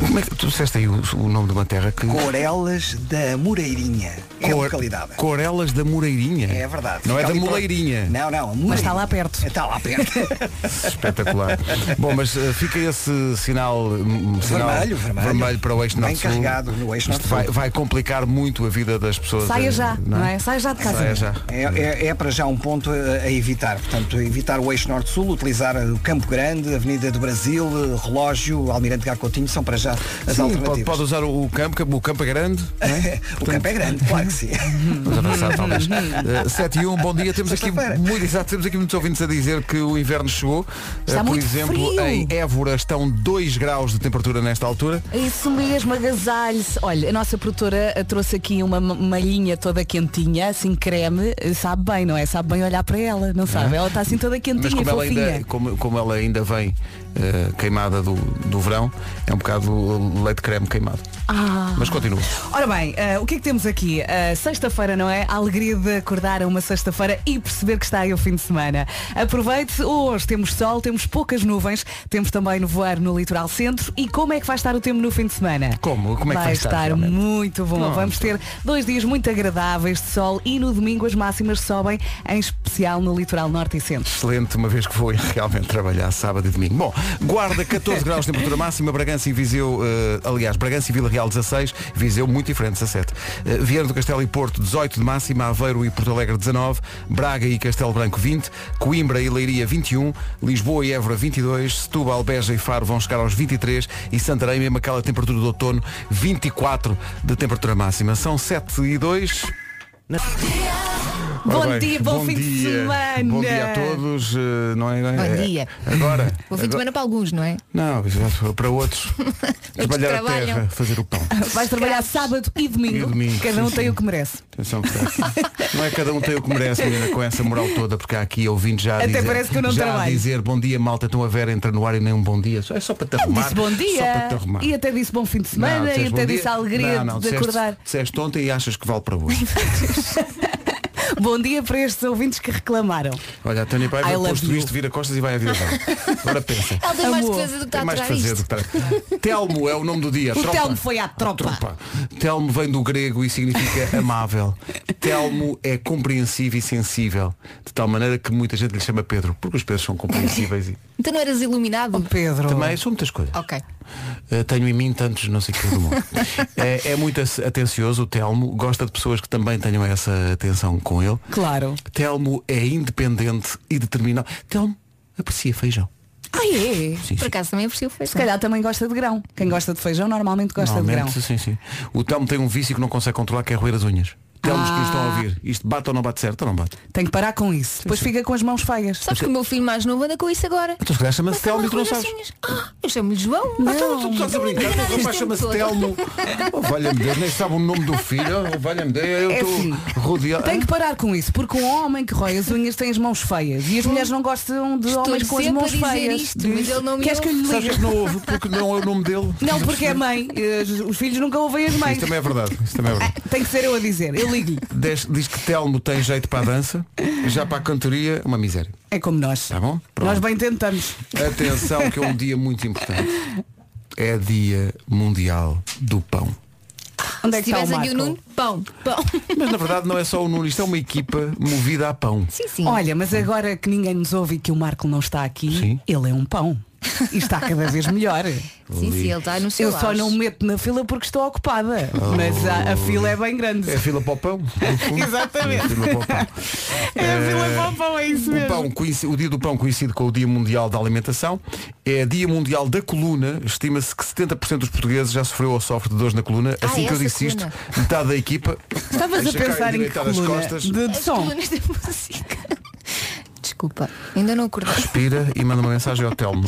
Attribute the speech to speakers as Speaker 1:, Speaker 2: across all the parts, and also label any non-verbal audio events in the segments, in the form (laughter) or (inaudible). Speaker 1: Como é que tu disseste aí o, o nome de uma terra que.
Speaker 2: Corelas da Moreirinha. É a localidade.
Speaker 1: Corelas da Moreirinha.
Speaker 2: É verdade.
Speaker 1: Não é
Speaker 2: Fica
Speaker 1: da
Speaker 2: ali pro-
Speaker 1: Moleirinha.
Speaker 2: Não, não.
Speaker 3: Mas está lá
Speaker 2: (laughs)
Speaker 3: perto.
Speaker 2: Está lá perto. (laughs)
Speaker 1: Espetacular. Bom, mas eh, fica esse sinal, hum, sinal
Speaker 2: Vermelho, vermelho.
Speaker 1: para o eixo
Speaker 2: Bem
Speaker 1: norte-sul.
Speaker 2: carregado no eixo
Speaker 1: Isto
Speaker 2: norte-sul.
Speaker 1: vai, vai complicar muito a vida das pessoas.
Speaker 3: Saia
Speaker 1: eh,
Speaker 3: já, não é? Saia já de casa.
Speaker 1: Saia já.
Speaker 2: É, é- é para já um ponto a, a evitar. Portanto, evitar o eixo norte-sul, utilizar o Campo Grande, Avenida do Brasil, eh, Relógio, Almirante Garcotinho, são para já as
Speaker 1: Sim, pode,
Speaker 2: alternativas.
Speaker 1: pode usar o, o campo, o campo é grande.
Speaker 2: (laughs) o campo é grande, claro que sim.
Speaker 1: (laughs) Vamos avançar talvez. Eh, 7 e 1, bom dia. Temos aqui,
Speaker 2: Sexta-feira.
Speaker 1: muito, exato, temos aqui muitos ouvintes a dizer que o inverno chegou. Eh,
Speaker 3: Está
Speaker 1: Por
Speaker 3: muito
Speaker 1: exemplo,
Speaker 3: frio.
Speaker 1: em Évora estão 2 graus de temperatura nesta altura.
Speaker 3: (laughs) É Isso mesmo, agasalhe-se. Olha, a nossa produtora eh, trouxe aqui uma ma- malhinha toda quentinha, assim creme, Eh, sabe bem, não é? Sabe bem olhar para ela, não sabe? Ela está assim toda quentinha,
Speaker 1: É. Mas como ela,
Speaker 3: fofinha.
Speaker 1: ainda, como, como ela ainda vem eh, queimada do, do verão, é um bocado leite creme queimado.
Speaker 3: Ah.
Speaker 1: Mas continua.
Speaker 3: Ora bem, eh, o que é que temos aqui? Eh, sexta-feira, não é? A alegria de acordar a uma sexta-feira e perceber que está aí o fim de semana. Aproveite, hoje temos sol, temos poucas nuvens, temos também nevoeiro no litoral centro e como é que vai estar o tempo no fim de semana?
Speaker 1: Como? Como é que vai estar,
Speaker 3: estar
Speaker 1: realmente?
Speaker 3: muito bom.
Speaker 1: Pronto.
Speaker 3: Vamos ter dois dias muito agradáveis de sol e no domingo as máximas sobem, em especial no litoral norte e centro.
Speaker 1: Excelente, uma vez que vou (laughs) realmente trabalhar sábado e domingo. Bom, Guarda 14 graus de temperatura máxima, Bragança e Viseu, eh, aliás, Bragança e Vila Real 16, Viseu muito diferente, 17. Eh, Vieira do Castelo e Porto 18 de máxima, Aveiro e Porto Alegre 19, Braga e Castelo Branco 20, Coimbra e Leiria 21, Lisboa e Évora 22, Setúbal, Beja e Faro vão chegar aos 23 e Santarém, mesmo aquela temperatura de outono, 24 de temperatura máxima. São 7 e 2.
Speaker 3: Bom
Speaker 1: Ora bem,
Speaker 3: dia, bom fim de
Speaker 1: dia.
Speaker 3: semana.
Speaker 1: Bom dia a todos. eh, Não é, não é-
Speaker 4: Bom
Speaker 1: é-
Speaker 4: dia.
Speaker 1: Agora.
Speaker 4: Bom fim de
Speaker 1: agora-
Speaker 4: semana para alguns, não é?
Speaker 1: Não, exato, para
Speaker 4: (laughs)
Speaker 1: outros. Trabalhar a
Speaker 4: trabalham.
Speaker 1: terra, fazer o pão.
Speaker 3: Vais trabalhar sábado e domingo,
Speaker 1: E domingo,
Speaker 3: cada
Speaker 1: sim,
Speaker 3: um tem
Speaker 1: sim.
Speaker 3: o que merece.
Speaker 1: Atenção que
Speaker 4: (laughs)
Speaker 1: está. Não é cada um tem o que merece, menina, com essa moral toda, porque há aqui ouvindo já a
Speaker 3: Até
Speaker 1: dizer,
Speaker 3: parece que eu não
Speaker 1: já a
Speaker 3: trabalho.
Speaker 1: dizer bom dia, malta, estão a ver, entra no ar e nem um bom dia. Só- É só para te arrumar.
Speaker 3: Disse bom
Speaker 1: Só para
Speaker 3: dia
Speaker 1: te arrumar.
Speaker 3: e até disse bom fim de semana
Speaker 1: Não,
Speaker 3: e
Speaker 1: disseste
Speaker 3: até
Speaker 1: bom
Speaker 3: disse
Speaker 1: dia.
Speaker 3: a alegria
Speaker 1: Não, não,
Speaker 3: de
Speaker 1: disseste-
Speaker 3: acordar. (laughs)
Speaker 1: Disseste ontem e achas que vale para hoje.
Speaker 3: Bom dia para estes ouvintes que reclamaram.
Speaker 1: Olha, a Tânia Paiva
Speaker 3: I love
Speaker 1: posto
Speaker 3: you.
Speaker 1: isto, vira costas e vai a vida.
Speaker 3: (laughs)
Speaker 1: Agora pensa.
Speaker 4: Ela tem mais de
Speaker 3: Amor.
Speaker 4: fazer do que tá está
Speaker 1: Tem
Speaker 4: a
Speaker 1: mais de
Speaker 4: aturar
Speaker 1: fazer do
Speaker 4: isto.
Speaker 1: que tra- Telmo é o nome do dia.
Speaker 3: (laughs) O
Speaker 1: tropa.
Speaker 3: Telmo foi à tropa.
Speaker 1: Telmo vem do grego e significa amável. Telmo é compreensivo e sensível. De tal maneira que muita gente lhe chama Pedro, porque os Pedros são compreensíveis e
Speaker 4: Então não eras iluminado?
Speaker 3: Oh, Pedro.
Speaker 1: também são muitas coisas.
Speaker 4: Ok.
Speaker 1: Uh, tenho em mim tantos não sei o que do mundo. (laughs) é, é muito ace- atencioso o Telmo, gosta de pessoas que também tenham essa atenção com ele.
Speaker 3: Claro.
Speaker 1: Telmo é independente e determinado. Telmo aprecia feijão.
Speaker 4: Ah, é?
Speaker 1: Sim,
Speaker 4: Por
Speaker 1: sim.
Speaker 4: acaso também aprecio feijão.
Speaker 3: Se calhar também gosta de grão. Quem gosta de feijão normalmente gosta de grão.
Speaker 1: Normalmente, sim, sim. O Telmo tem um vício que não consegue controlar, que é roer as unhas. Telmos que nos
Speaker 3: Ah.
Speaker 1: estão a ouvir. Isto bate ou não bate certo ou não bate?
Speaker 3: Tem que parar com isso. Depois fica com as mãos feias.
Speaker 4: Sabes que o meu filho mais novo anda com isso agora.
Speaker 1: Então se calhar chama-se
Speaker 4: Mas tem
Speaker 1: Telmo e
Speaker 4: umas
Speaker 1: tu não sabes.
Speaker 4: coisinhas. Ah, eu chamo-lhe João.
Speaker 1: Ah, então, tu estás a brincar,
Speaker 4: Não,
Speaker 1: o
Speaker 4: este
Speaker 1: rapaz
Speaker 4: tempo
Speaker 1: chama-se
Speaker 3: (laughs)
Speaker 4: todo.
Speaker 1: Telmo. Oh, valha-me Deus, nem sabe o nome do filho. Oh, valha-me Deus, eu
Speaker 3: É
Speaker 1: estou
Speaker 3: assim.
Speaker 1: rodeado.
Speaker 3: Tem que parar com isso, porque um homem que rói as unhas tem as mãos feias e as mulheres não gostam de homens com as
Speaker 4: sempre
Speaker 3: mãos
Speaker 4: a dizer
Speaker 3: feias.
Speaker 4: isto, mas ele não me
Speaker 3: Queres que eu lhe
Speaker 1: Sabes
Speaker 3: ligue?
Speaker 1: que não ouve porque não é o nome dele?
Speaker 3: Não, porque é mãe. Eh, Os filhos nunca ouvem as mães.
Speaker 1: Isso também é verdade. Isso também é verdade.
Speaker 3: Tem que ser eu a dizer. Eu ligo-lhe.
Speaker 1: Des- Diz que Telmo tem jeito para a dança, já para a cantoria, uma miséria.
Speaker 3: É como nós.
Speaker 1: Tá bom? Pronto.
Speaker 3: Nós bem tentamos.
Speaker 1: Atenção que é um dia muito importante. É dia mundial do pão.
Speaker 3: (laughs) Onde é
Speaker 4: Se
Speaker 3: que está o
Speaker 4: tivesse aqui
Speaker 3: Marco?
Speaker 4: o Nuno, pão, pão.
Speaker 1: Mas na verdade não é só o Nuno, isto é uma equipa movida a pão.
Speaker 4: Sim, sim.
Speaker 3: Olha, mas agora que ninguém nos ouve e que o Marco não está aqui,
Speaker 1: Sim.
Speaker 3: ele é um pão. E está cada vez melhor.
Speaker 4: sim, sim, ele está no seu
Speaker 3: Eu só
Speaker 4: auge.
Speaker 3: não me meto na fila porque estou ocupada.
Speaker 1: Oh.
Speaker 3: Mas a, a fila é bem grande.
Speaker 1: É a fila para
Speaker 3: (laughs)
Speaker 1: o pão. no fundo.
Speaker 3: Exatamente.
Speaker 1: É a fila para o pão.
Speaker 3: (laughs)
Speaker 1: Eh,
Speaker 3: É a fila para o pão, é isso
Speaker 1: O,
Speaker 3: mesmo.
Speaker 1: pão coinci- o dia do pão coincide com o Dia Mundial da Alimentação. É Dia Mundial da Coluna. Estima-se que 70% dos portugueses já sofreu ou sofre de dores na coluna.
Speaker 4: Ah,
Speaker 1: Assim que eu
Speaker 4: essa
Speaker 1: disse isto,
Speaker 4: coluna.
Speaker 1: metade da equipa.
Speaker 3: Estavas a
Speaker 1: deixa cair
Speaker 3: pensar em que
Speaker 1: direita das
Speaker 3: coluna
Speaker 1: costas.
Speaker 3: de, de
Speaker 4: As
Speaker 3: som.
Speaker 4: colunas da música. Desculpa, ainda não acordei.
Speaker 1: Respira e manda uma mensagem ao Telmo.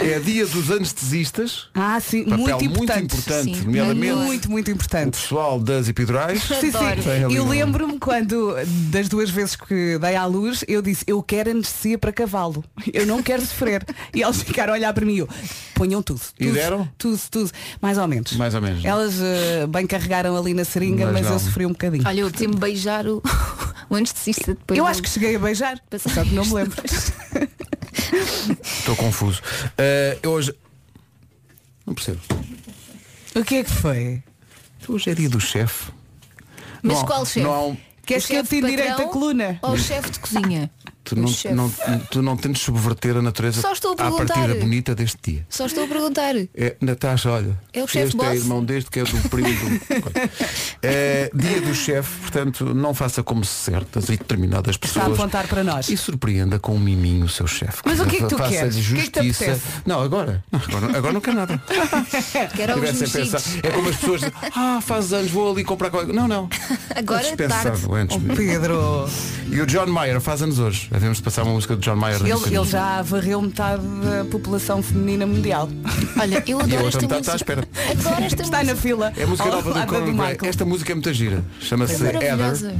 Speaker 1: Eh, é dia dos anestesistas.
Speaker 3: Ah, sim,
Speaker 1: Papel
Speaker 3: muito importante.
Speaker 1: muito importante,
Speaker 4: Sim.
Speaker 1: nomeadamente
Speaker 3: Muito, muito
Speaker 1: o
Speaker 3: importante.
Speaker 1: pessoal das epidurais.
Speaker 3: Sim,
Speaker 1: Tem
Speaker 4: Adoro.
Speaker 3: sim.
Speaker 1: ali
Speaker 3: Eu
Speaker 1: um-
Speaker 3: lembro-me quando, das duas vezes que dei à luz, eu disse, eu quero anestesia para cavalo. Eu não quero sofrer. E elas ficaram a olhar para mim e eu, ponham tudo.
Speaker 1: E
Speaker 3: tudo,
Speaker 1: deram?
Speaker 3: Tudo, tudo. Mais ou menos.
Speaker 1: Mais ou menos, não é?
Speaker 3: Elas eh, bem carregaram ali na seringa,
Speaker 1: Mas
Speaker 3: mas,
Speaker 1: não.
Speaker 3: eu sofri um bocadinho.
Speaker 4: Olha, eu tenho beijar o, (laughs) o anestesista depois.
Speaker 3: eu
Speaker 4: do-
Speaker 3: acho que cheguei a beijar,
Speaker 4: Passar
Speaker 3: só que não me lembro.
Speaker 1: Estou confuso. Eh, hoje. Não percebo.
Speaker 3: (laughs) O que é que foi?
Speaker 1: Então Hoje é dia do chefe.
Speaker 4: Mas
Speaker 1: Não,
Speaker 4: qual chefe?
Speaker 1: não há um-
Speaker 3: Queres
Speaker 4: O
Speaker 3: que eu
Speaker 4: chefe
Speaker 3: te endireite
Speaker 4: patrão
Speaker 3: a coluna?
Speaker 4: Ou o chefe de cozinha?
Speaker 1: Tu
Speaker 4: O
Speaker 1: não,
Speaker 4: chefe.
Speaker 1: não, tu não tentes subverter a natureza
Speaker 4: Só estou a
Speaker 1: à
Speaker 4: perguntar.
Speaker 1: partida bonita deste dia.
Speaker 4: Só estou a perguntar.
Speaker 1: É, Natasha, olha,
Speaker 4: É o
Speaker 1: este
Speaker 4: chefe
Speaker 1: é
Speaker 4: boss?
Speaker 1: irmão deste que é do primo
Speaker 3: (laughs)
Speaker 1: do... é, Dia do chefe, portanto, não faça como certas e determinadas
Speaker 3: Está a
Speaker 1: pessoas.
Speaker 3: apontar para nós.
Speaker 1: E surpreenda com um miminho o seu chefe.
Speaker 3: Mas o que é
Speaker 1: (laughs)
Speaker 3: que tu
Speaker 1: Faça-lhe
Speaker 3: queres? O que é que te
Speaker 1: justiça.
Speaker 3: apetece?
Speaker 1: não, agora. agora. Agora não quero nada.
Speaker 4: Quero aos
Speaker 1: Tivessem pensado-
Speaker 4: mexidos.
Speaker 1: É como as pessoas dizem, ah, faz anos, vou ali comprar qualquer coisa. Não, não.
Speaker 4: Agora é
Speaker 1: Dispensado
Speaker 4: tarde.
Speaker 1: antes.
Speaker 3: Pedro,
Speaker 1: E o John Mayer faz anos hoje. Havemos de passar uma música do John Mayer daqui a
Speaker 3: ele,
Speaker 1: bocadinho.
Speaker 3: ele já varreu metade da população feminina mundial.
Speaker 4: Olha, eu
Speaker 1: E a
Speaker 4: adoro
Speaker 1: outra
Speaker 4: esta
Speaker 1: metade está
Speaker 4: música.
Speaker 1: à espera.
Speaker 4: Adoro esta
Speaker 3: Está na
Speaker 4: música.
Speaker 3: fila.
Speaker 1: É a
Speaker 3: (laughs)
Speaker 1: música
Speaker 3: ao
Speaker 1: nova do
Speaker 3: lado
Speaker 1: Conan Gray.
Speaker 3: Oh, Michael.
Speaker 1: Esta música é muito gira. Chama-se
Speaker 4: Maravilhosa.
Speaker 1: Heather.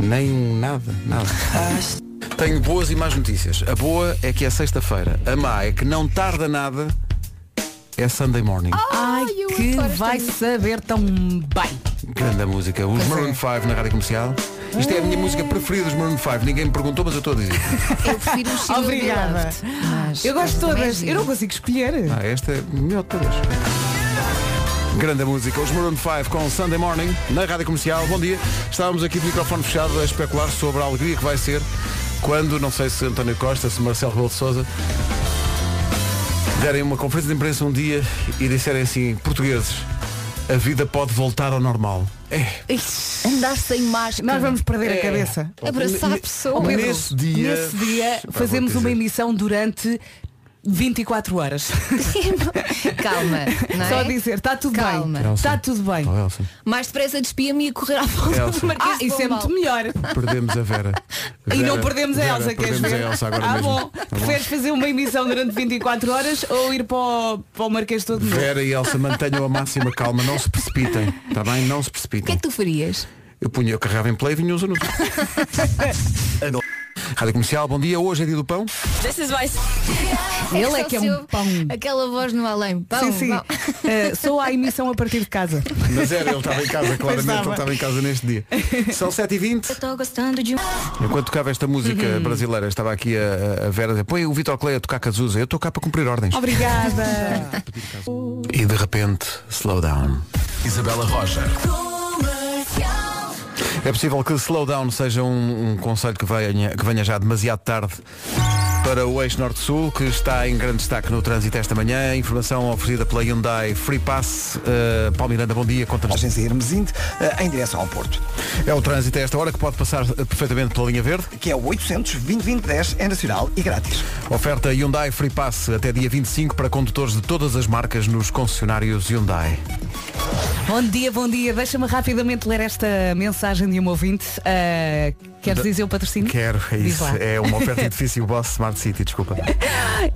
Speaker 1: Nem um nada, nada. Tenho boas e más notícias. A boa é que é sexta-feira. A má é que não tarda nada. É Sunday Morning.
Speaker 3: Ai,
Speaker 4: Ai, eu
Speaker 3: que
Speaker 4: adoro esta
Speaker 3: vai
Speaker 4: música.
Speaker 3: saber tão bem.
Speaker 1: Grande a música. Os Maroon 5 na rádio comercial. Isto é a minha música preferida dos Maroon 5. Ninguém me perguntou, mas eu estou a dizer.
Speaker 4: Eu prefiro o Chile
Speaker 3: Obrigada.
Speaker 4: Beloved, mas
Speaker 3: Eu gosto de
Speaker 4: esta é
Speaker 3: todas.
Speaker 4: gira.
Speaker 3: Eu não consigo escolher.
Speaker 1: Ah, esta é melhor de todas. Grande a música, os Maroon 5 com Sunday Morning na Rádio Comercial. Bom dia, estávamos aqui de microfone fechado a especular sobre a alegria que vai ser quando, não sei se António Costa, se Marcelo Rebelo de Sousa derem uma conferência de imprensa um dia e disserem assim, portugueses, a vida pode voltar ao normal.
Speaker 3: (laughs)
Speaker 1: É,
Speaker 4: Ixi, Andar sem máscara.
Speaker 3: Nós vamos perder
Speaker 1: É.
Speaker 3: a cabeça.
Speaker 4: Abraçar
Speaker 1: Ne-
Speaker 4: pessoas.
Speaker 1: Pedro, Nesse dia-
Speaker 3: nesse dia
Speaker 1: Pá,
Speaker 3: fazemos
Speaker 1: vou-te
Speaker 3: uma
Speaker 1: dizer.
Speaker 3: emissão durante 24 horas.
Speaker 4: (laughs) Calma, não é?
Speaker 3: Só a dizer, está tudo
Speaker 4: Calma.
Speaker 3: bem. Está tudo bem.
Speaker 1: Oh, Elsa,
Speaker 4: Mais depressa despia-me e a correr à volta
Speaker 1: Elsa.
Speaker 4: do Marquês
Speaker 3: Ah,
Speaker 4: de
Speaker 3: isso é
Speaker 4: Pombal.
Speaker 3: muito melhor.
Speaker 1: perdemos a Vera.
Speaker 3: e
Speaker 1: Vera-
Speaker 3: não perdemos a
Speaker 1: Vera,
Speaker 3: Elsa, queres
Speaker 1: perdemos
Speaker 3: ver?
Speaker 1: a Elsa agora
Speaker 3: ah,
Speaker 1: mesmo.
Speaker 3: bom.
Speaker 1: Tá bom?
Speaker 3: Preferes fazer uma emissão durante 24 horas ou ir para o, para o Marquês todo nu?
Speaker 1: Vera e Elsa, mantenham a máxima calma, não se precipitem, está bem? Não se
Speaker 4: O que é
Speaker 1: precipitem.
Speaker 4: que tu farias?
Speaker 1: Eu punha, eu carregava em play e vinha os (laughs) anúncios. Ano- Rádio Comercial, bom dia, hoje é dia do pão.
Speaker 3: Ele é que é um
Speaker 4: Só se ouve
Speaker 3: pão.
Speaker 4: Aquela voz no além. Pão,
Speaker 3: Sim, sim.
Speaker 4: pão.
Speaker 3: (laughs) Eh, só há emissão a partir de casa.
Speaker 1: Mas era, ele estava em casa, claramente
Speaker 3: estava.
Speaker 1: ele estava em casa neste dia. São 7h20.
Speaker 4: Estou gostando de um-
Speaker 1: Enquanto tocava esta música
Speaker 4: Uhum.
Speaker 1: brasileira, estava aqui a, a Vera a dizer, põe o Vitor Clay a tocar Cazuza, eu estou cá para cumprir ordens.
Speaker 3: Obrigada.
Speaker 1: E de repente, slow down. Isabela Rocha. É possível que slow down seja um, um conselho que venha, que venha já demasiado tarde para o eixo norte-sul, que está em grande destaque no trânsito esta manhã. Informação oferecida pela Hyundai Free Pass. Uh, Paulo Miranda, bom dia. Conta-nos.
Speaker 2: Agência Hermesinde, eh, em direção ao Porto.
Speaker 1: É o trânsito a esta hora que pode passar eh, perfeitamente pela linha verde.
Speaker 2: que é o 800 2010 é nacional e grátis.
Speaker 1: Oferta Hyundai Free Pass até dia 25 para condutores de todas as marcas nos concessionários Hyundai.
Speaker 3: Bom dia, bom dia. Deixa-me rapidamente ler esta mensagem de um ouvinte. Ah, queres dizer o patrocínio?
Speaker 1: Quero, é
Speaker 3: Diz
Speaker 1: isso.
Speaker 3: lá.
Speaker 1: É uma oferta
Speaker 3: (laughs)
Speaker 1: edifício Boss Smart City, desculpa.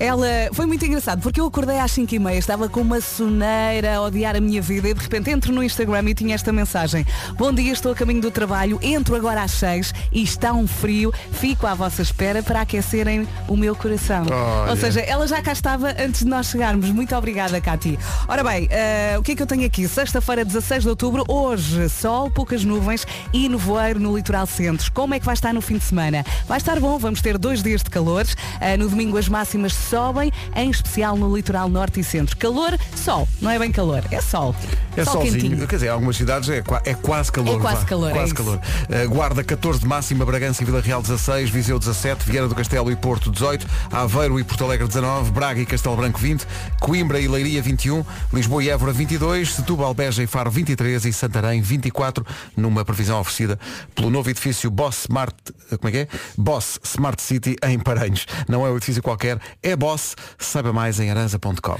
Speaker 3: Ela foi muito engraçado porque eu acordei às 5 e meia, estava com uma soneira a odiar a minha vida e de repente entro no Instagram e tinha esta mensagem. Bom dia, estou a caminho do trabalho, entro agora às 6 e está um frio, fico à vossa espera para aquecerem o meu coração.
Speaker 1: Olha.
Speaker 3: Ou seja, ela já cá estava antes de nós chegarmos. Muito obrigada, Cati. Ora bem, eh, o que é que eu tenho aqui? Sexta-feira, 16 de outubro, hoje, sol, poucas nuvens e nevoeiro no litoral centro. Como é que vai estar no fim de semana? Vai estar bom, vamos ter dois dias de calor. Eh, no domingo as máximas sobem, em especial no litoral norte e centro. Calor, sol. Não é bem calor, é sol.
Speaker 1: É
Speaker 3: sol
Speaker 1: solzinho.
Speaker 3: quentinho.
Speaker 1: Quer dizer, em algumas cidades é, qua- é quase calor.
Speaker 3: É quase
Speaker 1: vá.
Speaker 3: calor, é
Speaker 1: Quase
Speaker 3: isso.
Speaker 1: calor. Uh, Guarda 14 de máxima, Bragança e Vila Real 16, Viseu 17, Vieira do Castelo e Porto 18, Aveiro e Porto Alegre 19, Braga e Castelo Branco 20, Coimbra e Leiria 21, Lisboa e Évora 22, Setúbal, Beja e Faro 23 e Santarém 24, numa previsão oferecida pelo novo edifício Boss Smart, como é que é? Boss Smart City em Paranhos. Não é um edifício qualquer, é Boss. Saiba mais em aranza.com.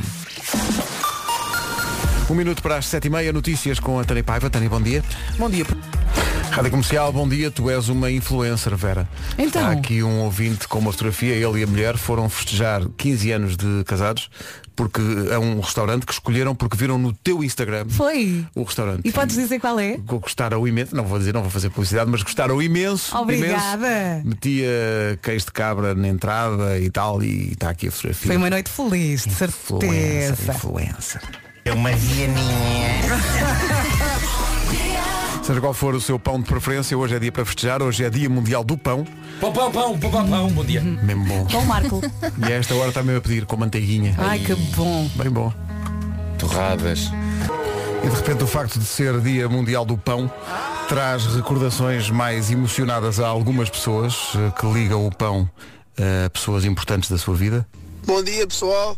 Speaker 1: Um minuto para as sete e meia, notícias com a Tânia Paiva. Tânia, bom dia. Bom dia. Rádio Comercial, bom dia. Tu és uma influencer, Vera.
Speaker 3: Então.
Speaker 1: Está aqui um ouvinte com uma fotografia. Ele e a mulher foram festejar 15 anos de casados porque é um restaurante que escolheram porque viram no teu Instagram
Speaker 3: Foi.
Speaker 1: o restaurante.
Speaker 3: E podes dizer qual é?
Speaker 1: Gostaram imenso, não vou dizer, não vou fazer publicidade, mas gostaram imenso.
Speaker 3: Obrigada.
Speaker 1: Imenso. Metia queijo de cabra na entrada e tal, e está aqui a fotografia.
Speaker 3: Foi uma noite feliz, de certeza.
Speaker 1: influencer.
Speaker 5: É uma vianinha.
Speaker 1: Seja qual for o seu pão de preferência, hoje é dia para festejar, hoje é dia mundial do pão, Uhum.
Speaker 6: Pão, pão, pão, pão, pão, pão, bom dia.
Speaker 1: mesmo bom. (laughs)
Speaker 3: Bom, Marco.
Speaker 1: E a esta hora está mesmo a pedir com manteiguinha.
Speaker 3: Ai, que bom.
Speaker 1: Bem bom.
Speaker 7: torradas.
Speaker 1: E de repente o facto de ser Dia Mundial do Pão traz recordações mais emocionadas a algumas pessoas eh, que ligam o pão a pessoas importantes da sua vida.
Speaker 8: Bom dia pessoal,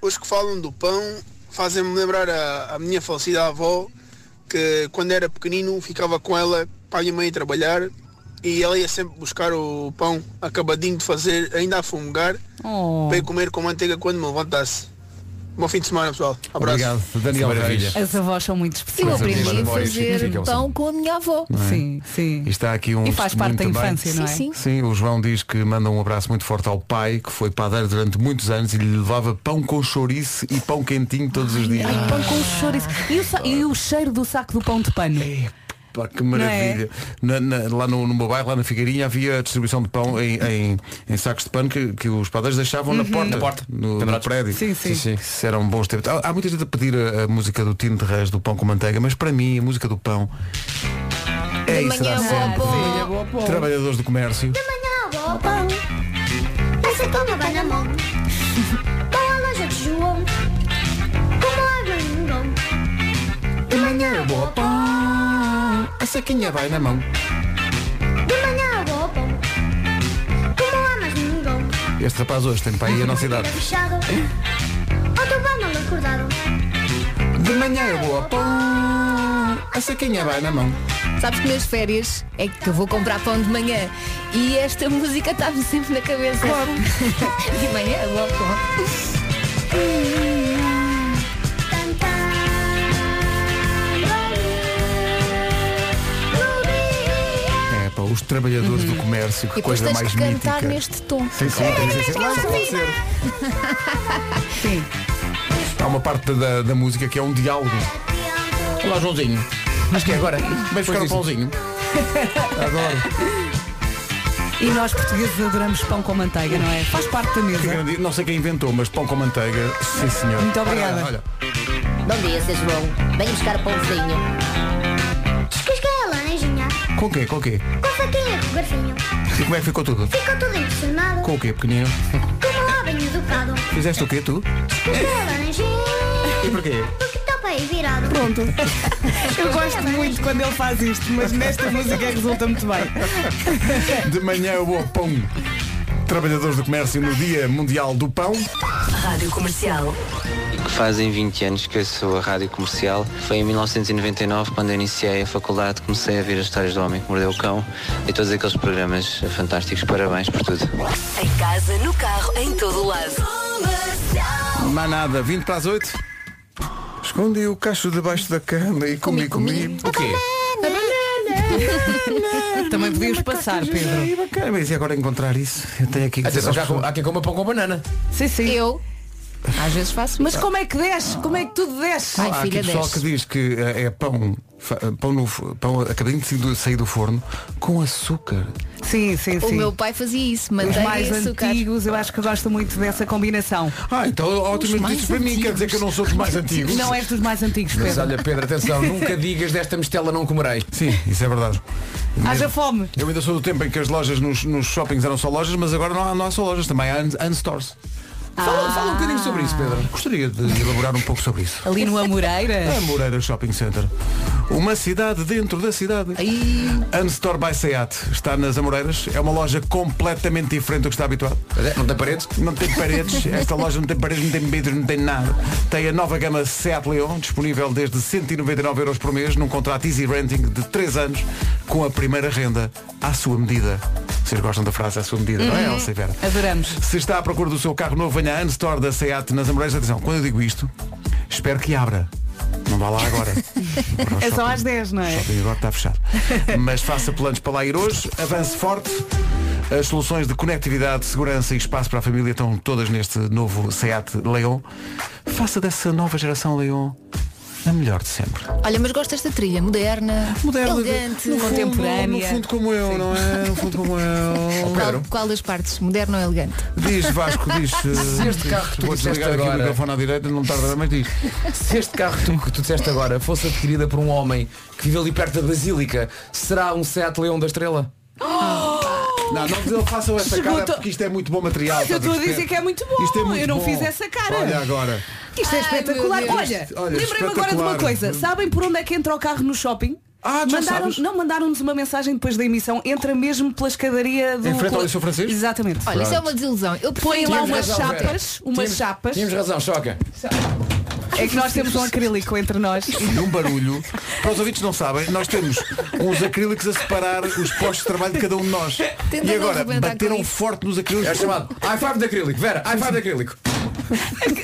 Speaker 8: os que falam do pão fazem-me lembrar a, a minha falecida avó que quando era pequenino ficava com ela pai e mãe a trabalhar e ela ia sempre buscar o pão acabadinho de fazer, ainda a fumegar,
Speaker 3: Oh.
Speaker 8: para ir comer com manteiga quando me levantasse. Bom fim de semana pessoal, abraço.
Speaker 1: Obrigado, Daniel
Speaker 7: Maravilha.
Speaker 1: Reis.
Speaker 3: As avós são muito
Speaker 4: Eu
Speaker 3: especiais.
Speaker 1: Coisa linda,
Speaker 4: aprendi a
Speaker 1: memórias
Speaker 4: fazer
Speaker 1: significam,
Speaker 4: pão com a minha avó.
Speaker 3: Sim, sim.
Speaker 1: E está aqui um
Speaker 3: E faz parte da
Speaker 1: testemunho também.
Speaker 3: infância, não é?
Speaker 4: Sim, sim.
Speaker 1: Sim, o João diz que manda um abraço muito forte ao pai, que foi padeiro durante muitos anos e lhe levava pão com chouriço e pão quentinho todos os dias.
Speaker 3: Ai, pão com
Speaker 1: Ah.
Speaker 3: chouriço. E o, sa- e o cheiro do saco do pão de pano?
Speaker 1: Ah, Pá, que maravilha.
Speaker 3: é?
Speaker 1: Na- na- lá no, no meu bairro, lá na Figueirinha, havia a distribuição de pão em, em- em sacos de pano que, que os padeiros deixavam
Speaker 3: Uhum.
Speaker 1: na porta,
Speaker 7: porta.
Speaker 1: no, no
Speaker 7: Pendurados.
Speaker 1: prédio.
Speaker 3: É Sim, sim.
Speaker 7: Sim, sim.
Speaker 1: Isso eram bons tempos. Há, há muita gente a pedir a, a música do Tino de Reis, do Pão com Manteiga, mas para mim, a música do pão é
Speaker 4: De
Speaker 1: isso
Speaker 4: manhã vou ao pão.
Speaker 1: Trabalhadores do comércio.
Speaker 9: Amanhã vou ao pão Passa com uma banana mão Vou à loja de João Como abre um mão De manhã vou ao pão
Speaker 1: A saquinha vai na mão.
Speaker 9: De manhã vou ao pão Como há mais ninguém
Speaker 1: Este rapaz hoje tem para aí a nossa idade.
Speaker 9: Era um fechado Outro pão não acordado
Speaker 1: De manhã eu vou ao pão, a saquinha vai na mão.
Speaker 4: Sabes que nas férias é que eu vou comprar pão de manhã. E esta (laughs) música estava sempre na cabeça. Claro. (laughs) de manhã vou ao pão.
Speaker 1: É, pá, os trabalhadores do comércio, que
Speaker 4: E depois
Speaker 1: coisa
Speaker 4: tens
Speaker 1: mais
Speaker 4: que cantar
Speaker 1: mítica.
Speaker 4: neste tom.
Speaker 1: Sim, sim, tem que ser. Lá está a
Speaker 9: (laughs)
Speaker 1: ser. Há uma parte da, da música que é um diálogo. Olá, Joãozinho. Acho que é agora. Vamos buscar o pãozinho. Adoro.
Speaker 3: E nós portugueses adoramos pão com manteiga, não é? Faz parte da
Speaker 1: Que
Speaker 3: mesa.
Speaker 1: grande- Não sei quem inventou, mas pão com manteiga, sim senhor.
Speaker 3: Muito obrigada.
Speaker 1: Olha, olha.
Speaker 10: Bom dia, seu João. Venho buscar o pãozinho.
Speaker 9: Descasquei a laranjinha
Speaker 1: Com o quê? Com o quê?
Speaker 9: Com faquinha e com garfinho
Speaker 1: E como é que ficou tudo?
Speaker 9: Ficou todo impressionado
Speaker 1: Com o quê, pequenino?
Speaker 9: Como lá bem educado
Speaker 1: Fizeste o quê, tu?
Speaker 9: Descasquei a laranjinha
Speaker 1: E porquê?
Speaker 9: Porque está para aí tá virado Pronto
Speaker 3: Eu gosto muito quando ele faz isto, mas nesta música é que resulta muito bem.
Speaker 1: De manhã eu vou ao pão. Trabalhadores do comércio no Dia Mundial do Pão.
Speaker 10: Rádio Comercial.
Speaker 5: Fazem 20 anos que eu sou a rádio comercial. Foi em 1999, quando eu iniciei a faculdade, comecei a ver as histórias do homem que mordeu o cão e todos aqueles programas fantásticos. Parabéns por tudo.
Speaker 10: Em casa, no carro, em todo o lado.
Speaker 1: Manada, 20 para as 8. Escondi o cacho debaixo da cama e comi, comi.
Speaker 7: O quê?
Speaker 3: (laughs) Também podias passar, Ah, Pedro.
Speaker 1: Ai, bacana, mas e agora encontrar isso? Eu tenho aqui que
Speaker 7: Atenção,
Speaker 1: dizer
Speaker 7: já
Speaker 1: às pessoas.
Speaker 7: há quem coma pão com banana.
Speaker 3: Sim, sim.
Speaker 4: Eu, às vezes faço.
Speaker 3: Mas como é que desce? Como é que tudo desce?
Speaker 4: Ai,
Speaker 1: Há aqui
Speaker 4: filha,
Speaker 1: pessoal que
Speaker 4: desce.
Speaker 1: diz que eh, é pão, fa- pão, no, f- pão acabadinho de sair do- sair do forno com açúcar.
Speaker 3: Sim, sim,
Speaker 4: O
Speaker 3: sim.
Speaker 4: meu pai fazia isso,
Speaker 3: assim, Os
Speaker 4: manteiga
Speaker 3: mais
Speaker 4: e açúcar.
Speaker 3: antigos, eu acho que gosto muito dessa combinação.
Speaker 1: Ah, então ótimas notícias para mim, quer dizer que eu não sou dos mais antigos.
Speaker 3: Não és dos mais antigos,
Speaker 7: Mas
Speaker 3: Pedro.
Speaker 7: olha,
Speaker 3: (laughs)
Speaker 7: Pedro, atenção, nunca digas desta mistela não comerei.
Speaker 1: Sim, isso é verdade.
Speaker 3: Haja fome.
Speaker 1: Eu ainda sou do tempo em que as lojas nos, nos shoppings eram só lojas, mas agora não há, não há só lojas, também há un- unstores.
Speaker 3: Ah.
Speaker 7: Fala, fala um bocadinho sobre isso, Pedro.
Speaker 1: Gostaria de elaborar um pouco sobre isso.
Speaker 3: Ali no
Speaker 1: A
Speaker 3: Amoreiras.
Speaker 1: Moreira Shopping Center. Uma cidade dentro da cidade. Unstore by Seat. Está nas Amoreiras. É uma loja completamente diferente do que está habituado.
Speaker 7: Não tem paredes?
Speaker 1: Não tem
Speaker 3: (laughs)
Speaker 1: paredes, esta loja não tem paredes, não tem vidro, não tem nada. Tem a nova gama Seat Leon, disponível desde 199 euros por mês, num contrato easy renting de 3 anos, com a primeira renda à sua medida. Vocês gostam da frase à sua medida, não é, Elsa e Vera?
Speaker 3: Adoramos.
Speaker 1: Se está à procura do seu carro novo, venha à Unstore da Seat nas Amoreiras. Atenção, quando eu digo isto, espero que abra. Não vá lá agora.
Speaker 3: É só às 10, não é?
Speaker 1: Shopping agora
Speaker 3: (laughs)
Speaker 1: está fechado. tá Mas faça planos para lá ir hoje, avance forte. As soluções de conectividade, segurança e espaço para a família estão todas neste novo SEAT Leon. Faça dessa nova geração Leon a melhor de sempre.
Speaker 4: Olha, mas gosto desta trilha, moderna, elegante,
Speaker 3: no fundo, contemporânea.
Speaker 1: No fundo como eu, não é? No fundo como eu.
Speaker 4: Qual, qual das partes? Moderna ou elegante?
Speaker 1: Oh, Diz Vasco,
Speaker 3: (laughs)
Speaker 1: diz. eh,
Speaker 7: este carro que tu
Speaker 1: vou
Speaker 7: disseste
Speaker 1: desligar aqui o
Speaker 7: agora-
Speaker 1: microfone à direita, não tarda, mas diz.
Speaker 7: Se este carro que tu, que tu disseste agora fosse adquirida por um homem que vive ali perto da Basílica, será um Seat Leão da Estrela?
Speaker 3: Ah.
Speaker 1: Não, não façam essa cara
Speaker 3: Escuta.
Speaker 1: porque isto é muito bom material.
Speaker 3: Mas eu
Speaker 1: estás
Speaker 3: estou a dizer
Speaker 1: perceber?
Speaker 3: que é muito bom.
Speaker 1: Isto é muito
Speaker 3: eu não
Speaker 1: bom.
Speaker 3: fiz essa cara.
Speaker 1: Olha agora.
Speaker 3: Que isto é
Speaker 4: Ai,
Speaker 3: espetacular.
Speaker 4: meu Deus.
Speaker 3: Olha,
Speaker 4: Olha,
Speaker 3: lembrei-me agora de uma
Speaker 4: espetacular.
Speaker 3: coisa. Sabem por onde é que entra o carro no shopping?
Speaker 1: Ah, já
Speaker 3: mandaram,
Speaker 1: sabes.
Speaker 3: não mandaram-nos uma mensagem depois da emissão, entra mesmo pela escadaria do.
Speaker 1: Em frente ao Liceu Francisco?
Speaker 3: Exatamente.
Speaker 1: Olha, isso é
Speaker 4: uma desilusão. Eu
Speaker 3: Põe lá
Speaker 4: prefiro-
Speaker 3: umas
Speaker 4: Tínhamos razão, Vera.
Speaker 3: chapas, umas
Speaker 4: Tínhamos-
Speaker 3: chapas.
Speaker 7: Tínhamos razão, choca.
Speaker 3: É que nós temos um acrílico entre nós.
Speaker 1: E um barulho. Para os ouvintes não sabem, nós temos uns acrílicos a separar os postos de trabalho de cada um de nós.
Speaker 7: Tenta
Speaker 1: e
Speaker 7: não
Speaker 1: agora
Speaker 7: arrebentar com
Speaker 1: bateram
Speaker 7: isso.
Speaker 1: forte nos acrílicos.
Speaker 7: É chamado i5 de acrílico. Vera, i5 de acrílico.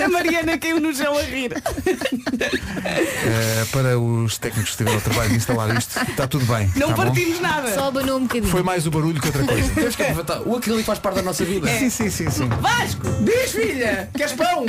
Speaker 3: A Mariana caiu no gel a rir.
Speaker 1: Eh, para os técnicos que tiveram o trabalho de instalar isto, está tudo bem.
Speaker 3: Não
Speaker 1: tá bom?
Speaker 3: partimos nada.
Speaker 4: Só abanou um bocadinho.
Speaker 1: Foi mais o barulho que outra coisa.
Speaker 7: Temos que aproveitar. O acrílico faz parte da nossa vida.
Speaker 1: Sim, sim, sim, sim.
Speaker 3: Vasco!
Speaker 7: Diz, filha!
Speaker 11: (laughs)
Speaker 7: Queres pão?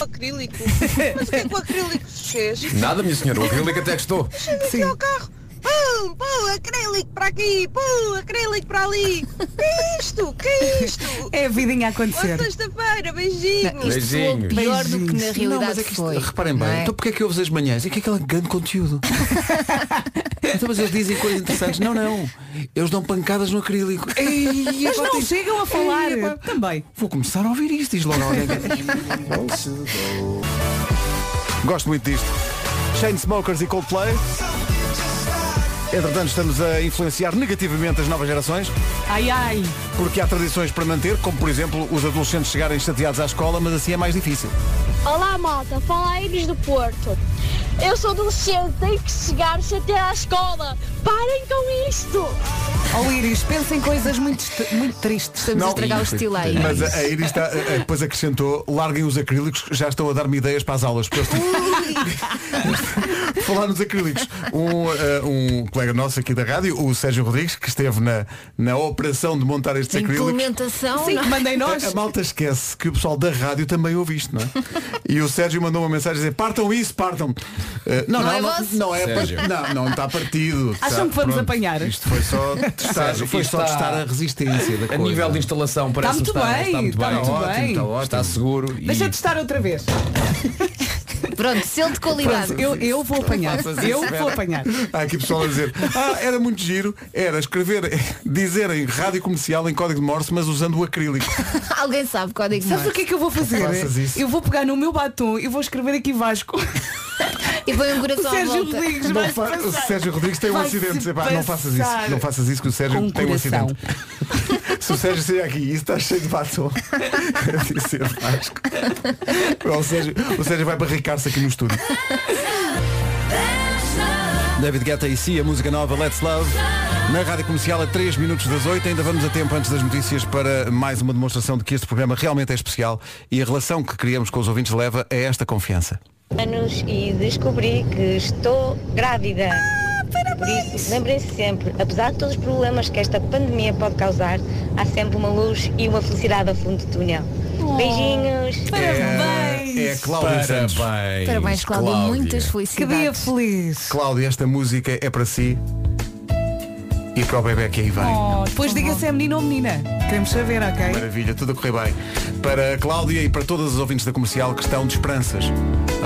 Speaker 11: acrílico. Mas o que é que o acrílico se fez?
Speaker 7: Nada, minha senhora. O acrílico até gostou.
Speaker 11: Deixa-me aqui ao carro. Pum, pum, acrílico para aqui, pum, acrílico para ali. Que é isto? Que é isto?
Speaker 3: É a vidinha a
Speaker 11: Boa
Speaker 3: acontecer.
Speaker 11: sexta-feira, beijinhos.
Speaker 4: Não, isto soou Beijinhos. pior do que na
Speaker 1: Não,
Speaker 4: realidade
Speaker 1: mas é que isto-
Speaker 4: foi,
Speaker 1: Reparem bem,
Speaker 4: não é?
Speaker 1: então porquê é que ouves as manhãs? É que é aquele grande
Speaker 4: (laughs)
Speaker 1: conteúdo. então, mas eles dizem coisas interessantes. Não, não. Eles dão pancadas no acrílico. Ei,
Speaker 3: Mas
Speaker 1: epá,
Speaker 3: não
Speaker 1: tem-
Speaker 3: chegam a falar.
Speaker 1: Ei, epá.
Speaker 3: Também.
Speaker 1: Vou começar a ouvir isto, diz logo alguém. (laughs) Gosto muito disto. Shane Smokers e Coldplay. Entretanto, estamos a influenciar negativamente as novas gerações.
Speaker 3: Ai ai.
Speaker 1: Porque há tradições para manter, como por exemplo os adolescentes chegarem chateados à escola, mas assim é mais difícil.
Speaker 12: Olá malta, fala a Iris do Porto. Eu sou adolescente, tenho que chegar até à escola. Parem com isto!
Speaker 3: Ó Iris, pensa em coisas muito, est- muito tristes.
Speaker 4: Estamos a estragar o estilo aí.
Speaker 1: é Mas a a Iris está, a- a- depois acrescentou, larguem os acrílicos, que já estão a dar-me ideias para as aulas. Porque eles- Falar nos acrílicos. Um, eh, um colega nosso aqui da rádio, o Sérgio Rodrigues, que esteve na, na operação de montar estes acrílicos.
Speaker 4: Implementação.
Speaker 3: Sim,
Speaker 4: não é?
Speaker 3: que mandem nós.
Speaker 1: A, a malta esquece que o pessoal da rádio também ouve isto, não é? E o Sérgio mandou uma mensagem a dizer, partam isso, partam. Eh, não,
Speaker 3: Não
Speaker 1: não,
Speaker 3: é
Speaker 1: não,
Speaker 3: vosso?
Speaker 1: não é par-
Speaker 7: Sérgio.
Speaker 1: Não, não está partido.
Speaker 3: Acham
Speaker 1: Tá,
Speaker 3: que vamos
Speaker 1: pronto.
Speaker 3: apanhar?
Speaker 1: Isto foi
Speaker 7: (laughs)
Speaker 1: só testar,
Speaker 7: Sérgio,
Speaker 1: foi
Speaker 7: isto
Speaker 1: só
Speaker 7: está-
Speaker 1: testar a resistência da
Speaker 7: A
Speaker 1: coisa.
Speaker 7: nível de instalação
Speaker 3: Está
Speaker 7: parece
Speaker 3: muito
Speaker 7: que está,
Speaker 3: bem,
Speaker 7: está muito
Speaker 3: está
Speaker 7: bem.
Speaker 3: muito Está ótimo, bem. está ótimo.
Speaker 7: Está seguro. e-
Speaker 3: Deixa de estar outra vez.
Speaker 4: Pronto, selo de qualidade.
Speaker 3: Eu, eu vou apanhar.
Speaker 1: Faças isso,
Speaker 3: Eu
Speaker 1: Vera.
Speaker 3: vou apanhar.
Speaker 1: Há aqui pessoal a dizer, ah, era muito giro, era escrever, (laughs) dizerem rádio comercial em código de Morse, mas usando o acrílico.
Speaker 4: (laughs) Alguém sabe código
Speaker 3: Sabes o que é que eu vou fazer?
Speaker 1: Faças isso.
Speaker 3: Eu vou pegar no meu batom e vou escrever aqui Vasco.
Speaker 4: E põe
Speaker 3: (laughs)
Speaker 4: um
Speaker 3: O
Speaker 4: coração à
Speaker 3: Sérgio
Speaker 4: volta.
Speaker 3: Rodrigues
Speaker 1: Não
Speaker 3: vai
Speaker 1: fa- o Sérgio Rodrigues tem um
Speaker 3: Vai-se
Speaker 1: acidente. Epá, não
Speaker 3: passar.
Speaker 1: faças isso. Não faças isso que o Sérgio
Speaker 3: Com
Speaker 1: tem um
Speaker 3: coração.
Speaker 1: acidente. (laughs) Se o Sérgio sair aqui e está cheio de batom, (laughs) a dizer Vasco. O Sérgio, o Sérgio vai barricar-se aqui no estúdio. David Guetta e si, a música nova Let's Love. Na rádio comercial a 3 minutos das 8, ainda vamos a tempo antes das notícias para mais uma demonstração de que este programa realmente é especial e a relação que criamos com os ouvintes leva a esta confiança.
Speaker 13: anos e descobri que estou grávida.
Speaker 4: Ah,
Speaker 13: Por isso, lembrem-se sempre, apesar de todos os problemas que esta pandemia pode causar, há sempre uma luz e uma felicidade ao fundo do túnel.
Speaker 4: Oh.
Speaker 13: Beijinhos!
Speaker 1: É, é a Cláudia Santos.
Speaker 4: Parabéns, Cláudia. Muitas felicidades.
Speaker 3: Que dia feliz.
Speaker 1: Cláudia, esta música é para si e para o bebê que aí vem.
Speaker 3: Oh, depois diga se é menino ou menina. Queremos saber, ok?
Speaker 1: Maravilha, tudo a correr bem. Para a Cláudia e para todas as ouvintes da comercial que estão de esperanças.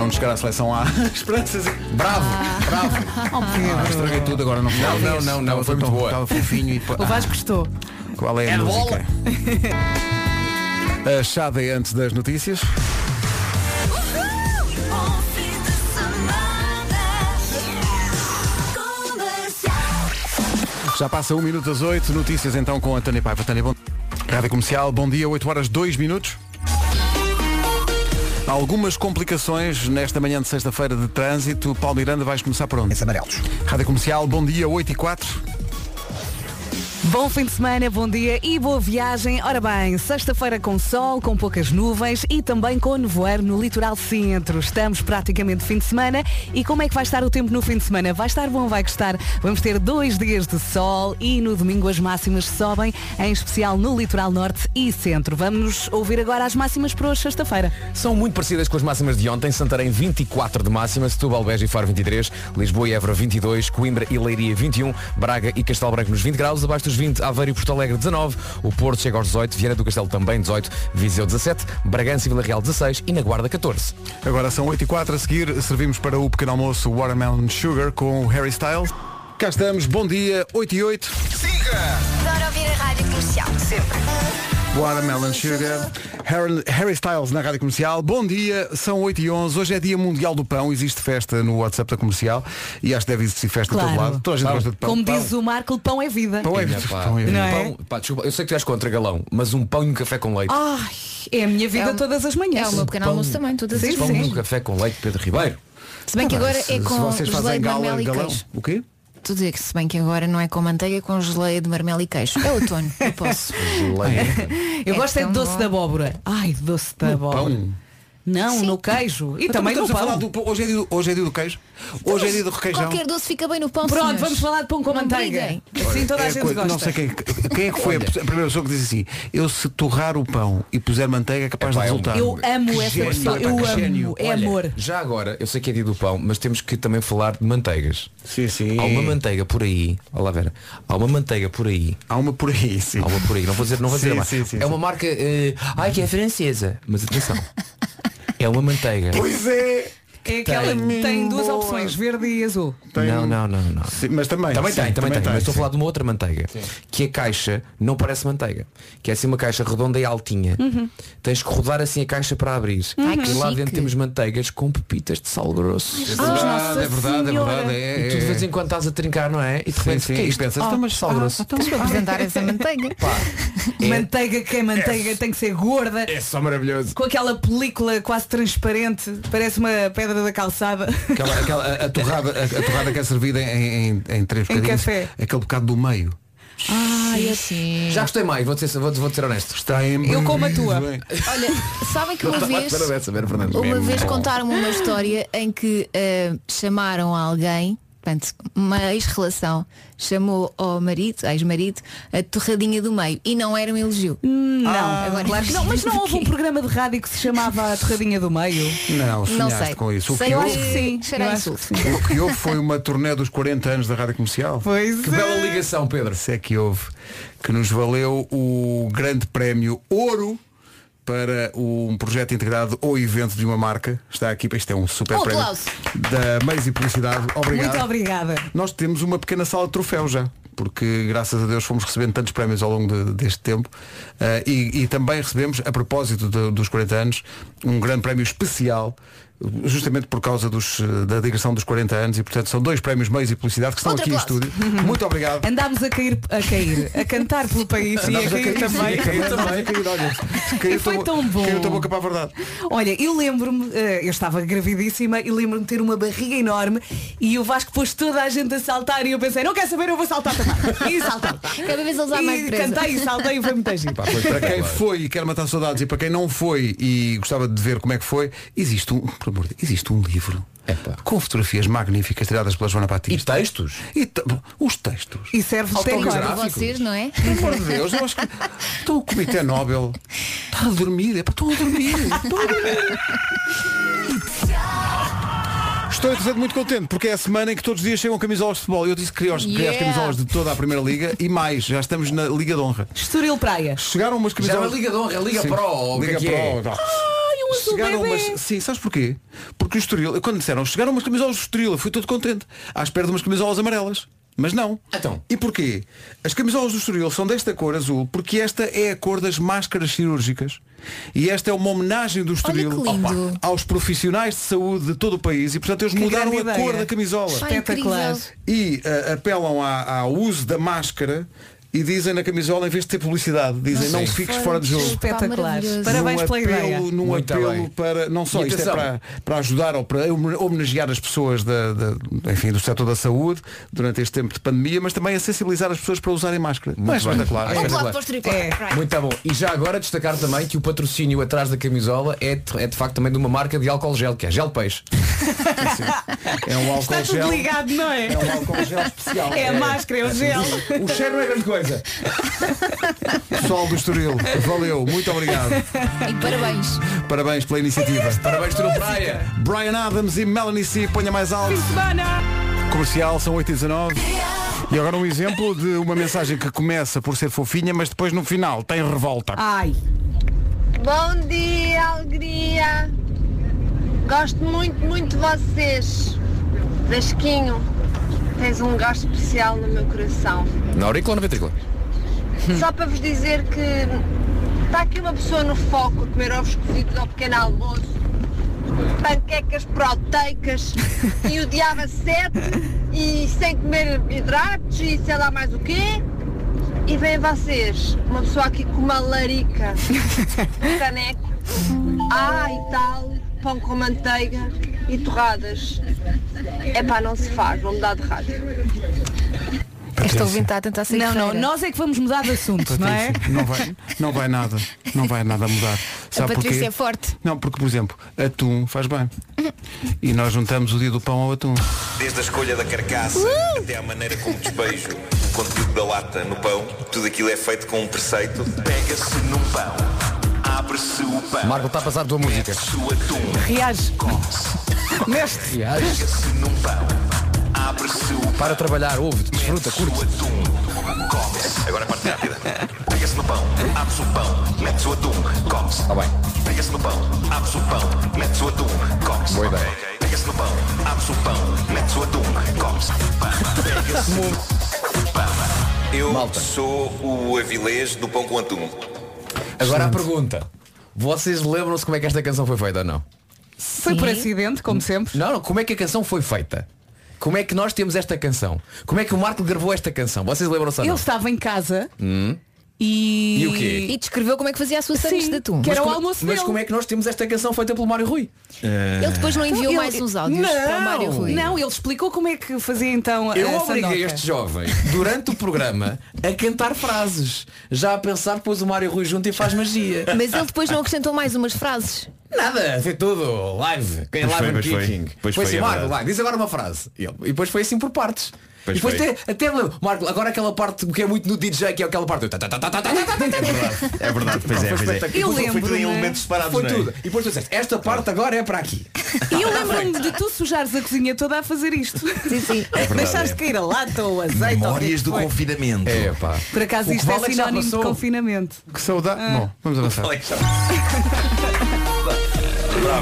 Speaker 1: Onde chegar à seleção há (laughs) esperanças. Bravo, bravo. Ah, estraguei tudo agora, não foi?
Speaker 7: Não, não, não, não,
Speaker 1: Estava
Speaker 7: foi
Speaker 1: tão-
Speaker 7: muito boa.
Speaker 1: Estava (laughs) fofinho e pá-
Speaker 3: O Vasco gostou.
Speaker 1: Qual é a música? A chave é antes das notícias. Já passa 1 minuto às 8, notícias então com a Tânia Paiva. Tânia, bom... Rádio Comercial, bom dia, 8 horas 2 minutos. Algumas complicações nesta manhã de sexta-feira de trânsito. Paulo Miranda, vais começar por onde? Em
Speaker 2: Amarelos.
Speaker 1: Rádio Comercial, bom dia, 8 e 4.
Speaker 3: Bom fim de semana, bom dia e boa viagem. Ora bem, sexta-feira com sol, com poucas nuvens e também com nevoeiro no litoral centro. Estamos praticamente fim de semana e como é que vai estar o tempo no fim de semana? Vai estar bom, vai gostar. Vamos ter dois dias de sol e no domingo as máximas sobem, em especial no litoral norte e centro. Vamos ouvir agora as máximas para hoje, sexta-feira.
Speaker 7: São muito parecidas com as máximas de ontem. Santarém 24 de máxima, Setúbal, Beja e Faro 23, Lisboa e Évora 22, Coimbra e Leiria 21, Braga e Castelo Branco nos 20 graus, abaixo dos 20, Aveiro e Porto Alegre 19, o Porto chega aos 18, Vieira do Castelo também 18, Viseu 17, Bragança e Vila Real 16 e na Guarda 14.
Speaker 1: Agora são 8 e 4 a seguir, servimos para o pequeno almoço Watermelon Sugar com o Harry Styles. Cá estamos, bom dia, 8 e 8.
Speaker 14: Adoro ouvir a rádio comercial. Sempre.
Speaker 1: Watermelon Sugar. Harry, Harry Styles na Rádio Comercial. Bom dia, são 8 e 11 Hoje é Dia Mundial do Pão. Existe festa no WhatsApp da Comercial e acho que deve existir festa de
Speaker 3: Claro.
Speaker 1: todo lado. Toda a gente gosta de pão.
Speaker 3: Como
Speaker 1: Pão.
Speaker 3: diz o Marco, pão é vida.
Speaker 1: Pão é
Speaker 7: Minha
Speaker 1: vida.
Speaker 7: pá.
Speaker 1: Pão é vida.
Speaker 3: Não é?
Speaker 7: Pão- pá, desculpa, eu sei que tu és contra galão, mas um pão e um café com leite.
Speaker 4: Ah,
Speaker 3: Ai, é a minha vida todas as manhãs.
Speaker 4: É o meu pequeno almoço também, todas
Speaker 3: Sim,
Speaker 4: as
Speaker 7: pão e um
Speaker 4: vezes.
Speaker 7: café com leite, Pedro Ribeiro.
Speaker 4: Se bem que agora
Speaker 7: Se-
Speaker 4: é
Speaker 7: se
Speaker 4: com
Speaker 7: vocês
Speaker 4: geleia
Speaker 7: fazem
Speaker 4: de
Speaker 7: gala,
Speaker 4: marmelo e
Speaker 7: galão,
Speaker 4: queijo.
Speaker 1: O quê?
Speaker 4: Tu diz que se bem que agora não é com manteiga, é com geleia de marmelo e queijo. É outono, eu posso. (laughs)
Speaker 3: Eu
Speaker 4: É
Speaker 3: gosto é de
Speaker 4: tão
Speaker 3: doce
Speaker 4: bom.
Speaker 3: de abóbora. Ai, doce de abóbora.
Speaker 1: pão? Então,
Speaker 3: Não, no queijo. E é também no
Speaker 1: estamos a falar
Speaker 3: pão.
Speaker 1: do pão. Hoje é dia do, hoje é dia do queijo. Hoje é dia do requeijão.
Speaker 4: Qualquer doce fica bem no pão,
Speaker 3: Pronto,
Speaker 4: senhores.
Speaker 3: vamos falar de pão com
Speaker 4: Não
Speaker 3: manteiga.
Speaker 4: briguem.
Speaker 3: Sim, toda
Speaker 1: É
Speaker 3: a gente
Speaker 1: coisa-
Speaker 3: gosta.
Speaker 1: Não sei quem, quem é que foi a pe- a primeira pessoa que disse assim Eu se torrar o pão e puser manteiga é capaz de resultar
Speaker 3: um Eu amo essa pessoa,
Speaker 1: tá,
Speaker 3: eu amo, é
Speaker 7: Olha,
Speaker 3: amor.
Speaker 7: Já agora, eu sei que é dia do pão, mas temos que também falar de manteigas.
Speaker 1: Sim, sim.
Speaker 7: Há uma manteiga por aí. Olha lá, Vera. Há uma manteiga por aí.
Speaker 1: Há uma por aí, sim.
Speaker 7: Há uma por aí. Não vou dizer, não vou
Speaker 1: Sim,
Speaker 7: dizer mais.
Speaker 1: sim, sim,
Speaker 7: é
Speaker 1: sim.
Speaker 7: uma marca. eh, ai, que é francesa. Mas atenção. é uma manteiga.
Speaker 1: Pois é
Speaker 3: É aquela que tem duas opções, verde e azul.
Speaker 7: Não, não, não, não.
Speaker 1: mas também.
Speaker 7: Também
Speaker 1: um- sim,
Speaker 7: tem, também,
Speaker 1: também
Speaker 7: tem.
Speaker 1: tem,
Speaker 7: mas estou a
Speaker 1: sim.
Speaker 7: falar de uma outra manteiga. Que a caixa não parece manteiga. Que é assim uma caixa redonda e altinha.
Speaker 4: Uhum.
Speaker 7: Tens que rodar assim a caixa para abrir.
Speaker 4: Ai, que
Speaker 7: e lá
Speaker 4: chique.
Speaker 7: dentro temos manteigas com pepitas de sal grosso.
Speaker 1: É verdade, é verdade, é verdade. É,
Speaker 7: E tu de
Speaker 1: é,
Speaker 7: vez em quando estás a trincar, não é? E de
Speaker 1: Sim,
Speaker 7: repente
Speaker 1: sim.
Speaker 7: o que é
Speaker 1: E
Speaker 7: isto?
Speaker 1: pensas,
Speaker 7: Ah,
Speaker 1: então, mas sal
Speaker 7: ah,
Speaker 1: grosso.
Speaker 7: então,
Speaker 4: Tens que apresentar essa manteiga.
Speaker 3: Manteiga que é manteiga, tem que ser gorda.
Speaker 7: É só maravilhoso.
Speaker 3: Com aquela película quase transparente, parece uma pedra da calçada.
Speaker 1: Aquela, aquela- a, a torrada, a, a torrada que é servida em, em, em três
Speaker 3: Em
Speaker 1: bocadinhos
Speaker 3: café.
Speaker 1: Aquele bocado do meio
Speaker 4: Ai, assim.
Speaker 7: Já gostei mais, vou ser, vou, vou ser honesto.
Speaker 1: Está em
Speaker 3: Eu como a tua.
Speaker 4: Olha, sabem que uma vez. Uma vez contaram-me uma história em que eh, chamaram alguém, portanto, uma ex-relação, chamou ao marido, à ex-marido, a torradinha do meio. E não era um elogio.
Speaker 3: Não,
Speaker 4: agora-
Speaker 3: Ah, claro que não,
Speaker 4: (laughs)
Speaker 3: mas não houve um programa de rádio que se chamava a Torradinha do Meio.
Speaker 1: Não,
Speaker 4: Não
Speaker 1: sonhaste
Speaker 4: sei.
Speaker 1: com isso O
Speaker 4: Sei
Speaker 1: que,
Speaker 4: lá
Speaker 1: houve,
Speaker 4: que sim. Cheira
Speaker 3: Eu
Speaker 4: a
Speaker 3: acho
Speaker 4: insulto.
Speaker 3: que
Speaker 1: o que houve foi um uma turnê dos 40 anos da Rádio Comercial
Speaker 3: Pois
Speaker 7: Que
Speaker 3: é.
Speaker 7: bela ligação, Pedro.
Speaker 1: se é que houve, que nos valeu o grande prémio ouro para um projeto integrado ou evento de uma marca. Está aqui, isto é um super
Speaker 4: Um
Speaker 1: prémio
Speaker 4: aplauso.
Speaker 1: da Mais e Publicidade. Obrigado.
Speaker 3: Muito obrigada.
Speaker 1: Nós temos uma pequena sala de troféu já, porque graças a Deus fomos recebendo tantos prémios ao longo de- deste tempo eh, e, e também recebemos, a propósito do- dos 40 anos, um grande prémio especial justamente por causa dos, eh, da digressão dos 40 anos e portanto são dois prémios meios e publicidade que estão
Speaker 4: Outro
Speaker 1: aqui
Speaker 4: aplauso.
Speaker 1: em estúdio muito obrigado
Speaker 3: Uhum. Andámos a cair, a cair, a cantar pelo país e a
Speaker 1: Andavas
Speaker 3: cair também.
Speaker 1: também. Caiu, olha,
Speaker 3: E foi
Speaker 1: tua-
Speaker 3: tão bom.
Speaker 1: Caiu tua boca para a verdade.
Speaker 3: Olha, eu lembro-me, eh, eu estava gravidíssima e lembro-me de ter uma barriga enorme e o Vasco pôs toda a gente a saltar e eu pensei, não quer saber, eu vou saltar também. E saltei.
Speaker 4: Cada vez eles há mais
Speaker 3: E
Speaker 4: presa.
Speaker 3: cantei e saltei e foi muito giro.
Speaker 7: Pá, foi
Speaker 1: Para quem
Speaker 7: espetacular.
Speaker 1: foi e quer matar saudades e para quem não foi e gostava de ver como é que foi, existe um, por amor de Deus, existe um livro
Speaker 7: Epá.
Speaker 1: com fotografias magníficas tiradas pela Joana
Speaker 7: E
Speaker 1: Batista.
Speaker 7: textos?
Speaker 1: E ta- os textos.
Speaker 3: E serve de
Speaker 4: Para
Speaker 3: decor.
Speaker 7: Gráficos.
Speaker 4: vocês, não é?
Speaker 1: Pelo amor de Deus, eu acho que estou o Comitê Nobel. Está a dormir, é para estou a dormir. Estou a dormir. Estou entretanto muito contente porque é a semana em que todos os dias chegam camisolas de futebol. Eu disse que queria, os- queria as
Speaker 4: Yeah.
Speaker 1: camisolas de toda a Primeira Liga e mais, já estamos na Liga de Honra.
Speaker 3: Estoril Praia.
Speaker 1: Chegaram umas
Speaker 7: Já
Speaker 1: camisolas.
Speaker 7: não é Liga de Honra, é Liga
Speaker 1: Sim.
Speaker 7: Pro. ou o que
Speaker 1: Liga
Speaker 7: é que é?
Speaker 1: Pro.
Speaker 3: Ai, um azul
Speaker 1: Chegaram
Speaker 3: bebê.
Speaker 1: umas, sim, sabes porquê? Porque o Estoril, quando disseram chegaram umas camisolas do Estoril, eu fui todo contente, à espera de umas camisolas amarelas. Mas não.
Speaker 7: Então.
Speaker 1: E porquê? As camisolas do Estoril são desta cor azul, porque esta é a cor das máscaras cirúrgicas. E esta é uma homenagem do Estoril
Speaker 4: que lindo.
Speaker 1: opa, aos profissionais de saúde de todo o país e portanto eles
Speaker 3: Que
Speaker 1: mudaram a
Speaker 3: grande
Speaker 1: cor
Speaker 3: ideia.
Speaker 1: da camisola
Speaker 4: Ai,
Speaker 3: Espetacular.
Speaker 4: incrível.
Speaker 1: e ah, apelam à- ao uso da máscara e dizem na camisola em vez de ter publicidade, dizem
Speaker 7: Nossa,
Speaker 1: não
Speaker 7: sim.
Speaker 1: fiques fora de
Speaker 4: Pá,
Speaker 1: jogo.
Speaker 3: Espetaculares.
Speaker 4: maravilhoso.
Speaker 3: Para- Parabéns
Speaker 1: num
Speaker 3: pela
Speaker 1: um apelo,
Speaker 3: ideia.
Speaker 1: Num
Speaker 7: Muito
Speaker 1: apelo
Speaker 7: bem.
Speaker 1: para, não só
Speaker 7: E
Speaker 1: isto é
Speaker 7: atenção.
Speaker 1: para, para ajudar ou para homen- homenagear as pessoas da, da- enfim, do setor da saúde durante este tempo de pandemia, mas também a sensibilizar as pessoas para usarem máscara. Muito
Speaker 7: bem.
Speaker 1: espetacular.
Speaker 7: Acho
Speaker 1: É.
Speaker 7: que
Speaker 4: Aplausos para o Estoril Praia. Right.
Speaker 7: Muito bom. E já agora destacar também que o patrocínio atrás da camisola é de, é de facto também de uma marca de álcool gel, que é Gel
Speaker 3: (laughs)
Speaker 7: Peixe.
Speaker 1: É um
Speaker 3: Está
Speaker 1: álcool
Speaker 3: tudo
Speaker 1: gel.
Speaker 3: ligado, não é?
Speaker 1: É um álcool gel especial.
Speaker 3: É a máscara, é o gel.
Speaker 7: O cheiro não é grande coisa.
Speaker 1: Sol do Estoril. Valeu, muito obrigado.
Speaker 7: (laughs)
Speaker 4: E parabéns.
Speaker 1: Parabéns pela iniciativa.
Speaker 7: Parabéns, Estoril Praia.
Speaker 1: Brian Adams e Melanie C. Ponha mais alto. Comercial, são 8h19. E agora um exemplo de uma mensagem que começa por ser fofinha, mas depois no final tem revolta.
Speaker 3: Ai,
Speaker 11: Bom dia, alegria. Gosto muito, muito de vocês. Vasquinho, tens um gosto especial no meu coração.
Speaker 7: Na aurícula ou na ventrícula?
Speaker 11: Só para vos dizer que Está aqui uma pessoa no foco a comer ovos cozidos ao pequeno almoço, panquecas proteicas e o diabo a sete e sem comer hidratos e sei lá mais o quê. E vem vocês, uma pessoa aqui com uma larica, um caneco, ah e tal, pão com manteiga e torradas. É pá, não se faz, vão mudar de rádio.
Speaker 4: Esta ouvinte está a tentar ser
Speaker 3: Não, não,
Speaker 4: guerreira.
Speaker 3: nós é que vamos mudar de assunto, não é?
Speaker 1: Patrícia, não vai, não vai nada. Não vai nada mudar. Sabe
Speaker 4: Patrícia
Speaker 1: porquê?
Speaker 4: é forte.
Speaker 1: Não, porque, por exemplo, atum faz bem. E nós juntamos o dia do pão ao atum.
Speaker 14: (laughs) Desde a escolha da carcaça
Speaker 5: Uh!
Speaker 14: até à maneira como despejo o conteúdo da lata no pão, tudo aquilo é feito com um preceito. Pega-se num pão, abre-se o pão.
Speaker 7: Marco está a passar a tua música.
Speaker 3: Reage.
Speaker 7: Mestre. Reage. Para trabalhar, ouve, desfruta, curte.
Speaker 14: Agora a parte rápida. Pega-se no pão, abre-se o pão, mete-se o atum, come-se.
Speaker 7: Está Tá bem.
Speaker 14: Pega-se no pão, abre-se o pão, mete-se o atum, come-se.
Speaker 7: Boa ideia.
Speaker 14: Ok. Pega-se no pão, abre-se o pão, mete-se o atum, come-se. Pega-se no pão. Eu sou o avilés do pão com atum.
Speaker 7: Agora a pergunta. Vocês lembram-se como é que esta canção foi feita ou não?
Speaker 3: Foi por acidente, como sempre.
Speaker 7: Não, não, como é que a canção foi feita? Como é que nós temos esta canção? Como é que o Marco gravou esta canção? Vocês lembram-se ou
Speaker 3: Ele
Speaker 7: não?
Speaker 3: estava em casa
Speaker 7: Hum?
Speaker 3: e.
Speaker 7: E o quê?
Speaker 4: E descreveu como é que fazia a sua sandes
Speaker 3: Sim,
Speaker 4: de atum.
Speaker 3: que era
Speaker 4: Mas
Speaker 3: o
Speaker 4: como-
Speaker 3: almoço
Speaker 7: Mas
Speaker 3: dele.
Speaker 7: como é que nós temos esta canção feita pelo Mário Rui?
Speaker 4: Ele depois não enviou
Speaker 3: Então, Ele-
Speaker 4: mais uns áudios
Speaker 3: não,
Speaker 4: para o Mário Rui.
Speaker 3: Não, ele explicou como é que fazia então
Speaker 7: Eu
Speaker 3: a
Speaker 7: obriguei
Speaker 3: sandoca.
Speaker 7: este jovem, durante o programa, a cantar frases. Já a pensar, pôs o Mário Rui junto e faz magia.
Speaker 4: Mas ele depois não acrescentou mais umas
Speaker 3: (laughs)
Speaker 4: frases.
Speaker 7: Nada, foi tudo live,
Speaker 15: Pois
Speaker 7: live
Speaker 15: foi,
Speaker 7: and
Speaker 15: pois foi.
Speaker 7: kicking.
Speaker 15: Pois
Speaker 7: foi
Speaker 15: foi,
Speaker 7: assim,
Speaker 15: é
Speaker 7: Marco,
Speaker 15: verdade.
Speaker 7: vai, diz agora uma frase. E ele- e depois foi assim por partes.
Speaker 15: Pois
Speaker 7: e depois
Speaker 15: foi.
Speaker 7: até, até lembro, Marco, agora aquela parte que é muito no DJ, que é aquela parte. do tá, tá, tá, tá, tá, tá, tá, tá, tá.
Speaker 15: É verdade, pois é,
Speaker 7: Foi
Speaker 15: pois é.
Speaker 7: espetacular.
Speaker 15: Foi tudo em
Speaker 3: né?
Speaker 15: elementos separados,
Speaker 7: Foi
Speaker 15: não é?
Speaker 7: tudo. E depois tu disseste, esta parte agora é para aqui.
Speaker 3: E eu lembro-me de tu sujares a cozinha toda a fazer isto. Sim, sim.
Speaker 15: É verdade,
Speaker 3: Deixaste
Speaker 15: é.
Speaker 3: cair a lata ou o azeite. ou o que é que
Speaker 15: Memórias do
Speaker 3: foi.
Speaker 15: confinamento.
Speaker 7: É, pá.
Speaker 3: Por acaso
Speaker 15: O
Speaker 3: isto é
Speaker 15: vale é que já
Speaker 3: sinónimo de
Speaker 15: passou.
Speaker 3: confinamento.
Speaker 1: Que saudade.
Speaker 3: Ah.
Speaker 1: Bom, vamos avançar.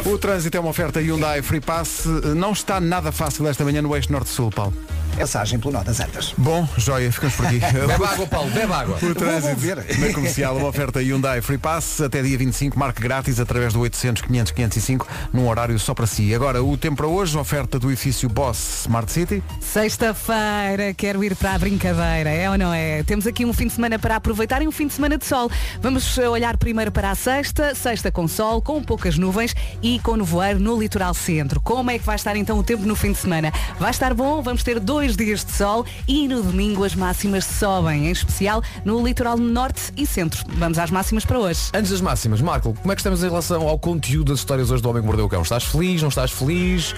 Speaker 1: O trânsito é uma oferta Hyundai Free Pass. Não está nada fácil esta manhã no Eixo Norte-Sul, Paulo.
Speaker 2: Passagem pelo Nó das Antas.
Speaker 1: Bom, joia, ficamos por aqui.
Speaker 7: (laughs) Bebe água, Paulo, bebe água.
Speaker 1: O trânsito na comercial, uma oferta Hyundai Free Pass até dia 25, marque grátis através do 800 500 505 num horário só para si. Agora, o tempo para hoje, oferta do edifício Boss Smart City.
Speaker 3: Sexta-feira, quero ir para a brincadeira, é ou não é? Temos aqui um fim de semana para aproveitar e um fim de semana de sol. Vamos eh, olhar primeiro para a sexta, sexta com sol, com poucas nuvens e com nevoeiro no litoral centro. Como é que vai estar então o tempo no fim de semana? Vai estar bom, vamos ter dois dias de sol e no domingo as máximas sobem, em especial no litoral norte e centro. Vamos às máximas para hoje.
Speaker 7: Antes das máximas, Marco, como é que estamos em relação ao conteúdo das histórias hoje do Homem que Mordeu o Cão? Estás feliz? Não estás feliz?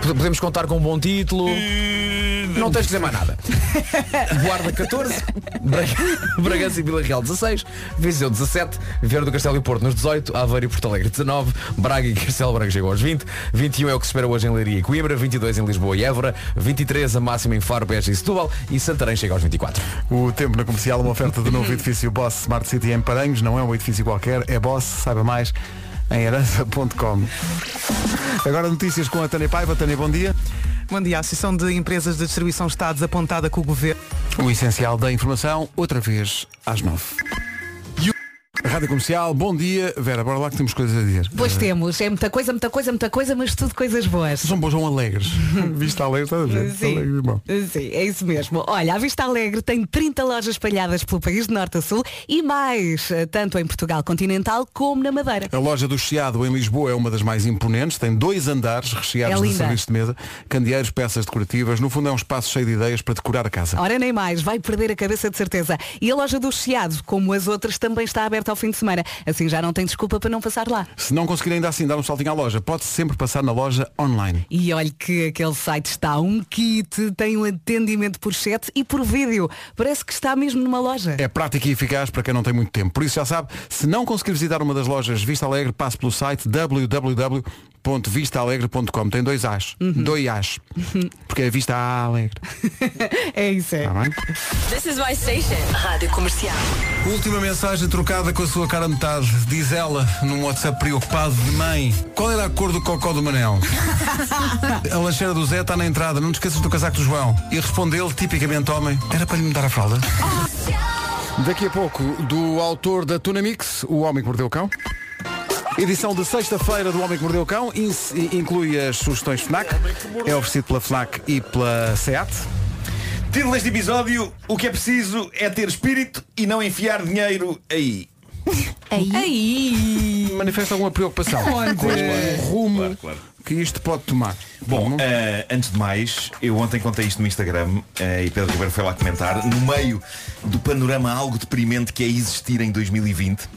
Speaker 7: P- Podemos contar com um bom título? Não tens de dizer mais nada. (laughs) Guarda 14, Bra- (laughs) Bragança e Vila Real 16, Viseu 17, Vieira do Castelo e Porto nos 18, Aveiro e Porto Alegre 19, Braga e Castelo Branco chegam aos 20, 21 é o que se espera hoje em Leiria e Coimbra, 22 em Lisboa e Évora, 23 a máxima em Faro, Beja e Setúbal e Santarém chega aos 24.
Speaker 1: O tempo na comercial, uma oferta do
Speaker 7: (laughs)
Speaker 1: novo edifício Boss Smart City em Paranhos. Não é um edifício qualquer, é Boss, saiba mais em herança.com. Agora notícias com a Tânia Paiva. Tânia, bom dia.
Speaker 16: Bom dia, a Associação de Empresas de Distribuição está desapontada com o governo.
Speaker 1: O essencial da informação, outra vez às nove. E o- Rádio Comercial, bom dia. Vera, bora lá que temos coisas a dizer.
Speaker 3: Pois
Speaker 1: (laughs)
Speaker 3: temos, é muita coisa, muita coisa, muita coisa, mas tudo coisas boas.
Speaker 1: São boas, são alegres. Vista alegre, estás a ver?
Speaker 3: Sim.
Speaker 1: Alegre, irmão.
Speaker 3: Sim, é isso mesmo. Olha, a Vista Alegre tem 30 lojas espalhadas pelo país de norte a sul e mais, eh, tanto em Portugal continental como na Madeira.
Speaker 1: A loja do Chiado em Lisboa é uma das mais imponentes, tem dois andares recheados
Speaker 3: É
Speaker 1: de
Speaker 3: linda.
Speaker 1: serviço de mesa, candeeiros, peças decorativas, no fundo é um espaço cheio de ideias para decorar a casa.
Speaker 3: Ora nem mais, vai perder a cabeça de certeza. E a loja do Chiado, como as outras, também está aberta ao fim de semana. Assim já não tem desculpa para não passar lá.
Speaker 1: Se não conseguir ainda assim dar um saltinho à loja, pode sempre passar na loja online.
Speaker 3: E olhe que aquele site está um kit, tem um atendimento por chat e por vídeo. Parece que está mesmo numa loja.
Speaker 1: É prática e eficaz para quem não tem muito tempo. Por isso já sabe, se não conseguir visitar uma das lojas Vista Alegre, passe pelo site www.vistaalegre.com. Tem dois As.
Speaker 3: Uhum.
Speaker 1: Dois
Speaker 3: (laughs)
Speaker 1: As. Porque é Vista Alegre.
Speaker 3: é isso, é.
Speaker 1: Está bem?
Speaker 17: This is my station. Rádio Comercial.
Speaker 1: Última mensagem trocada com a sua cara a metade. Diz ela, num WhatsApp preocupado de mãe, qual era a cor do cocó do
Speaker 3: (laughs)
Speaker 1: Manel? A lancheira do Zé está na entrada, não te esqueças do casaco do João. E respondeu-lhe, tipicamente homem, era para lhe mudar a fralda. Daqui a pouco, do autor da Tunamix, O Homem que Mordeu o Cão. Edição de sexta-feira do Homem que Mordeu o Cão in- inclui as sugestões FNAC. É oferecido pela FNAC e pela SEAT.
Speaker 15: Título deste episódio, o que é preciso é ter espírito e não enfiar dinheiro aí.
Speaker 1: Aí. Manifesta alguma preocupação
Speaker 15: Onde?
Speaker 1: com este rumo
Speaker 15: Claro, claro.
Speaker 1: que isto pode tomar.
Speaker 15: Bom, eh, antes de mais, eu ontem contei isto no Instagram eh, e Pedro Ribeiro foi lá comentar, no meio do panorama algo deprimente que é existir em 2020.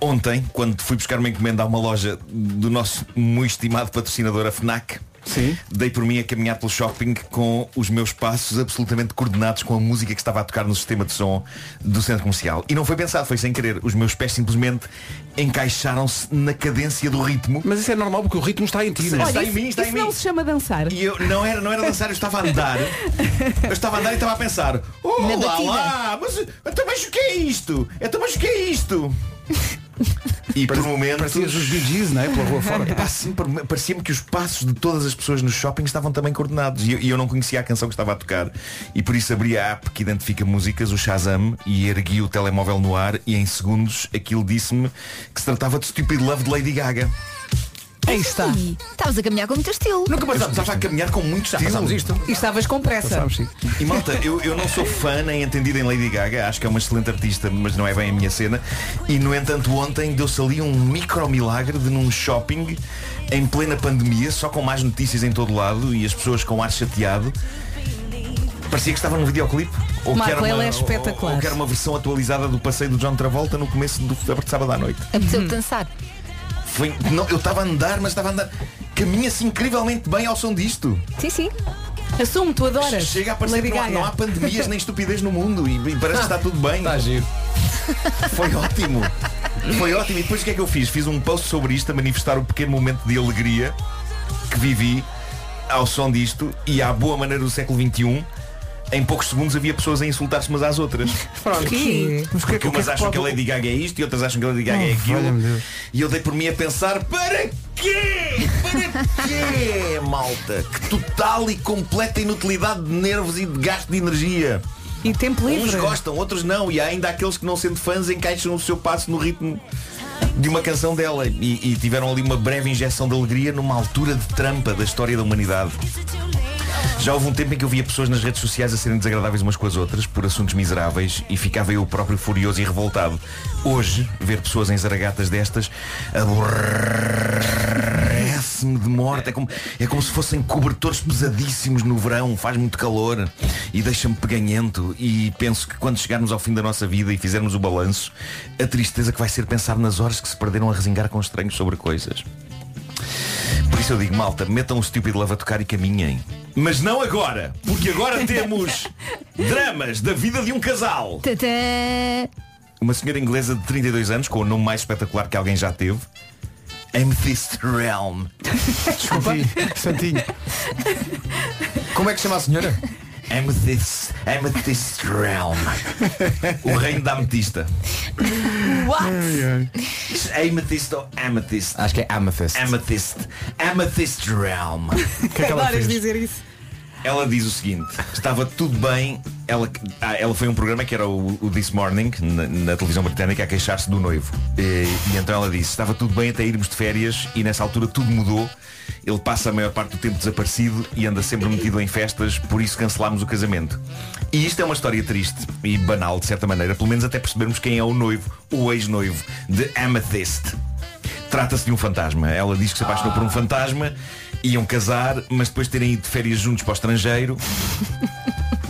Speaker 15: Ontem, quando fui buscar uma encomenda a uma loja do nosso muito estimado patrocinador, a FNAC, dei por mim a caminhar pelo shopping com os meus passos absolutamente coordenados com a música que estava a tocar no sistema de som do centro comercial. E não foi pensado, foi sem querer. Os meus pés simplesmente encaixaram-se na cadência do ritmo.
Speaker 1: Mas isso é normal porque o ritmo está em ti, é?
Speaker 15: não Está em mim, está em
Speaker 3: isso
Speaker 15: mim.
Speaker 3: não se chama dançar.
Speaker 15: E eu não era, não era dançar, eu estava a andar. Eu estava a andar e estava a pensar, oh
Speaker 3: Na
Speaker 15: lá
Speaker 3: batida.
Speaker 15: lá, mas então mas o que é isto? Então mas o que é isto? E por momentos.
Speaker 1: parecias os Bee Gees, não é? Pela rua fora.
Speaker 15: Epá, sim, por- (laughs) um Parecia-me que os passos de todas as pessoas no shopping estavam também coordenados. E eu, e eu não conhecia a canção que estava a tocar. E por isso abri a app que identifica músicas, o Shazam, e ergui o telemóvel no ar e em segundos aquilo disse-me que se tratava de Stupid Love de Lady Gaga.
Speaker 3: Aí está.
Speaker 4: Estavas a caminhar com muito estilo.
Speaker 15: Nunca Mas estava a caminhar com muito estilo.
Speaker 3: E estavas com pressa.
Speaker 15: E malta, eu, eu não sou fã nem entendido em Lady Gaga, acho que é uma excelente artista, mas não é bem a minha cena. E no entanto ontem deu-se ali um micro milagre de num shopping em plena pandemia, só com mais notícias em todo lado e as pessoas com ar chateado. Parecia que estava num videoclipe. que
Speaker 3: Marco,
Speaker 15: era
Speaker 3: ele
Speaker 15: uma,
Speaker 3: é
Speaker 15: ou-
Speaker 3: espetacular.
Speaker 15: ou que era uma versão atualizada do passeio do John Travolta no começo do de sábado à noite.
Speaker 4: Apeteceu de dançar.
Speaker 15: Foi, não, eu estava a andar, mas estava a andar. Caminha-se incrivelmente bem ao som disto.
Speaker 4: Sim, sim.
Speaker 3: Assumo, tu adoras.
Speaker 15: Chega a parecer
Speaker 3: Lady
Speaker 15: que não há,
Speaker 3: Gaga.
Speaker 15: não há pandemias
Speaker 1: (laughs)
Speaker 15: nem estupidez no mundo e, e parece que está tudo bem.
Speaker 3: Tá
Speaker 15: Está
Speaker 7: giro.
Speaker 15: Foi ótimo. Foi ótimo. E depois o que é que eu fiz? Fiz um post sobre isto a manifestar o pequeno momento de alegria que vivi ao som disto e à boa maneira do século XXI. Em poucos segundos havia pessoas a insultar-se umas às outras.
Speaker 3: Pronto. Quê? Mas o que é que- o
Speaker 15: Porque
Speaker 3: que é
Speaker 15: umas
Speaker 3: que
Speaker 15: acham que a
Speaker 3: pode-
Speaker 15: Lady Gaga é isto e outras acham que a Lady Gaga é
Speaker 1: Oh,
Speaker 15: aquilo. E eu dei por mim a pensar, para quê? Para quê, malta? Que total e completa inutilidade de nervos e de gasto de energia.
Speaker 3: E tempo
Speaker 15: livre. Uns gostam, outros não. E há ainda aqueles que não sendo fãs encaixam o seu passo no ritmo de uma canção dela. E, e tiveram ali uma breve injeção de alegria numa altura de trampa da história da humanidade. Já houve um tempo em que eu via pessoas nas redes sociais a serem desagradáveis umas com as outras por assuntos miseráveis e ficava eu próprio furioso e revoltado. Hoje, ver pessoas em zaragatas destas aborrece-me de morte. É como, é como se fossem cobertores pesadíssimos no verão, faz muito calor e deixa-me peganhento. E penso que quando chegarmos ao fim da nossa vida e fizermos o balanço, a tristeza que vai ser pensar nas horas que se perderam a resingar com estranhos sobre coisas. Por isso eu digo, malta, metam o estúpido lava a tocar e caminhem. Mas não agora,
Speaker 3: (laughs)
Speaker 15: porque agora temos dramas da vida de um casal.
Speaker 4: Tadã.
Speaker 15: Uma senhora inglesa de 32 anos, com o nome mais espetacular que alguém já teve. Amethyst Realm. (laughs) Desculpa. Santinho. Como é que chama a senhora? Amethyst, Amethyst Realm. O reino da ametista.
Speaker 3: What?
Speaker 15: Amethyst ou Amethyst? Acho que é Amethyst. é Amethyst. Amethyst Realm.
Speaker 1: é
Speaker 3: Adoras dizer isso.
Speaker 15: Ela diz o seguinte, estava tudo bem, ela, ah, ela foi a um programa que era o, o This Morning, na, na televisão britânica, a queixar-se do noivo. E, e então ela disse, estava tudo bem até irmos de férias e nessa altura tudo mudou. Ele passa a maior parte do tempo desaparecido e anda sempre metido em festas, por isso cancelámos o casamento. E isto é uma história triste e banal, de certa maneira, pelo menos até percebermos quem é o noivo, o ex-noivo, de Amethyst. Trata-se de um fantasma. Ela diz que se apaixonou
Speaker 7: Ah.
Speaker 15: por um fantasma, iam casar, mas depois de terem ido de férias juntos para o
Speaker 7: (laughs)
Speaker 15: estrangeiro.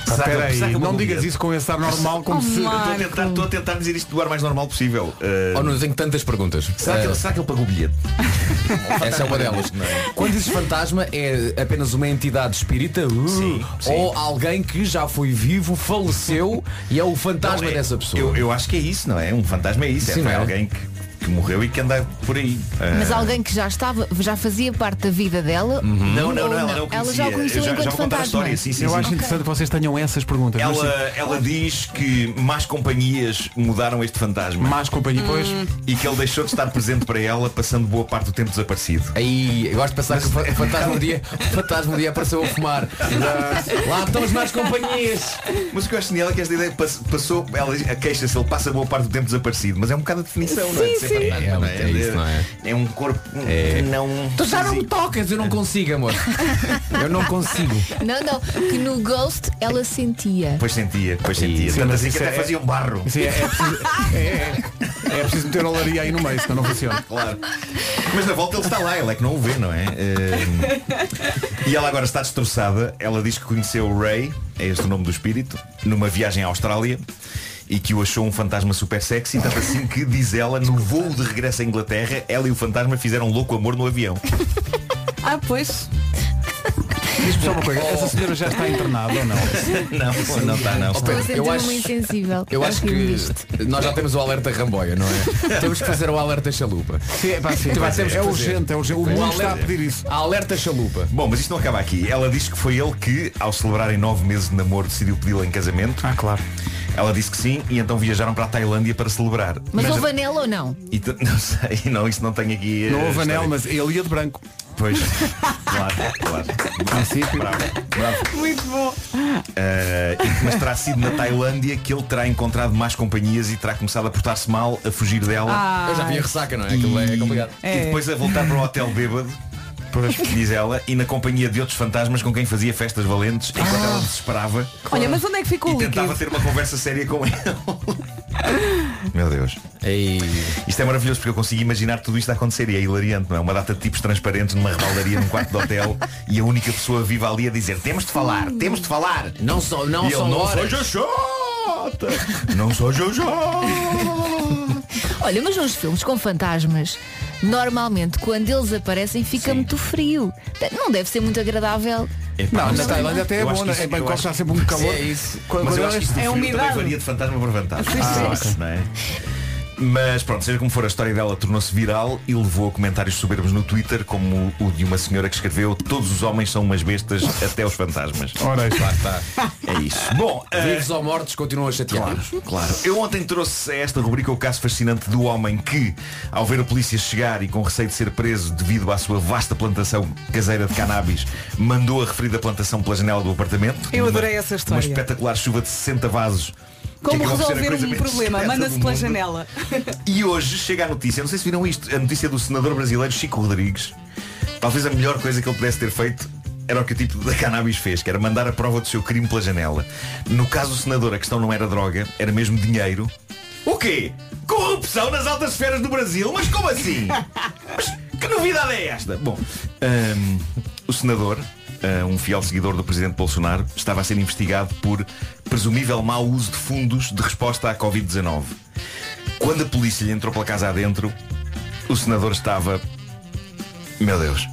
Speaker 15: Saca-
Speaker 1: Espera aí,
Speaker 15: saca é uma
Speaker 1: não digas
Speaker 15: mulher.
Speaker 1: isso com esse ar normal como
Speaker 15: Oh,
Speaker 1: se.
Speaker 15: Marco. Estou a tentar- Estou a tentar dizer isto do ar mais normal possível. Eh,
Speaker 7: Oh, não tenho tantas perguntas.
Speaker 15: Será que, ele,
Speaker 7: Eh,
Speaker 15: será que ele pagou o bilhete?
Speaker 7: (laughs) Essa é uma delas.
Speaker 15: Não é?
Speaker 7: Quando dizes fantasma é apenas uma entidade espírita uh, ou alguém que já foi vivo, faleceu e é o fantasma dessa pessoa.
Speaker 15: Eu, eu acho que é isso, não é? Um fantasma é isso. É,
Speaker 7: Sim,
Speaker 15: foi
Speaker 7: não é?
Speaker 15: alguém que, que que morreu e que anda por aí. Ah,
Speaker 4: Mas alguém que já estava, já fazia parte da vida dela?
Speaker 15: Uhum. Não,
Speaker 4: ou
Speaker 15: não, não, ela não
Speaker 4: Ela
Speaker 15: conhecia.
Speaker 4: já o conhecia
Speaker 15: Eu já-
Speaker 4: enquanto
Speaker 15: já vou contar a
Speaker 4: fantasma.
Speaker 15: história, sim, sim,
Speaker 1: Eu
Speaker 15: sim.
Speaker 1: acho
Speaker 15: Ok.
Speaker 1: interessante que vocês tenham essas perguntas. é assim? mas
Speaker 15: Ela, é
Speaker 7: assim,
Speaker 1: sim.
Speaker 15: ela diz que mais companhias mudaram este fantasma.
Speaker 1: Mais companhia, pois.
Speaker 7: Hum.
Speaker 15: E que ele deixou de estar presente para ela, passando boa parte do tempo desaparecido.
Speaker 7: Aí, eu gosto de pensar que
Speaker 15: (laughs)
Speaker 7: o fa- o fantasma um dia, o fantasma um dia apareceu a fumar. Lá estão as más companhias.
Speaker 15: Mas o que eu acho genial é que esta ideia pass- passou, ela a queixa-se, ele passa boa parte do tempo desaparecido, mas é um bocado a definição, não é? De
Speaker 7: Sim,
Speaker 15: ser
Speaker 7: sim.
Speaker 15: fantasma,
Speaker 7: É,
Speaker 15: não
Speaker 7: é isso, não é?
Speaker 15: É um corpo
Speaker 7: É.
Speaker 15: que não.
Speaker 7: Tu já não me tocas, eu não consigo, amor. Eu não consigo.
Speaker 4: Não, não, que no Ghost ela sentia.
Speaker 15: Pois sentia, pois sentia.
Speaker 1: Sim,
Speaker 15: Tanto
Speaker 1: mas
Speaker 15: assim
Speaker 1: isso
Speaker 15: que até
Speaker 1: é-
Speaker 15: fazia um barro.
Speaker 1: Sim, é, é
Speaker 3: (laughs)
Speaker 1: preciso, é, é- é preciso meter a olaria aí no meio, senão não funciona.
Speaker 15: Claro. Mas na volta ele está lá, ele é que não o vê, não é? Eh, E ela agora está destroçada. Ela diz que conheceu o Ray, é este o nome do espírito, numa viagem à Austrália e que o achou um fantasma super sexy, tanto assim que, diz ela, no voo de regresso à Inglaterra, ela e o fantasma fizeram louco amor no avião.
Speaker 3: Ah, pois.
Speaker 1: Diz-me só uma coisa, essa senhora já está internada ou não?
Speaker 15: Não, não
Speaker 7: tá,
Speaker 15: está, não.
Speaker 4: Estou a
Speaker 7: eu
Speaker 4: sentir-me
Speaker 7: acho- é
Speaker 4: muito insensível.
Speaker 7: Eu acho
Speaker 4: Ao filme
Speaker 7: que
Speaker 4: disto.
Speaker 7: nós já temos o alerta ramboia, não
Speaker 15: (laughs)
Speaker 7: é? Temos que fazer o alerta chalupa.
Speaker 1: Sim, é, pá, sim,
Speaker 7: Tu
Speaker 1: pá,
Speaker 7: vai,
Speaker 1: sim.
Speaker 7: temos que
Speaker 1: É
Speaker 7: fazer.
Speaker 1: urgente, é urgente. O
Speaker 7: Sim.
Speaker 1: mundo
Speaker 7: O
Speaker 1: está a
Speaker 7: alerta-
Speaker 1: pedir isso.
Speaker 7: A alerta chalupa.
Speaker 15: Bom, mas isto não acaba aqui. Ela diz que foi ele que, ao celebrarem nove meses de namoro, decidiu pedi-la em casamento.
Speaker 1: Ah, claro.
Speaker 15: Ela disse que sim e então viajaram para a Tailândia para celebrar.
Speaker 4: Mas oh, houve anel ou não?
Speaker 15: E tu- (laughs) não sei, não, isso não tem aqui. eh,
Speaker 1: Não houve
Speaker 15: história.
Speaker 1: anel, mas ele ia de branco.
Speaker 15: Pois, claro, claro.
Speaker 1: princípio.
Speaker 15: Bravo, bravo.
Speaker 3: Muito bom.
Speaker 15: Eh, e- mas terá sido na Tailândia que ele terá encontrado mais companhias e terá começado a portar-se mal, a fugir dela.
Speaker 3: Ah.
Speaker 7: Eu já vi a ressaca, não é? Aquilo é complicado.
Speaker 15: E depois a voltar para o hotel bêbado. Diz ela, e na companhia de outros fantasmas com quem fazia festas valentes, enquanto
Speaker 1: Ah.
Speaker 15: ela desesperava
Speaker 3: Olha, mas onde é que ficou
Speaker 15: e
Speaker 3: o
Speaker 15: tentava
Speaker 3: líquido?
Speaker 15: ter uma conversa séria com ele. Meu Deus. Isto é maravilhoso porque eu consigo imaginar tudo isto a acontecer e é hilariante, não é? Uma data de tipos transparentes numa rebaldaria num quarto de hotel (laughs) e a única pessoa viva ali a dizer temos de falar, temos de falar.
Speaker 7: Não só, não
Speaker 15: e eu
Speaker 7: só
Speaker 15: não sou
Speaker 7: horas.
Speaker 15: Jojota! Não sou Jojota!
Speaker 4: (laughs) Olha, mas nos filmes com fantasmas, normalmente quando eles aparecem fica muito frio. Não deve ser muito agradável.
Speaker 15: Epá,
Speaker 1: Não,
Speaker 15: mas
Speaker 1: na
Speaker 15: eu acho
Speaker 1: Tailândia até é
Speaker 15: que
Speaker 1: bom,
Speaker 15: isso-
Speaker 1: né? em
Speaker 15: eu
Speaker 1: Bangkok
Speaker 15: acho
Speaker 1: está
Speaker 15: que-
Speaker 1: sempre um calor.
Speaker 7: É isso.
Speaker 1: Quando- um
Speaker 15: Mas
Speaker 1: quando
Speaker 15: eu acho que isto do
Speaker 1: eles-
Speaker 3: É
Speaker 15: frio também
Speaker 3: umidade.
Speaker 15: varia de fantasma para fantasma.
Speaker 1: Ah, ok.
Speaker 15: Não é? Mas pronto, seja como for, a história dela tornou-se viral e levou a comentários soberbos no Twitter, como o de uma senhora que escreveu Todos os homens são umas bestas, até os fantasmas.
Speaker 1: Ora,
Speaker 15: Lá está. É isso. Bom, eh,
Speaker 7: Vivos ou mortos continuam a chatear.
Speaker 15: Claro. Eu ontem trouxe a esta rubrica o caso fascinante do homem que, ao ver a polícia chegar e com receio de ser preso devido à sua vasta plantação caseira de cannabis, mandou a referida plantação pela janela do apartamento.
Speaker 3: Eu
Speaker 15: Uma-
Speaker 3: adorei essa história.
Speaker 15: Uma espetacular chuva de 60 vasos.
Speaker 3: Como
Speaker 15: que acabou por ser a
Speaker 3: resolver
Speaker 15: coisa
Speaker 3: um
Speaker 15: menos
Speaker 3: problema?
Speaker 15: esperta
Speaker 3: Manda-se
Speaker 15: do
Speaker 3: pela
Speaker 15: mundo.
Speaker 3: janela.
Speaker 15: E hoje chega a notícia, não sei se viram isto, a notícia do senador brasileiro Chico Rodrigues. Talvez a melhor coisa que ele pudesse ter feito era o que o tipo da cannabis fez, que era mandar a prova do seu crime pela janela. No caso do senador, a questão não era droga, era mesmo dinheiro. O quê? Corrupção nas altas esferas do Brasil? Mas como assim? Mas que novidade é esta? Bom, hum, o senador, hum, um fiel seguidor do presidente Bolsonaro, estava a ser investigado por presumível mau uso de fundos de resposta à Covid-19. Quando a polícia lhe entrou pela casa adentro, o senador estava. Meu Deus.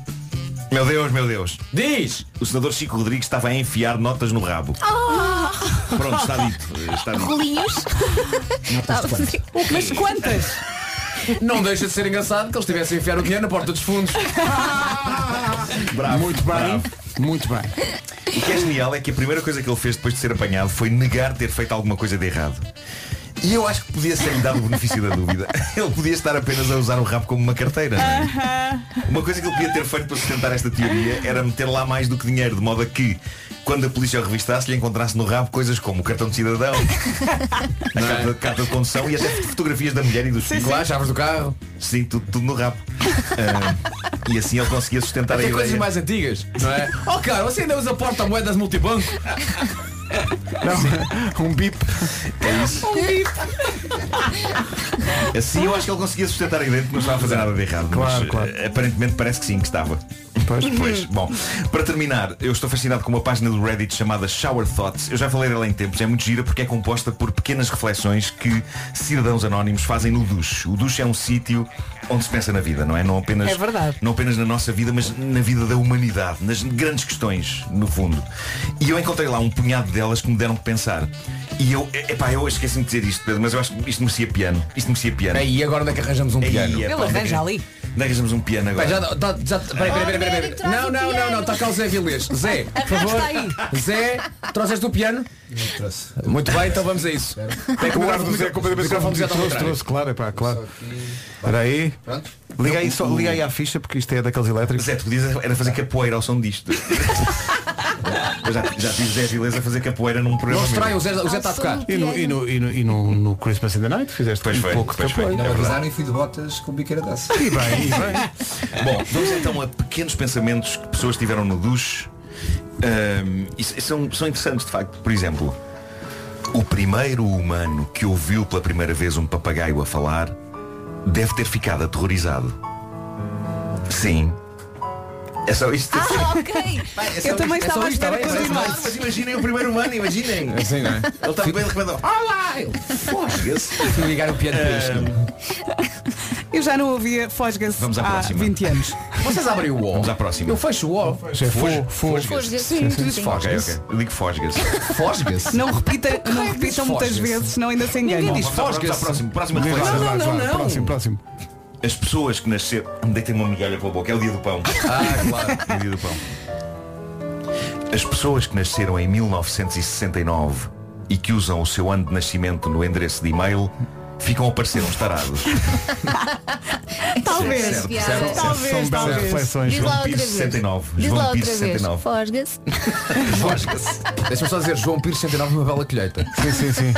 Speaker 15: Meu Deus, meu Deus.
Speaker 7: Diz!
Speaker 15: O senador Chico Rodrigues estava a enfiar notas no rabo. Ah! Pronto, está dito. Está dito.
Speaker 4: Rolinhos.
Speaker 3: Mas quantas?
Speaker 7: Não deixa de ser engraçado que eles tivessem a enfiar o dinheiro na porta dos fundos.
Speaker 15: Tá
Speaker 3: Ah!
Speaker 15: Bravo.
Speaker 1: Muito bem,
Speaker 15: bravo.
Speaker 1: muito bem.
Speaker 15: O que é genial é que a primeira coisa que ele fez depois de ser apanhado foi negar ter feito alguma coisa de errado. E eu acho que podia ser-lhe dado o benefício da dúvida. (laughs) Ele podia estar apenas a usar o rabo como uma carteira. não é? Uma coisa que ele podia ter feito para sustentar esta teoria era meter lá mais do que dinheiro, de modo a que, quando a polícia o revistasse, lhe encontrasse no rabo coisas como o cartão de
Speaker 7: (laughs)
Speaker 15: cidadão, a carta, a carta de condução e até fotografias da mulher e dos filhos.
Speaker 7: Lá, chaves do carro.
Speaker 15: Sim, tudo, tudo no rabo. Ah, e assim ele conseguia sustentar a
Speaker 7: Até coisas
Speaker 15: ideia.
Speaker 7: mais antigas,
Speaker 15: (laughs)
Speaker 7: não é? Oh cara, você ainda usa porta-moedas multibanco?
Speaker 1: Não, (laughs) um bip.
Speaker 15: É
Speaker 1: Um
Speaker 3: Um Tipo-
Speaker 15: Assim eu acho que ele conseguia sustentar a ideia de que não estava a fazer nada de errado.
Speaker 1: Claro,
Speaker 15: mas,
Speaker 1: claro.
Speaker 15: eh, Aparentemente parece que sim, que estava.
Speaker 1: Pois,
Speaker 15: pois. Bom, para terminar, eu estou fascinado com uma página do Reddit chamada Shower Thoughts. Eu já falei dela em tempos, é muito gira porque é composta por pequenas reflexões que cidadãos anónimos fazem no duche. O duche é um sítio onde se pensa na vida, não é? Não apenas,
Speaker 3: É verdade.
Speaker 15: Não apenas na nossa vida, mas na vida da humanidade, nas grandes questões, no fundo. E eu encontrei lá um punhado delas que me deram que pensar. E eu, epá, eu esqueci-me de dizer isto, Pedro, mas eu acho que isto merecia piano. Isto merecia piano.
Speaker 7: Aí, agora onde é que arranjamos um piano? Ele arranja
Speaker 3: ali.
Speaker 15: Onde é que arranjamos um piano agora?
Speaker 7: Pá, já, tá, já, peraí,
Speaker 15: Oh,
Speaker 7: peraí, peraí, peraí,
Speaker 15: Neri,
Speaker 7: peraí.
Speaker 15: traz
Speaker 7: Não,
Speaker 15: o
Speaker 7: não, não,
Speaker 15: piano.
Speaker 7: não, toca ao Zé Vilês. Zé, por
Speaker 15: Arrasta
Speaker 7: favor.
Speaker 15: aí.
Speaker 7: Zé, trouxeste o piano? Muito bem, então vamos a isso. Tem que
Speaker 1: o
Speaker 7: mudar
Speaker 1: ar do Zé completamente
Speaker 7: microfone
Speaker 1: confundido.
Speaker 7: já está ao
Speaker 1: Trouxe,
Speaker 7: contrário.
Speaker 1: trouxe, claro, é pá, claro. Espera aí.
Speaker 15: Pronto.
Speaker 1: Liga aí, só, liga aí à ficha porque isto é daqueles elétricos.
Speaker 15: Zé, tu podias era fazer capoeira ao som
Speaker 1: (laughs)
Speaker 15: disto. eu já, já tive Zé Vilés a fazer capoeira num programa.
Speaker 1: Não se
Speaker 15: meu.
Speaker 1: traiam, o Zé- tá- o Zé está a tocar. E no, e no, e no, e no, no Christmas in the Night fizeste
Speaker 15: Pois
Speaker 1: um
Speaker 15: foi,
Speaker 1: pouco
Speaker 15: pois
Speaker 1: de
Speaker 15: foi.
Speaker 1: apoio.
Speaker 15: É verdade.
Speaker 6: Usaram e fui de botas com biqueira daça.
Speaker 1: E bem, e bem.
Speaker 6: (laughs)
Speaker 15: Bom, vamos então a pequenos pensamentos que pessoas tiveram no duche. Ahm, e s- são, são interessantes, de facto. Por exemplo, o primeiro humano que ouviu pela primeira vez um papagaio a falar deve ter ficado aterrorizado. Sim. É só isto.
Speaker 9: Ah, ok.
Speaker 3: Eu também estava à espera que continuasse.
Speaker 15: Mas imaginem o primeiro humano, imaginem.
Speaker 7: Assim, não é?
Speaker 15: Ele está bem recomendado. Olá! Eu, Fosga-se.
Speaker 7: ligar o piano para isto.
Speaker 3: (laughs) Eu já não ouvia Fosga-se
Speaker 15: Vamos à
Speaker 3: há
Speaker 15: próxima.
Speaker 3: 20 anos.
Speaker 7: Vocês abrem o O.
Speaker 15: Vamos à próxima.
Speaker 7: Eu fecho o O.
Speaker 1: É fo- fo-
Speaker 7: Fosga-se.
Speaker 3: Sim,
Speaker 7: Sim, tu dizes
Speaker 3: sim.
Speaker 7: fosgas.
Speaker 15: Ok, ok. Eu digo fosgas.
Speaker 7: Fosgas.
Speaker 3: Não
Speaker 15: é
Speaker 3: repita, não repitam muitas
Speaker 15: Fosga-se.
Speaker 3: vezes, senão ainda se enganam.
Speaker 15: Bom, vamos à- vamos à próxima, próxima
Speaker 1: Diz lá,
Speaker 15: reflexão.
Speaker 1: diz lá, diz lá. Próximo, próximo.
Speaker 15: As pessoas que nasceram. Deitem uma migalha pela boca, é o dia do pão.
Speaker 7: Ah, claro.
Speaker 15: É o dia do pão. As pessoas que nasceram em 1969 e que usam o seu ano de nascimento no endereço de e-mail ficam a parecer uns tarados.
Speaker 9: (laughs) Talvez.
Speaker 15: Certo, certo,
Speaker 9: Talvez,
Speaker 15: certo.
Speaker 9: talvez.
Speaker 1: reflexões.
Speaker 9: É Diz lá
Speaker 15: João
Speaker 9: outra
Speaker 15: Pires,
Speaker 9: vez.
Speaker 15: 69.
Speaker 9: Diz lá
Speaker 15: João
Speaker 9: outra
Speaker 15: Pires,
Speaker 9: vez.
Speaker 15: 69.
Speaker 9: Fosga-se.
Speaker 15: Fosga-se.
Speaker 7: Deixa-me só dizer, João Pires 109 uma bela colheita.
Speaker 1: Sim, sim, sim.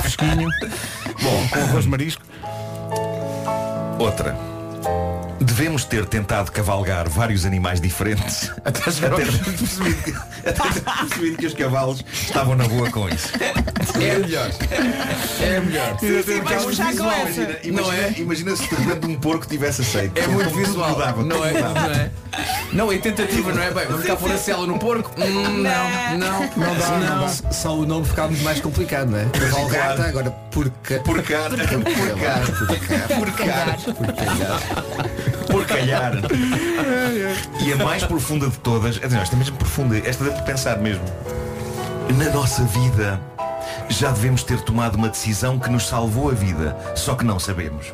Speaker 1: Fresquinho.
Speaker 15: Bom,
Speaker 1: Com arroz de (laughs) marisco.
Speaker 15: Outra. Devemos ter tentado cavalgar vários animais diferentes (laughs) até
Speaker 7: chegar ao-
Speaker 15: termos percebido que, até termos (laughs) percebido que os cavalos estavam na boa com isso.
Speaker 7: É a melhor. É a melhor.
Speaker 1: Sim, sim, vais puxar com essa.
Speaker 15: Imagina, imagina,
Speaker 7: Não é?
Speaker 15: imagina se de repente um porco tivesse aceito. Então,
Speaker 7: É muito
Speaker 15: Tudo
Speaker 7: visual.
Speaker 15: mudava,
Speaker 7: não,
Speaker 15: tudo
Speaker 7: é,
Speaker 15: mudava.
Speaker 7: não é? Não, é tentativa, não é? Bem, vamos cá pôr a cela no porco? Hum, não, não,
Speaker 6: Não dá,
Speaker 7: não.
Speaker 6: não dá. Só o nome ficava muito mais complicado, não é? Cavalgata, agora porca.
Speaker 15: Porcar, porcar, porcar, porcalhar.
Speaker 1: É,
Speaker 15: E a mais profunda de todas, é, não, esta é mesmo profunda, esta dá para pensar mesmo. Na nossa vida já devemos ter tomado uma decisão que nos salvou a vida, só que não sabemos.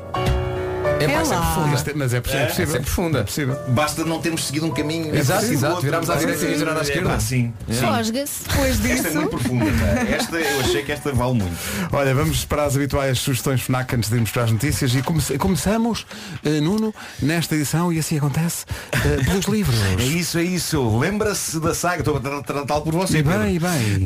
Speaker 7: É mais é profunda.
Speaker 1: Isto é- Mas é, possível. é
Speaker 7: Essa é
Speaker 1: possível.
Speaker 7: profunda.
Speaker 1: possível.
Speaker 15: Basta não termos seguido um caminho.
Speaker 7: Exato,
Speaker 15: seguido
Speaker 7: exato.
Speaker 15: outro.
Speaker 7: Virámos à direita e virar à
Speaker 15: É,
Speaker 7: esquerda.
Speaker 15: pá, Sim. sim.
Speaker 4: Fosga-se.
Speaker 3: Depois
Speaker 15: Esta é
Speaker 3: disso,
Speaker 15: muito profunda. pá.
Speaker 1: é?
Speaker 15: Esta, eu achei que esta vale muito.
Speaker 1: Olha, vamos para as habituais sugestões FNAC antes de irmos para as notícias e come- começamos, eh, Nuno, nesta edição, e assim acontece, eh, pelos livros.
Speaker 15: É
Speaker 1: (laughs)
Speaker 15: isso, é isso. Lembra-se da saga, estou a tra- tratá-lo por você.
Speaker 1: E bem,
Speaker 15: Pedro.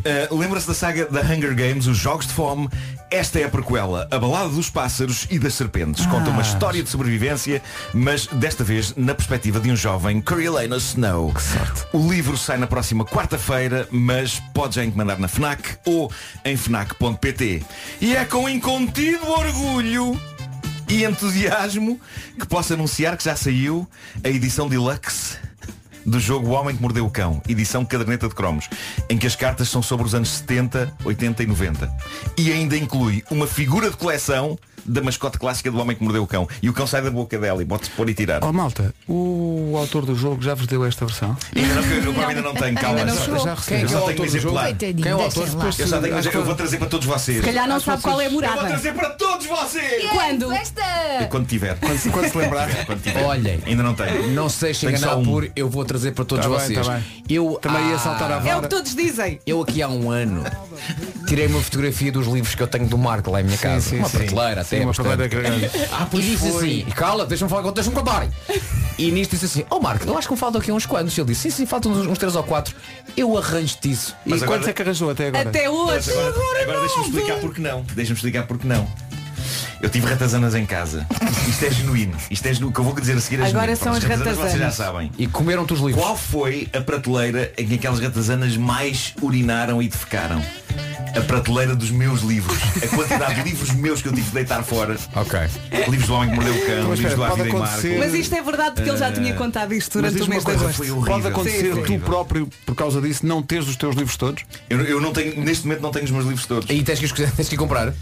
Speaker 1: e bem.
Speaker 15: Uh, Lembra-se da saga da Hunger Games, os Jogos de Fome? Esta é a prequela, a balada dos pássaros e das serpentes. Conta uma história de sobrevivência, mas desta vez na perspectiva de um jovem Carolina Snow. Que sorte. O livro sai na próxima quarta-feira, mas pode já encomendar na FNAC ou em FNAC.pt. E é com incontido orgulho e entusiasmo que posso anunciar que já saiu a edição deluxe do jogo O Homem que Mordeu o Cão, edição caderneta de cromos, em que as cartas são sobre os anos 70, 80 e 90. E ainda inclui uma figura de coleção da mascote clássica do Homem que Mordeu o Cão. E o cão sai da boca dela e bota-se por e tirar.
Speaker 1: Oh malta, o autor do jogo já vos deu esta versão?
Speaker 15: Ainda não, eu, eu ainda não tenho, calma.
Speaker 1: Ainda não chegou.
Speaker 15: já
Speaker 1: Quem é
Speaker 15: recebi. Eu
Speaker 1: que é o
Speaker 15: só
Speaker 1: autor
Speaker 15: tenho um
Speaker 1: do jogo?
Speaker 15: exemplar.
Speaker 4: Coitadinho,
Speaker 1: Quem é o autor?
Speaker 4: deixem lá.
Speaker 1: Depois-
Speaker 15: Eu só tenho um
Speaker 1: Acho que-
Speaker 15: exemplar. Eu vou trazer para todos vocês.
Speaker 3: se calhar não sabe qual é a
Speaker 15: Eu vou
Speaker 3: morada.
Speaker 15: trazer para todos vocês!
Speaker 3: Quando?
Speaker 15: E
Speaker 4: Esta!
Speaker 15: Quando tiver.
Speaker 1: Quando, quando se lembrar.
Speaker 15: Quando tiver.
Speaker 7: Olhem.
Speaker 15: Ainda não tenho.
Speaker 7: Não se deixem
Speaker 15: Tenho só
Speaker 7: enganar
Speaker 15: um.
Speaker 7: por eu vou trazer para todos
Speaker 1: Tá bem,
Speaker 7: vocês.
Speaker 1: tá bem.
Speaker 7: Eu
Speaker 1: Também ia
Speaker 7: há-
Speaker 1: saltar à
Speaker 3: É o que
Speaker 1: vara.
Speaker 3: todos dizem.
Speaker 7: Eu aqui há um ano tirei uma fotografia dos livros que eu tenho do Marco lá em minha casa.
Speaker 1: sim,
Speaker 7: uma
Speaker 1: sim.
Speaker 7: prateleira
Speaker 1: Sim,
Speaker 7: até.
Speaker 1: uma
Speaker 7: bastante.
Speaker 1: prateleira grande.
Speaker 7: (laughs) Ah, pois e disse assim, cala, deixa-me falar, deixa-me contar. E nisto disse assim, oh Marco, eu acho que me faltam aqui uns quantos. Ele disse, sim, sim, faltam uns, uns três ou quatro. Eu arranjo-te isso.
Speaker 1: E
Speaker 15: Mas
Speaker 1: quantos
Speaker 15: agora-
Speaker 1: é que arranjou até agora?
Speaker 3: Até
Speaker 15: Mas
Speaker 3: hoje.
Speaker 15: agora, agora deixa-me explicar porque não. Deixa-me explicar porque não. Eu tive ratazanas em casa. Isto é genuíno. Isto é genuíno. O que eu vou dizer a seguir é
Speaker 3: Agora
Speaker 15: genuíno.
Speaker 3: são
Speaker 15: Pronto,
Speaker 3: as
Speaker 15: Vocês já
Speaker 3: ratazanas.
Speaker 15: sabem.
Speaker 7: E comeram-te os livros.
Speaker 15: Qual foi a prateleira em que aquelas ratazanas mais urinaram e defecaram? a prateleira dos meus livros. A quantidade de livros meus que eu tive de deitar fora.
Speaker 7: Ok.
Speaker 15: Livros do Homem que Mordeu o Cão,
Speaker 1: Mas
Speaker 15: livros
Speaker 1: espera,
Speaker 15: do A
Speaker 1: pode
Speaker 15: Vida em Marco.
Speaker 1: acontecer-
Speaker 3: Mas isto é verdade porque ele já
Speaker 1: Eh,
Speaker 3: tinha contado isto durante
Speaker 1: Mas
Speaker 3: o
Speaker 1: diz-me
Speaker 3: mês
Speaker 1: uma
Speaker 3: de
Speaker 1: coisa,
Speaker 3: agosto.
Speaker 15: foi horrível.
Speaker 1: Pode
Speaker 15: Sim,
Speaker 1: acontecer
Speaker 15: sim.
Speaker 1: tu próprio, por causa disso, não teres os teus livros todos?
Speaker 15: Eu, eu não tenho, neste momento não tenho os meus livros todos.
Speaker 7: E tens que, escolher- (laughs) tens que comprar.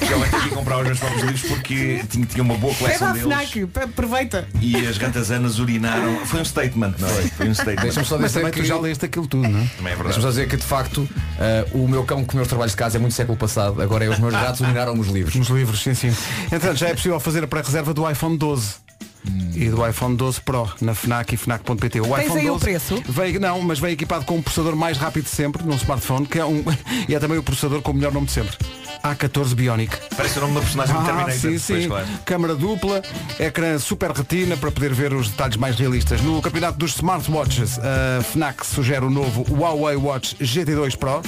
Speaker 15: Realmente tenho que comprar os meus próprios livros porque tinha, tinha uma boa
Speaker 3: Pega
Speaker 15: coleção
Speaker 3: a
Speaker 15: deles.
Speaker 3: FNAC, p- aproveita.
Speaker 15: E as ratazanas urinaram. Foi um statement, não é? Foi um statement.
Speaker 7: Deixa-me só
Speaker 1: Mas
Speaker 7: dizer
Speaker 1: também
Speaker 7: que-
Speaker 1: tu já leste aquilo tudo, não é?
Speaker 15: Também é
Speaker 7: Deixa-me só
Speaker 15: verdade.
Speaker 7: dizer que de facto eh, o meu cão que comeu os trabalhos de casa é muito século passado. Agora é os meus gatos urinaram os livros.
Speaker 1: Nos livros, sim, sim. Entretanto, já é possível fazer a pré-reserva do iPhone 12. E do iPhone 12 Pro na FNAC e FNAC.pt. O
Speaker 3: Tens
Speaker 1: iPhone
Speaker 3: aí o
Speaker 1: 12
Speaker 3: preço?
Speaker 1: Vem, não, mas vem equipado com o processador mais rápido de sempre num smartphone, que é um. (laughs) E é também o processador com o melhor nome de sempre. A14 Bionic.
Speaker 15: Parece o nome da personagem do
Speaker 1: Ah,
Speaker 15: Terminator.
Speaker 1: sim,
Speaker 15: Pois,
Speaker 1: sim.
Speaker 15: claro.
Speaker 1: Câmara dupla, ecrã super retina para poder ver os detalhes mais realistas. No campeonato dos smartwatches, a FNAC sugere o novo Huawei Watch GT2 Pro.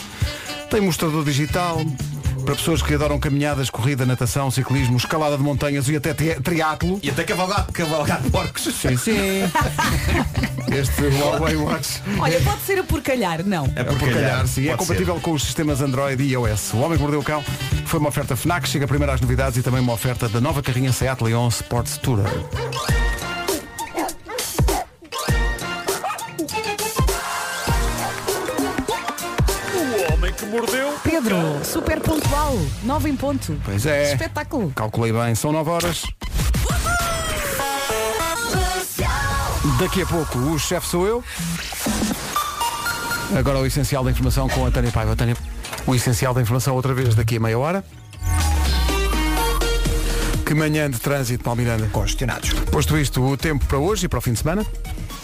Speaker 1: Tem mostrador digital para pessoas que adoram caminhadas, corrida, natação, ciclismo, escalada de montanhas e até tri- triatlo.
Speaker 15: E até cavalgar, cavalgar porcos. (laughs)
Speaker 1: Sim, sim. Este Huawei Watch
Speaker 3: Olha, pode ser a porcalhar, não.
Speaker 15: É
Speaker 1: por calhar, sim. É
Speaker 15: Pode ser.
Speaker 1: compatível com os sistemas Android e iOS. O Homem que Mordeu o Cão foi uma oferta FNAC, chega primeiro às novidades e também uma oferta da nova carrinha Seat Leon Sports Tourer.
Speaker 14: O homem que mordeu.
Speaker 3: Pedro, super pontual, 9 em ponto.
Speaker 1: Pois é.
Speaker 3: Espetáculo.
Speaker 1: Calculei bem, são 9 horas. Daqui a pouco o chefe sou eu. Agora o essencial da informação com a Tânia Paiva. Tânia, o essencial da informação outra vez daqui a meia hora. Que manhã de trânsito, Paulo Miranda.
Speaker 2: Congestionados.
Speaker 1: Posto isto, o tempo para hoje e para o fim de semana.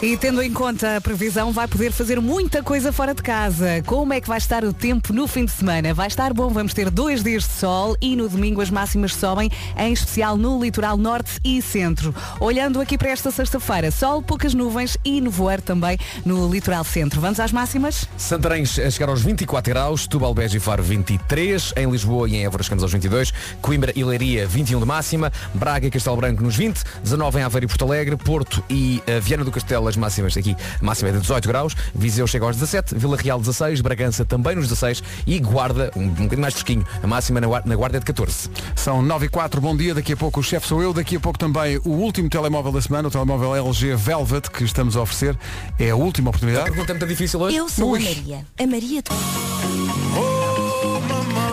Speaker 3: E tendo em conta a previsão, vai poder fazer muita coisa fora de casa. Como é que vai estar o tempo no fim de semana? Vai estar bom, vamos ter dois dias de sol e no domingo as máximas sobem, em especial no litoral norte e centro. Olhando aqui para esta sexta-feira, sol, poucas nuvens e nevoeiro também no litoral centro. Vamos às máximas?
Speaker 7: Santarém a chegar aos 24 graus, Tubal Beja e Faro 23, em Lisboa e em Évora chegamos aos 22, Coimbra e Leiria 21 de máxima, Braga e Castelo Branco nos 20, 19 em Aveiro e Porto Alegre, Porto e eh, Viana do Castelo as máximas aqui, a máxima é de 18 graus, Viseu chega aos 17, Vila Real 16, Bragança também nos 16 e Guarda, um, um bocadinho mais fresquinho, a máxima na, Guar- na Guarda é de 14.
Speaker 1: São 9 e 4, bom dia, daqui a pouco o chefe sou eu, daqui a pouco também o último telemóvel da semana, o telemóvel LG Velvet que estamos a oferecer. É a última oportunidade.
Speaker 7: Pergunta muito difícil hoje?
Speaker 18: Eu sou
Speaker 1: Ui.
Speaker 18: a Maria. A Maria de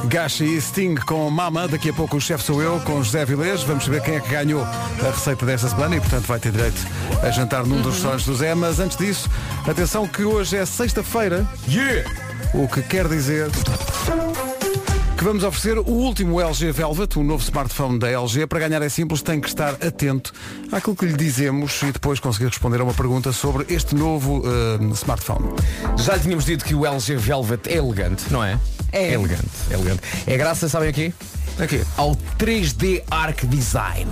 Speaker 1: Gacha e Sting com Mama, daqui a pouco o chefe sou eu, com José Vilês. Vamos saber quem é que ganhou a receita desta semana e, portanto, vai ter direito a jantar num dos restaurantes do Zé. Mas antes disso, atenção que hoje é sexta-feira.
Speaker 7: Yeah!
Speaker 1: O que quer dizer que vamos oferecer o último LG Velvet, o novo smartphone da LG. Para ganhar é simples, tem que estar atento àquilo que lhe dizemos e depois conseguir responder a uma pergunta sobre este novo eh, smartphone.
Speaker 7: Já lhe tínhamos dito que o LG Velvet é elegante, não é?
Speaker 3: É.
Speaker 7: Elegante, elegante. É graças, sabem aqui?
Speaker 1: Aqui.
Speaker 7: Ao 3D Arc Design.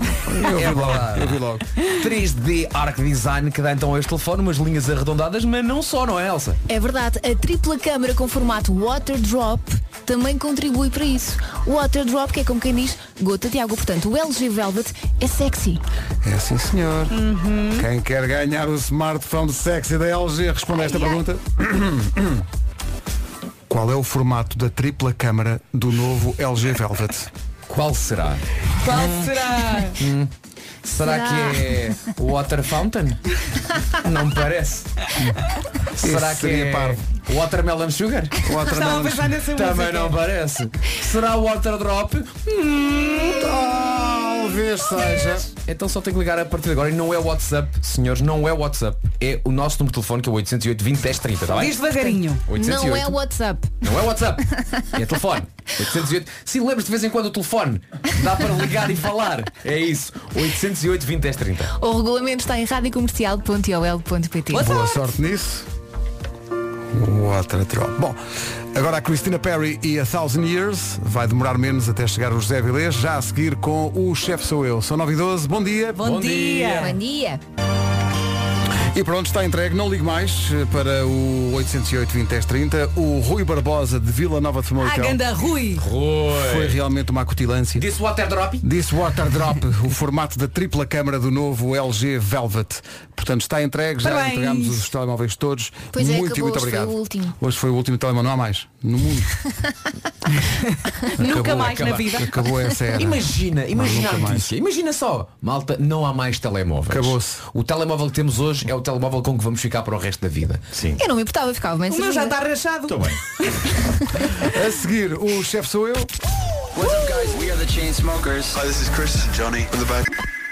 Speaker 1: Eu vi
Speaker 7: É
Speaker 1: logo,
Speaker 7: verdade.
Speaker 1: eu vi logo.
Speaker 7: 3D Arc Design que dá então a este telefone umas linhas arredondadas, mas não só, não é, Elsa?
Speaker 4: É verdade, a tripla câmara com formato Water Drop também contribui para isso. Water Drop, que é como quem diz gota de água. Portanto, o LG Velvet é sexy.
Speaker 1: É sim, senhor. Quem quer ganhar o smartphone sexy da LG, responde a esta pergunta. (coughs) Qual é o formato da tripla câmara do novo LG Velvet? Hum,
Speaker 7: Qual será?
Speaker 3: Qual será?
Speaker 7: Será,
Speaker 3: Será?
Speaker 7: que é Water Fountain? (laughs) não me parece. será que
Speaker 1: seria
Speaker 7: é
Speaker 1: parvo.
Speaker 7: Watermelon Sugar?
Speaker 3: Estava a pensar nessa
Speaker 7: Também
Speaker 3: música.
Speaker 7: não parece. Será Water Drop? Hum,
Speaker 1: Talvez seja.
Speaker 7: Então só tenho que ligar a partir de agora e não é WhatsApp, senhores, não é WhatsApp. É o nosso número de telefone que é o 808 20 10 30, tá bem?
Speaker 3: Diz devagarinho.
Speaker 7: 808.
Speaker 4: Não é WhatsApp.
Speaker 7: Não é WhatsApp, é telefone. 808. Se lembras de vez em quando o telefone, dá para ligar e falar. É isso. 808 20 10 30.
Speaker 4: (laughs) O regulamento está em radiocomercial.ol.pt
Speaker 1: Boa sorte nisso. Outra tropa. Bom, agora a Christina Perry e a Thousand Years. Vai demorar menos até chegar o José Vilês. Já a seguir com o Chefe Sou Eu. São 9 e 12. Bom dia.
Speaker 3: Bom, dia.
Speaker 4: Bom dia.
Speaker 1: E pronto, está entregue, não ligue mais eh, para o 808 20 10 30. O Rui Barbosa de Vila Nova de
Speaker 3: Ah,
Speaker 1: Famalicão
Speaker 3: ganda Rui.
Speaker 1: foi realmente uma acutilância.
Speaker 7: Disse Water Drop?
Speaker 1: Disse Water Drop, o formato da tripla câmara do novo LG Velvet. Portanto, está entregue, já
Speaker 4: Parabéns.
Speaker 1: entregamos os telemóveis todos.
Speaker 4: Pois é,
Speaker 1: muito,
Speaker 4: acabou,
Speaker 1: muito
Speaker 4: hoje
Speaker 1: obrigado.
Speaker 4: foi o último.
Speaker 1: Hoje foi o último telemóvel, não há mais. No
Speaker 4: (laughs)
Speaker 1: mundo.
Speaker 3: Nunca
Speaker 7: Acabou,
Speaker 3: mais na
Speaker 7: acaba-
Speaker 3: vida.
Speaker 1: Acabou essa era.
Speaker 7: Imagina, imagina
Speaker 1: nunca
Speaker 7: a
Speaker 1: mais.
Speaker 7: notícia. Imagina só. Malta, não há mais telemóveis. Acabou-se. O telemóvel que temos hoje é o telemóvel com que vamos ficar para o resto da vida.
Speaker 15: Sim.
Speaker 4: Eu não me importava, ficava bem
Speaker 3: O meu já
Speaker 4: servida.
Speaker 3: está rachado.
Speaker 1: A seguir, o chefe sou eu.
Speaker 18: What's up, guys? We are the Chainsmokers. Hi, this is Chris, Johnny, in the back.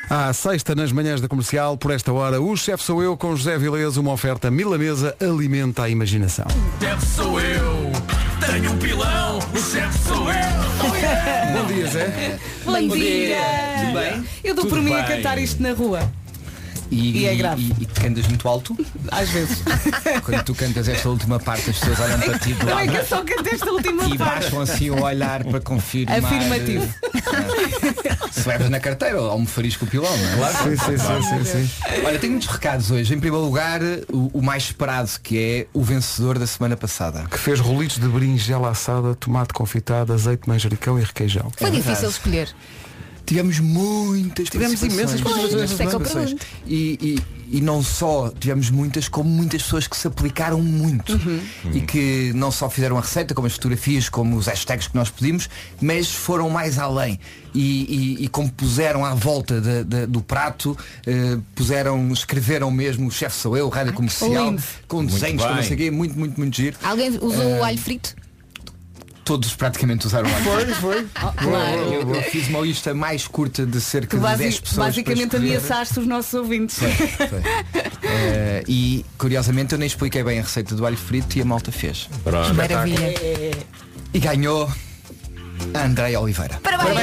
Speaker 1: À sexta, nas manhãs da comercial, por esta hora, o chefe sou eu com José Vileza, uma oferta milanesa alimenta a imaginação.
Speaker 19: Deve sou eu. Tenho um pilão. O chefe sou eu.
Speaker 1: Bom dia, Zé.
Speaker 3: Bom,
Speaker 19: Bom
Speaker 3: dia.
Speaker 19: dia. Tudo bem?
Speaker 3: Eu dou por
Speaker 19: Tudo
Speaker 3: mim a
Speaker 19: bem.
Speaker 3: cantar isto na rua.
Speaker 6: E,
Speaker 3: E é grave.
Speaker 6: E, e cantas muito alto?
Speaker 3: Às vezes.
Speaker 6: Quando tu cantas esta última parte, as pessoas olham para ti de
Speaker 3: Não é
Speaker 6: lado
Speaker 3: que eu só cantei esta última parte.
Speaker 6: e baixam assim o olhar para confirmar.
Speaker 3: Afirmativo.
Speaker 6: eh, Se levas na carteira ou me farias com o pilão, não é?
Speaker 1: Claro. Sim, sim, sim, sim, sim.
Speaker 6: Olha, tenho muitos recados hoje. Em primeiro lugar, o, o mais esperado, que é o vencedor da semana passada.
Speaker 1: Que fez rolitos de berinjela assada, tomate confitado, azeite, manjericão e requeijão.
Speaker 4: Foi difícil escolher.
Speaker 6: Tivemos muitas
Speaker 1: Tivemos imensas participações.
Speaker 6: participações. Imensas
Speaker 4: Pois, isso é que eu
Speaker 6: participações. E, e- e não só tivemos muitas, como muitas pessoas que se aplicaram muito
Speaker 4: Uhum.
Speaker 6: e que não só fizeram a receita, como as fotografias, como os hashtags que nós pedimos, mas foram mais além e, e- e compuseram à volta da- da- do prato, eh, puseram, escreveram mesmo o chefe sou eu, rádio comercial,
Speaker 4: lindo.
Speaker 6: com
Speaker 4: Muito
Speaker 6: desenhos, com não
Speaker 4: bem.
Speaker 6: sei o quê, muito, muito, muito giro.
Speaker 4: Alguém usou
Speaker 6: Eh,
Speaker 4: o alho frito?
Speaker 6: Todos praticamente usaram
Speaker 4: (laughs)
Speaker 6: o
Speaker 4: Foi,
Speaker 3: Oh,
Speaker 4: foi. Ah,
Speaker 6: Boa,
Speaker 4: claro.
Speaker 6: boa, boa. Eu fiz uma lista mais curta de
Speaker 3: Tu
Speaker 6: cerca de
Speaker 3: basi-
Speaker 6: 10 pessoas.
Speaker 3: basicamente
Speaker 6: para escolher.
Speaker 3: ameaçaste os nossos ouvintes. É.
Speaker 6: Eh, e curiosamente eu nem expliquei bem a receita do alho frito e a malta fez.
Speaker 15: Pronto.
Speaker 3: Maravilha.
Speaker 6: E ganhou a Andréia Oliveira.
Speaker 3: Parabéns,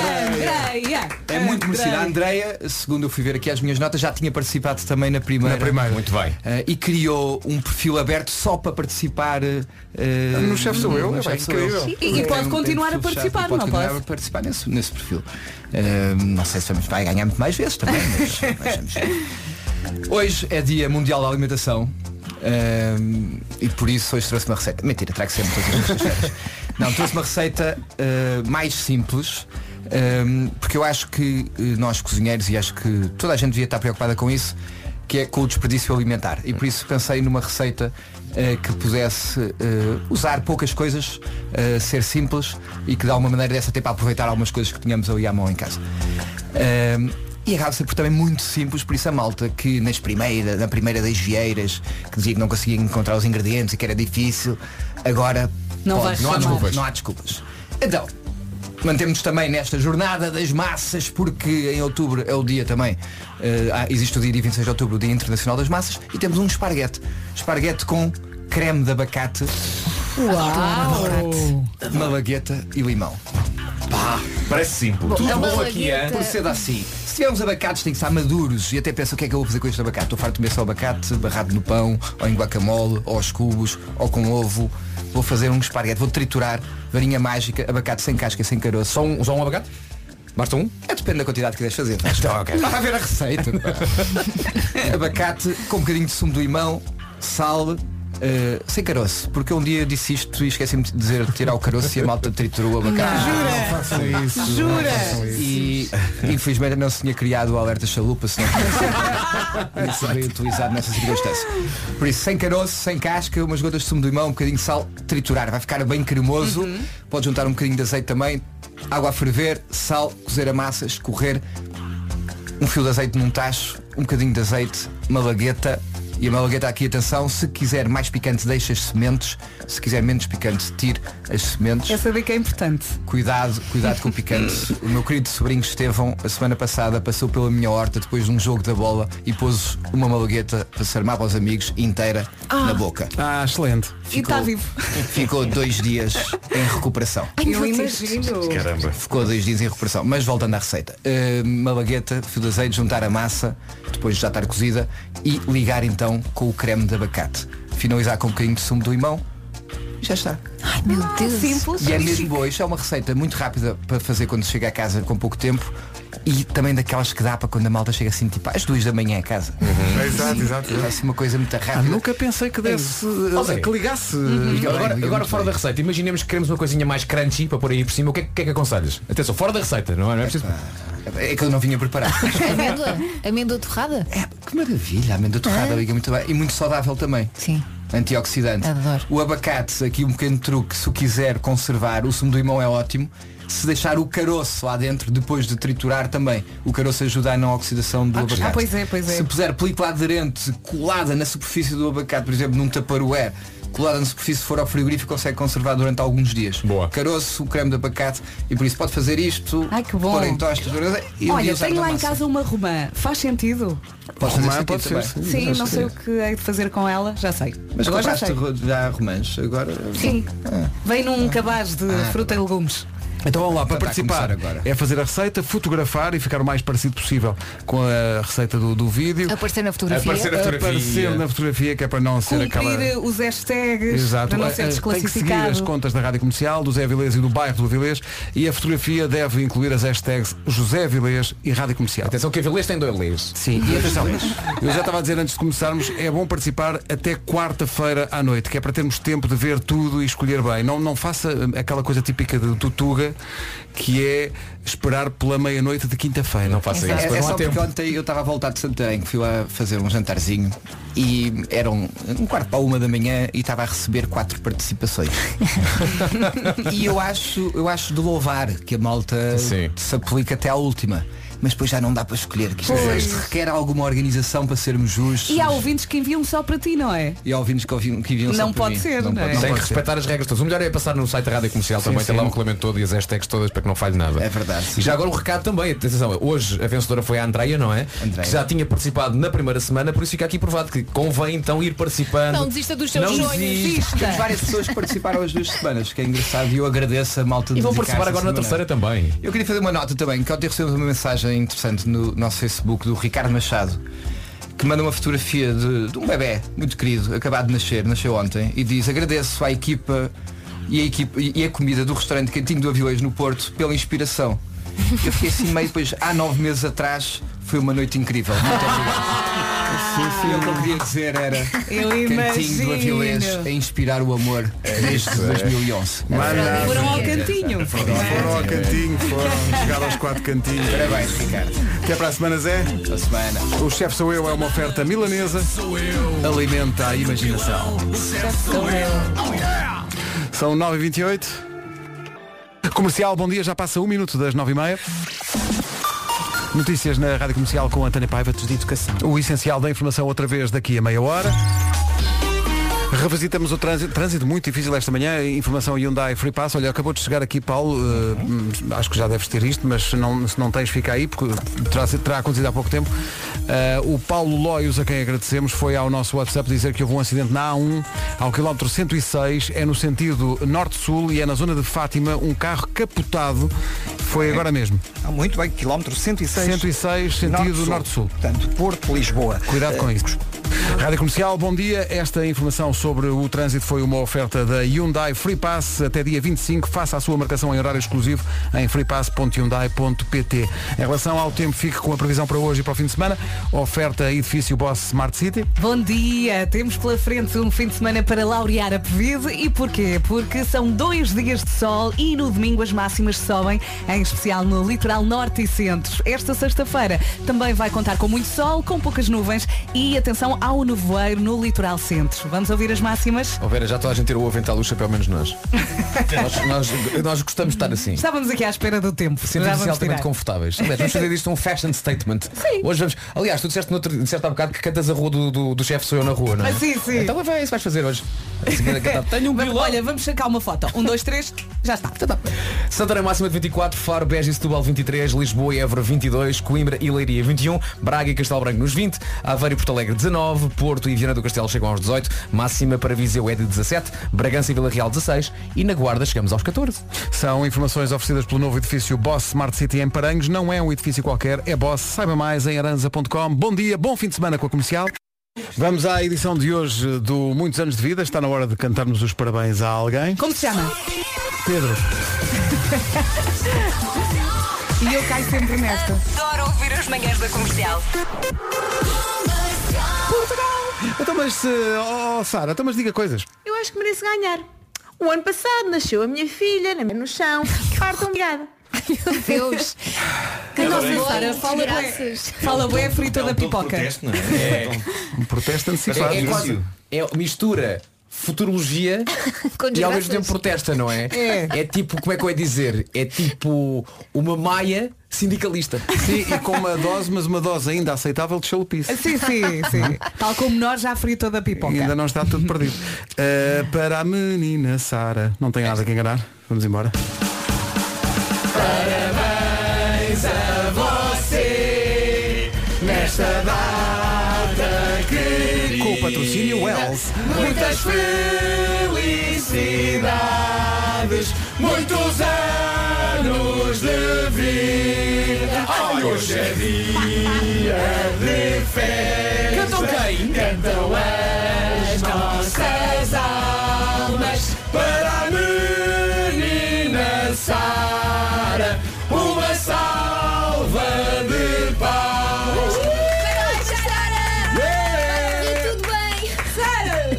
Speaker 3: Andréia.
Speaker 6: É muito merecida. A Andreia, segundo eu fui ver aqui as minhas notas, já tinha participado também na primeira.
Speaker 1: Na primeira.
Speaker 15: Muito bem.
Speaker 6: Eh, e criou um perfil aberto só para participar. eh,
Speaker 1: No Chefe Sou Eu,
Speaker 6: no
Speaker 1: é bem
Speaker 6: Chefe Sou Eu.
Speaker 1: incrível.
Speaker 3: E- e
Speaker 6: Tem-
Speaker 3: pode
Speaker 6: tem um
Speaker 3: continuar a
Speaker 6: perfil fechado
Speaker 3: participar,
Speaker 6: e pode
Speaker 3: não
Speaker 6: continuar
Speaker 3: pode?
Speaker 6: a participar nesse, nesse perfil. Eh, não sei se vamos, vai ganhar muito mais vezes também,
Speaker 3: (laughs)
Speaker 6: mas, mas vamos ver. Hoje é dia mundial da alimentação. ehm, e por isso hoje trouxe uma receita. Mentira, trago sempre todas as receitas. Não, trouxe uma receita eh, mais simples. ehm, porque eu acho que eh, nós cozinheiros e acho que toda a gente devia estar preocupada com isso, que é com o desperdício alimentar. E por isso pensei numa receita eh, que pudesse eh, usar poucas coisas, eh, ser simples e que de alguma maneira desse até para aproveitar algumas coisas que tínhamos ali à mão em casa. Ahm, e acaba de ser por também muito simples, por isso a malta que nas primeira, na primeira das vieiras, que dizia que não conseguia encontrar os ingredientes e que era difícil, agora
Speaker 3: Não vai
Speaker 6: pode, não, há
Speaker 3: reclamar.
Speaker 6: desculpas, não há desculpas. Então, mantemos também nesta jornada das massas, porque em outubro é o dia também, eh, há- existe o dia de 26 de outubro, o Dia Internacional das Massas, e temos um esparguete. Esparguete com creme de abacate,
Speaker 4: Uau!
Speaker 6: uma bagueta e limão. Pá,
Speaker 15: parece simples.
Speaker 4: Bom, é uma bagueta.
Speaker 6: Proceda assim. Se tivermos abacates, tem que estar maduros. E até pensa o que é que eu vou fazer com este abacate. Estou farto de comer só abacate, barrado no pão, ou em guacamole, ou aos cubos, ou com ovo. Vou fazer um esparguete, vou triturar, varinha mágica, abacate sem casca, sem caroço. Só um, só um abacate? Basta um? É, depende da quantidade que quiseres fazer. Está
Speaker 15: ok.
Speaker 6: a ver a receita. pá. (laughs) abacate com um bocadinho de sumo de limão, sal, eh, sem caroço. Porque um dia disse isto e esqueci-me de dizer de tirar o caroço e a malta triturou o abacate.
Speaker 1: Jura? isso.
Speaker 6: Jura? E infelizmente não se tinha criado o alerta chalupa, senão (laughs) tinha sido bem utilizado nessa circunstância. Por isso, sem caroço, sem casca, umas gotas de sumo de limão, um bocadinho de sal, triturar. Vai ficar bem cremoso. Pode juntar um bocadinho de azeite também. Água a ferver, sal, cozer a massa, escorrer. Um fio de azeite num tacho, um bocadinho de azeite, uma lagueta. E a malagueta aqui, atenção, se quiser mais picante deixa as sementes, se quiser menos picante tire as sementes.
Speaker 3: Essa dica é importante.
Speaker 6: Cuidado, cuidado com
Speaker 1: (laughs)
Speaker 6: o picante. O meu querido sobrinho Estevão, a semana passada, passou pela minha horta depois de um jogo da bola e pôs uma malagueta para se armar para os amigos inteira
Speaker 3: Ah.
Speaker 6: na boca.
Speaker 1: Ah, excelente.
Speaker 3: E está vivo.
Speaker 6: Ficou dois dias em recuperação.
Speaker 3: Eu imagino.
Speaker 15: Caramba.
Speaker 6: Ficou dois dias em recuperação. Mas voltando à receita. Uh, malagueta, fio de azeite, juntar a massa, depois de já estar cozida, e ligar então com o creme de abacate. Finalizar com um bocadinho de sumo de limão. Já está.
Speaker 4: Ai meu
Speaker 20: Ah,
Speaker 4: Deus.
Speaker 3: Simples.
Speaker 6: é E é mesmo boa, isto é uma receita muito rápida para fazer quando se chega a casa com pouco tempo. e também daquelas que dá para quando a malta chega assim tipo às duas da manhã a casa.
Speaker 1: Uhum. Exato,
Speaker 6: Assim,
Speaker 1: exato, exato.
Speaker 6: É assim uma coisa muito rápida.
Speaker 1: Ah, nunca pensei que desse, eh,
Speaker 7: Olha,
Speaker 1: que ligasse.
Speaker 4: Uhum.
Speaker 1: Uhum.
Speaker 7: Agora, agora fora da receita, imaginemos que queremos uma coisinha mais crunchy para pôr aí por cima. O que é que, é que aconselhas? Atenção, fora da receita, não é? Não é, preciso...
Speaker 6: é que eu não vinha preparado.
Speaker 4: (laughs)
Speaker 6: (laughs)
Speaker 4: Amêndoa? Amêndoa torrada?
Speaker 20: É.
Speaker 6: que maravilha, a
Speaker 3: É.
Speaker 6: amêndoa torrada liga muito bem e muito saudável também.
Speaker 4: Sim.
Speaker 6: Antioxidante. O abacate, aqui um pequeno truque, se o quiser conservar, o sumo do limão é ótimo. Se deixar o caroço lá dentro, depois de triturar também, o caroço ajuda na oxidação do abacate.
Speaker 3: Ah, pois é, pois é.
Speaker 6: Se puser película aderente colada na superfície do abacate, por exemplo, num taparoé, colada na superfície, se for ao frigorífico, consegue conservar durante alguns dias. Boa. Caroço, creme de abacate, e por isso pode fazer isto,
Speaker 3: Ai, que bom.
Speaker 6: pôr em tostas e um dia
Speaker 3: Olha,
Speaker 6: usar
Speaker 3: tenho
Speaker 6: na
Speaker 3: lá em
Speaker 6: massa.
Speaker 3: casa uma romã. Faz sentido?
Speaker 6: Pode fazer sentido também.
Speaker 3: Sim, não sei o que hei de fazer com ela, já sei.
Speaker 6: Mas
Speaker 3: agora já
Speaker 6: compraste
Speaker 3: sei.
Speaker 6: ro- já romãs agora?
Speaker 3: Sim. Vem num cabaz de
Speaker 1: Ah,
Speaker 3: fruta e legumes.
Speaker 1: Então vamos lá, para
Speaker 3: Então está a
Speaker 1: participar
Speaker 3: começar agora.
Speaker 1: é fazer a receita, fotografar e ficar o mais parecido possível com a receita do, do vídeo.
Speaker 4: Aparecer na fotografia.
Speaker 1: Aparecer na fotografia. Aparecer na fotografia, que é para não ser aquela.
Speaker 3: Cumprir eh, os hashtags
Speaker 1: Exato.
Speaker 3: para não
Speaker 1: Eh,
Speaker 3: ser
Speaker 1: eh, Tem que seguir as
Speaker 3: desclassificado.
Speaker 1: contas da Rádio Comercial, do Zé Vilês e do bairro do Vilês e a fotografia deve incluir as hashtags José Vilês e Rádio Comercial.
Speaker 7: Atenção que a Vilês tem dois Lês.
Speaker 1: Sim, e
Speaker 7: (laughs)
Speaker 1: atenção, eu já estava a dizer antes de começarmos, é bom participar até quarta-feira à noite, que é para termos tempo de ver tudo e escolher bem. Não, não faça hum, aquela coisa típica do Tutuga, que é esperar pela meia-noite de quinta-feira. Não
Speaker 6: É, é só porque ontem eu estava a voltar de Santarém, que fui lá fazer um jantarzinho e eram um quarto para uma da manhã e estava a receber quatro
Speaker 7: (laughs)
Speaker 6: participações. e eu acho, eu acho de louvar que a malta se aplica até à última. Mas depois já não dá para escolher que isto, é
Speaker 3: Pois.
Speaker 6: isto requer alguma organização para sermos justos.
Speaker 3: E há ouvintes que enviam só para ti, não é?
Speaker 6: E há ouvintes que, ouviam, que vinham só
Speaker 3: Não
Speaker 6: para
Speaker 3: pode
Speaker 6: mim.
Speaker 3: ser, não é?
Speaker 6: pode-
Speaker 7: Tem que
Speaker 6: pode ser.
Speaker 7: respeitar as regras todas. O melhor é passar no site da Rádio Comercial
Speaker 6: Sim,
Speaker 7: também, tem lá
Speaker 6: sim.
Speaker 7: o regulamento todo e as hashtags todas para que não falhe nada. É
Speaker 6: verdade.
Speaker 7: E já agora um recado também, atenção, hoje a vencedora foi a Andreia, não é? Que já tinha participado na primeira semana, por isso fica aqui provado que convém então ir participando.
Speaker 4: Não desista dos seus
Speaker 7: Não
Speaker 4: sonhos.
Speaker 7: desista.
Speaker 4: Desista.
Speaker 6: Temos várias pessoas que participaram as duas semanas, que é engraçado e eu agradeço a malta de
Speaker 7: E vão
Speaker 6: dedicar-se
Speaker 7: participar
Speaker 6: a
Speaker 7: agora na
Speaker 6: semana.
Speaker 7: terceira também.
Speaker 6: Eu queria fazer uma nota também, que ontem recebemos uma mensagem interessante no nosso Facebook do Ricardo Machado, que manda uma fotografia de, de um bebê muito querido, acabado de nascer, nasceu ontem, e diz agradeço à equipa e a, equipa, e a comida do restaurante Cantinho do Avilés no Porto pela inspiração. Eu fiquei assim meio depois, há nove meses atrás, foi uma noite incrível. Muito obrigado. Eu o que eu queria
Speaker 1: (laughs)
Speaker 6: dizer era
Speaker 3: Eu
Speaker 6: Cantinho
Speaker 3: imagino.
Speaker 6: do Avilés a inspirar o amor desde
Speaker 1: isso, é.
Speaker 6: 2011.
Speaker 1: Maravilha.
Speaker 3: Foram ao cantinho.
Speaker 1: assim. Foram ao cantinho, (laughs) foram chegar aos quatro cantinhos.
Speaker 6: Parabéns, Ricardo.
Speaker 1: Até para a semana, Zé.
Speaker 6: Até semana.
Speaker 1: O chefe sou eu é uma oferta milanesa. Alimenta a imaginação. São 9h28. Comercial, bom dia, já passa um minuto das 9h30. Notícias na Rádio Comercial com Antônio Paiva de Educação. O essencial da informação outra vez daqui a meia hora. Revisitamos o trânsito, trânsito muito difícil esta manhã, informação Hyundai Free Pass. Olha, acabou de chegar aqui, Paulo, eh, hum, acho que já deves ter isto, mas se não, se não tens, fica aí, porque terá, terá acontecido há pouco tempo. Eh, o Paulo Loios, a quem agradecemos, foi ao nosso WhatsApp dizer que houve um acidente na A1, ao quilómetro 106, é no sentido norte-sul e é na zona de Fátima, um carro capotado, foi agora mesmo.
Speaker 2: Ah, muito bem, quilómetro 106.
Speaker 1: 106, sentido
Speaker 2: Norte-Sul.
Speaker 1: norte-sul.
Speaker 2: Portanto, Porto, Lisboa.
Speaker 1: Cuidado com isso. Rádio Comercial, bom dia. Esta informação sobre o trânsito foi uma oferta da Hyundai Free Pass até dia 25. Faça a sua marcação em horário exclusivo em freepass.hyundai.pt. Em relação ao tempo, fique com a previsão para hoje e para o fim de semana. Oferta edifício Boss Smart City.
Speaker 3: Bom dia! Temos pela frente um fim de semana para laurear a PVD e porquê? Porque são dois dias de sol e no domingo as máximas sobem, em especial no litoral norte e centro. Esta sexta-feira também vai contar com muito sol, com poucas nuvens e atenção ao nevoeiro no litoral centro. Vamos ouvir as máximas?
Speaker 7: Ó Vera, já toda a gente tirou o avental do chapéu, menos
Speaker 3: (laughs)
Speaker 7: nós. nós, nós. nós gostamos de estar assim.
Speaker 3: Estávamos aqui à espera do tempo. Já
Speaker 7: Sentimos-nos
Speaker 3: vamos
Speaker 7: altamente
Speaker 3: tirar.
Speaker 7: confortáveis. Aliás, vamos
Speaker 3: (laughs)
Speaker 7: fazer disto um fashion statement.
Speaker 3: Sim.
Speaker 7: Hoje vamos. Aliás, tu disseste, no outro, disseste há bocado que cantas a rua do, do, do chefe sou eu na rua, não é?
Speaker 3: Ah, sim, sim.
Speaker 7: Então vai, isso vais fazer hoje. A seguir a cantar. Tenho um
Speaker 3: Vamos- Olha, vamos sacar uma foto. Um, dois, três, já está.
Speaker 7: Santarém máxima de 24, Faro, Beja e Setúbal 23, Lisboa e Évora 22, Coimbra e Leiria 21, Braga e Castelo Branco nos 20, Aveiro e Porto Alegre 19, Porto e Viana do Castelo chegam aos 18, máxima para Viseu é de 17, Bragança e Vila Real 16 e na Guarda chegamos aos 14.
Speaker 1: São informações oferecidas pelo novo edifício Boss Smart City em Paranhos. Não é um edifício qualquer, é Boss. Saiba mais em aranza.com. Bom dia, bom fim de semana com a comercial. Vamos à edição de hoje do Muitos Anos de Vida. Está na hora de cantarmos os parabéns a (laughs) alguém.
Speaker 3: Como se chama?
Speaker 1: Pedro.
Speaker 3: E eu caio sempre nesta.
Speaker 17: Adoro ouvir as manhãs da comercial.
Speaker 1: Portugal! Então, mas se. Oh, Sara, então, mas diga coisas.
Speaker 20: Eu acho que mereço ganhar. O ano passado nasceu a minha filha, na- no chão, parto obrigada. Meu
Speaker 4: Deus!
Speaker 3: Que
Speaker 20: é
Speaker 3: nossa Sara, fala bem. Fala bem a frita
Speaker 1: Então,
Speaker 3: da pipoca.
Speaker 15: É.
Speaker 1: Um protesto antecipado.
Speaker 7: É, é quase- é mistura futurologia e ao
Speaker 4: desgraças.
Speaker 7: mesmo tempo protesta, não é?
Speaker 4: É.
Speaker 7: tipo, como é que eu ia dizer? É tipo uma maia sindicalista.
Speaker 1: Sim, e com uma dose, mas uma dose ainda aceitável de
Speaker 19: Ah,
Speaker 1: chalupice. é?
Speaker 3: Sim, sim, sim. Tal como nós já frito da pipoca.
Speaker 1: Ainda não está tudo perdido. Uh, para a menina Sara. Não tem nada que enganar. Vamos embora.
Speaker 19: Parabéns a você nesta data querida.
Speaker 1: Com o patrocínio Wells.
Speaker 19: Muitas felicidades, muitos anos de vida. Ai, hoje é dia de festa.
Speaker 7: Cantam quem?
Speaker 19: Cantam as nossas almas para a menina Sara. Uma salva de paz.
Speaker 9: Parabéns, Sara! Parabéns, tudo bem? Sara!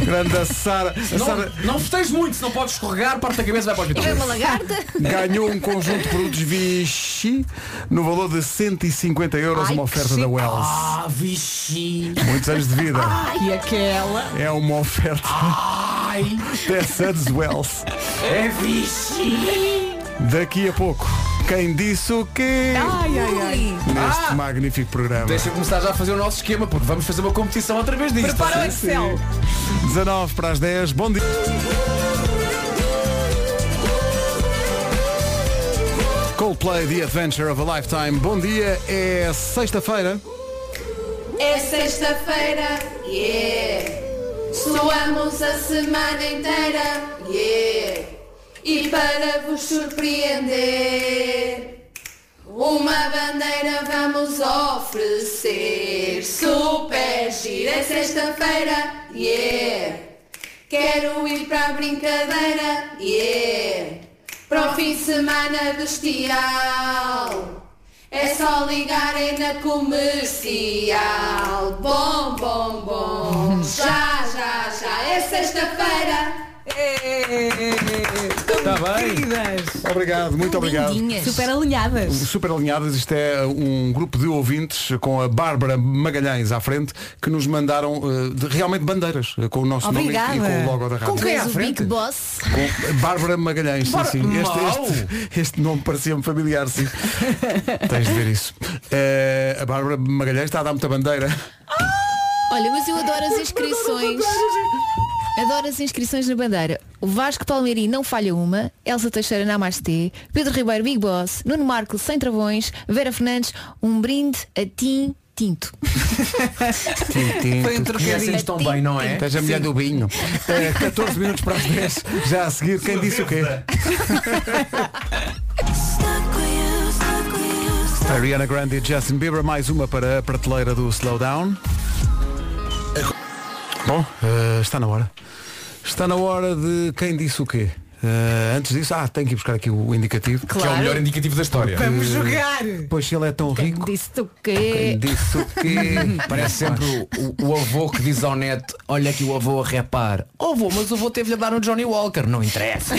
Speaker 1: Grande Sara. A
Speaker 7: Não,
Speaker 1: Sara
Speaker 7: não festejes muito, se não podes escorregar, parte da cabeça vai para o hospital.
Speaker 4: É uma lagarta?
Speaker 1: ganhou um conjunto de produtos Vichy no valor de 150 euros,
Speaker 4: Ai,
Speaker 1: uma
Speaker 4: que
Speaker 1: oferta
Speaker 4: chique.
Speaker 1: da Wells.
Speaker 7: Ah, Vichy.
Speaker 1: Muitos anos de vida.
Speaker 3: E aquela.
Speaker 1: É uma oferta.
Speaker 4: Ah.
Speaker 7: Ai.
Speaker 1: Tessans Wells.
Speaker 7: É Vichy.
Speaker 1: Daqui a pouco. Quem disse o quê?
Speaker 3: Ai, ai, ai.
Speaker 1: Neste
Speaker 7: Ah.
Speaker 1: magnífico programa.
Speaker 7: Deixa eu começar já a fazer o nosso esquema, porque vamos fazer uma competição através disto. tá
Speaker 3: Prepara o Excel.
Speaker 1: 19 para as 10. Bom dia. Coldplay The Adventure of a Lifetime. Bom dia, é sexta-feira.
Speaker 9: É sexta-feira, yeah! Soamos a semana inteira, yeah! E para vos surpreender, uma bandeira vamos oferecer. Super gira é sexta-feira, yeah! Quero ir para a brincadeira, yeah! Para o fim de semana bestial. É só ligarem na comercial. Bom, bom,
Speaker 1: Uhum.
Speaker 9: bom. Já, já, já. É sexta-feira.
Speaker 3: É,
Speaker 7: Tá
Speaker 1: Está bem? Obrigado, muito obrigado.
Speaker 3: Super alinhadas.
Speaker 1: Super alinhadas, isto é um grupo de ouvintes com a Bárbara Magalhães à frente que nos mandaram eh, de- realmente bandeiras eh, com o nosso
Speaker 3: Obrigada.
Speaker 1: nome e com o logo da rádio.
Speaker 4: Mas o Big Boss.
Speaker 1: Com Bárbara Magalhães, sim,
Speaker 4: Bar-
Speaker 1: sim.
Speaker 4: Mau.
Speaker 1: Este, este, este nome parecia-me familiar, sim. Tens de ver isso. Eh, a Bárbara Magalhães está a dar muita bandeira.
Speaker 4: Olha, mas eu adoro as inscrições. Adoro as inscrições na bandeira. O Vasco Palmeirim não falha uma, Elsa Teixeira Namastê, Pedro Ribeiro Big Boss, Nuno Marco Sem Travões, Vera Fernandes, um brinde a Tim Tinto.
Speaker 1: Foi
Speaker 4: um trocadilho.
Speaker 7: Conhecemos tão bem, não é?
Speaker 1: Estás a mulher do vinho. Eh, 14 minutos para as 10. Já a seguir, quem disse
Speaker 7: (laughs)
Speaker 1: o quê? Ariana Grande e Justin Bieber, mais uma para a prateleira do Slowdown. Bom, eh, está na hora. Está na hora de quem disse o quê? Eh, antes disso, ah, tenho que ir buscar aqui o indicativo.
Speaker 7: Que é o melhor indicativo da história.
Speaker 1: Vamos jogar! Pois ele é tão rico.
Speaker 4: Disse o
Speaker 1: Quem
Speaker 4: quê?
Speaker 1: disse o
Speaker 7: (laughs)
Speaker 1: quê?
Speaker 4: (laughs)
Speaker 7: Parece sempre o, o- o avô que diz ao neto, olha que o avô a repar. Oh avô, mas o avô teve-lhe a dar um Johnny Walker. Não interessa.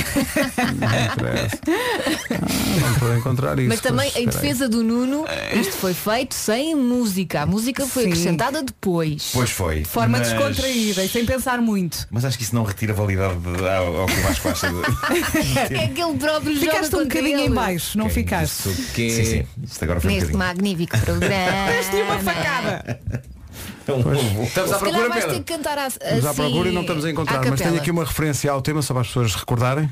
Speaker 1: Não estou a encontrar isso.
Speaker 4: Mas também, é
Speaker 1: pois,
Speaker 4: em
Speaker 1: espera aí.
Speaker 4: defesa do Nuno, isto foi feito sem música. A música foi
Speaker 3: Sim.
Speaker 4: acrescentada depois.
Speaker 15: Pois foi.
Speaker 3: De forma
Speaker 15: mas-
Speaker 3: descontraída e sem pensar muito.
Speaker 15: Mas acho que isso não retira validade ao, ao que o Vasco acha.
Speaker 7: (laughs)
Speaker 15: de-
Speaker 4: (laughs) É que ele próprio joga
Speaker 3: Ficaste um
Speaker 4: contra
Speaker 3: bocadinho
Speaker 4: ele.
Speaker 3: em baixo, não ficaste?
Speaker 15: Sim, sim. Isto agora foi um
Speaker 4: Neste
Speaker 15: bocadinho.
Speaker 7: (laughs)
Speaker 4: magnífico programa.
Speaker 3: Deste-lhe uma
Speaker 1: Ah.
Speaker 3: facada.
Speaker 15: Estamos
Speaker 4: Se calhar vais ter que cantar assim.
Speaker 1: Estamos à procura e não estamos a encontrar, mas tenho aqui uma referência ao tema só para as pessoas recordarem.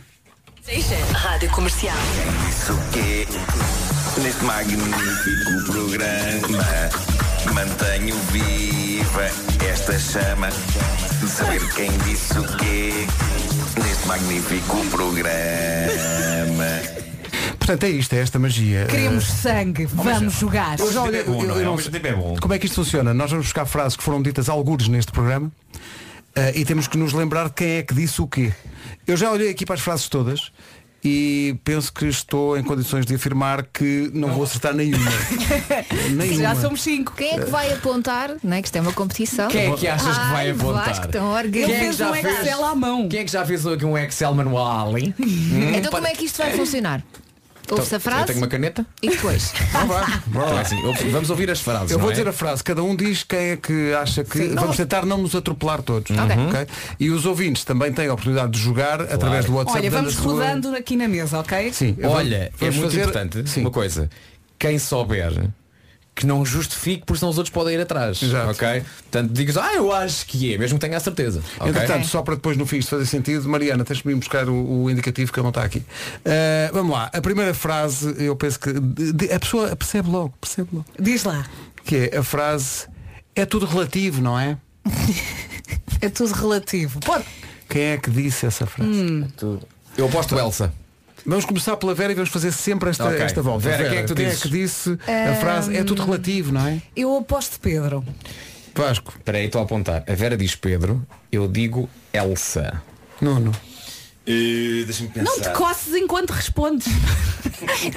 Speaker 17: Rádio Comercial.
Speaker 14: Isso que é neste magnífico programa mantenho viva esta chama de saber quem disse o quê neste magnífico programa.
Speaker 1: Portanto, é isto, é esta magia. Eh,
Speaker 3: Queremos sangue, vamos jogar.
Speaker 1: Eu já
Speaker 15: é
Speaker 1: olhei- eu- eu não sei- Como é que isto funciona? Nós vamos buscar frases que foram ditas algures neste programa eh, e temos que nos lembrar de quem é que disse o quê. Eu já olhei aqui para as frases todas e penso que estou em condições de afirmar que não vou
Speaker 3: (laughs)
Speaker 1: acertar nenhuma. nenhuma.
Speaker 3: Já somos cinco.
Speaker 4: Quem é que vai apontar? Não é que isto é uma competição.
Speaker 7: Quem é que achas que vai
Speaker 4: Ai,
Speaker 7: apontar?
Speaker 4: Vasco, tão
Speaker 7: Quem
Speaker 4: orgulhoso. um
Speaker 7: é que já fez- Quem é que já fez aqui um Excel manual? hein? Hum,
Speaker 4: Então
Speaker 7: para-
Speaker 4: como é que isto vai funcionar? Ouve-se
Speaker 7: Então,
Speaker 4: a
Speaker 7: Eu
Speaker 4: frase
Speaker 7: tenho uma caneta?
Speaker 4: e depois.
Speaker 7: Então, é assim, ouve- vamos ouvir as frases.
Speaker 1: Eu vou
Speaker 7: não é?
Speaker 1: dizer a frase, cada um diz quem é que acha que.
Speaker 7: Sim.
Speaker 1: Vamos
Speaker 7: Nós-
Speaker 1: tentar não nos atropelar todos.
Speaker 3: Ok.
Speaker 1: ok? E os ouvintes também têm a oportunidade de jogar através do WhatsApp.
Speaker 3: Olha,
Speaker 1: dando
Speaker 3: vamos
Speaker 1: a sua-
Speaker 3: rodando aqui na mesa, ok?
Speaker 1: Sim. Eu vou-
Speaker 7: Olha, é
Speaker 1: vamos
Speaker 7: muito
Speaker 1: fazer-
Speaker 7: importante uma coisa. Quem souber que não justifique porque senão os outros podem ir atrás. Ok? Portanto, digas, ah, eu acho que é, mesmo que tenha a certeza. ok?
Speaker 1: Entretanto, só para depois no fim isto fazer sentido, Mariana, tens de me buscar o, o indicativo que ele não está aqui. Ah, vamos lá, a primeira frase, eu penso que de- de- a pessoa percebe logo, percebe logo.
Speaker 3: Diz lá.
Speaker 1: Que é a frase, é tudo relativo, não é?
Speaker 3: (laughs) É tudo relativo. Pode.
Speaker 1: Quem é que disse essa frase?
Speaker 3: Hum.
Speaker 7: Eu aposto é Elsa.
Speaker 1: Vamos começar pela Vera e vamos fazer sempre esta,
Speaker 7: Ok.
Speaker 1: esta volta.
Speaker 7: Vera, quem é que tu dizes?
Speaker 1: disse a
Speaker 3: Ahm.
Speaker 1: frase, é tudo relativo, não é?
Speaker 3: Eu aposto Pedro.
Speaker 1: Vasco.
Speaker 7: Espera aí, estou a apontar. A Vera diz Pedro, eu digo Elsa.
Speaker 1: Nuno.
Speaker 15: Eh, Deixa-me pensar.
Speaker 3: Não te coces enquanto respondes.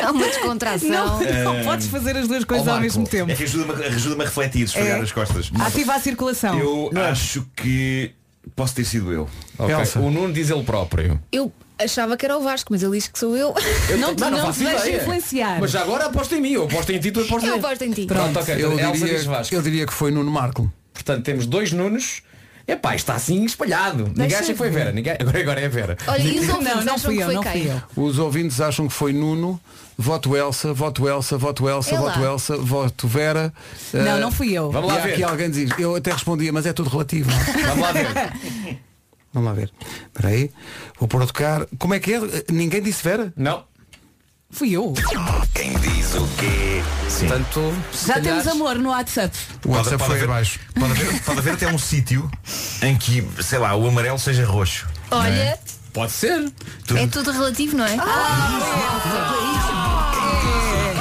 Speaker 4: Há uma descontração.
Speaker 3: Não, não
Speaker 15: Eh,
Speaker 3: podes fazer as duas coisas
Speaker 15: ó,
Speaker 3: ao
Speaker 15: Marco,
Speaker 3: mesmo tempo.
Speaker 15: É que ajuda-me ajuda-me a refletir, esfregar
Speaker 3: É.
Speaker 15: as costas.
Speaker 3: Ativa a é? circulação.
Speaker 15: Eu acho que posso ter sido eu.
Speaker 7: Ok.
Speaker 15: Elsa.
Speaker 7: O Nuno diz ele próprio.
Speaker 4: (laughs) Eu achava que era o Vasco, mas ele diz que sou eu.
Speaker 3: Não te- não te deixes influenciar.
Speaker 7: Ah, Mas já agora aposto em mim, eu aposto em ti, tu aposto
Speaker 4: Eu
Speaker 7: em
Speaker 4: aposto em ti.
Speaker 7: Pronto, ok.
Speaker 1: Eu
Speaker 7: Elsa
Speaker 1: diria-
Speaker 7: diz Vasco.
Speaker 1: eu diria que foi Nuno Marco.
Speaker 7: Portanto, temos dois Nunos. Epá, isto está assim espalhado. ninguém
Speaker 1: Deixa
Speaker 7: acha
Speaker 1: eu
Speaker 7: que foi a
Speaker 1: ver.
Speaker 7: Vera. Ninguém... Agora, agora é a Vera.
Speaker 4: Olha, e os
Speaker 3: Não,
Speaker 4: ouvintes
Speaker 3: não
Speaker 4: acham
Speaker 3: fui
Speaker 4: que
Speaker 3: eu,
Speaker 4: foi
Speaker 3: não fui
Speaker 4: quem?
Speaker 3: eu.
Speaker 1: Os ouvintes acham que foi Nuno. Voto Elsa, voto Elsa, voto Elsa,
Speaker 4: É lá.
Speaker 1: voto Elsa, voto Vera.
Speaker 3: Não,
Speaker 1: Eh,
Speaker 3: não fui eu. Vamos
Speaker 1: e
Speaker 3: lá
Speaker 1: há
Speaker 3: ver.
Speaker 1: aqui alguém diz, eu até respondia, mas é tudo relativo.
Speaker 3: (laughs)
Speaker 7: Vamos lá ver.
Speaker 1: Vamos lá ver. Espera aí. Vou pôr a tocar. Como é que é? Ninguém disse Vera?
Speaker 7: Não.
Speaker 3: Fui eu.
Speaker 15: Quem diz o quê? Sim.
Speaker 7: Portanto,
Speaker 3: Já temos amor no WhatsApp.
Speaker 1: O
Speaker 15: pode,
Speaker 1: WhatsApp
Speaker 15: pode
Speaker 1: foi
Speaker 15: haver,
Speaker 1: abaixo.
Speaker 15: Pode haver, pode haver até um sítio em que, sei lá, o amarelo seja roxo.
Speaker 4: Olha,
Speaker 7: Pode ser.
Speaker 4: é tudo relativo, não é?
Speaker 7: Ah,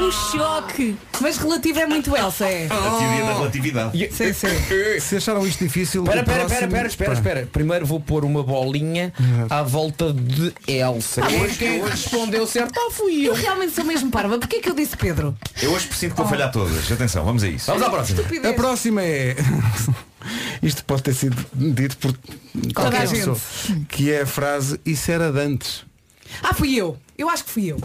Speaker 3: O choque. Mas relativo é muito Elsa, é.
Speaker 15: A teoria
Speaker 1: Oh.
Speaker 15: da relatividade.
Speaker 3: Sim, sim.
Speaker 1: Se acharam isto difícil. o
Speaker 7: Espera, espera,
Speaker 1: próximo-
Speaker 7: espera, espera, espera, espera. Primeiro vou pôr uma bolinha à volta de é Elsa.
Speaker 3: Ah,
Speaker 7: Quem
Speaker 3: hoje-
Speaker 7: quem
Speaker 3: hoje-
Speaker 7: respondeu certo? Ah, fui
Speaker 3: Eu
Speaker 7: eu.
Speaker 3: realmente sou mesmo parva. Porquê que eu disse Pedro?
Speaker 15: Eu hoje preciso que vou
Speaker 1: Oh.
Speaker 15: falhar todas. Atenção, vamos a isso.
Speaker 7: Vamos à próxima.
Speaker 1: A próxima é. (laughs) Isto pode ter sido dito por
Speaker 3: a
Speaker 1: qualquer
Speaker 3: gente.
Speaker 1: pessoa. Que é a frase, isso era de antes.
Speaker 3: Ah, fui eu. Eu acho que fui eu.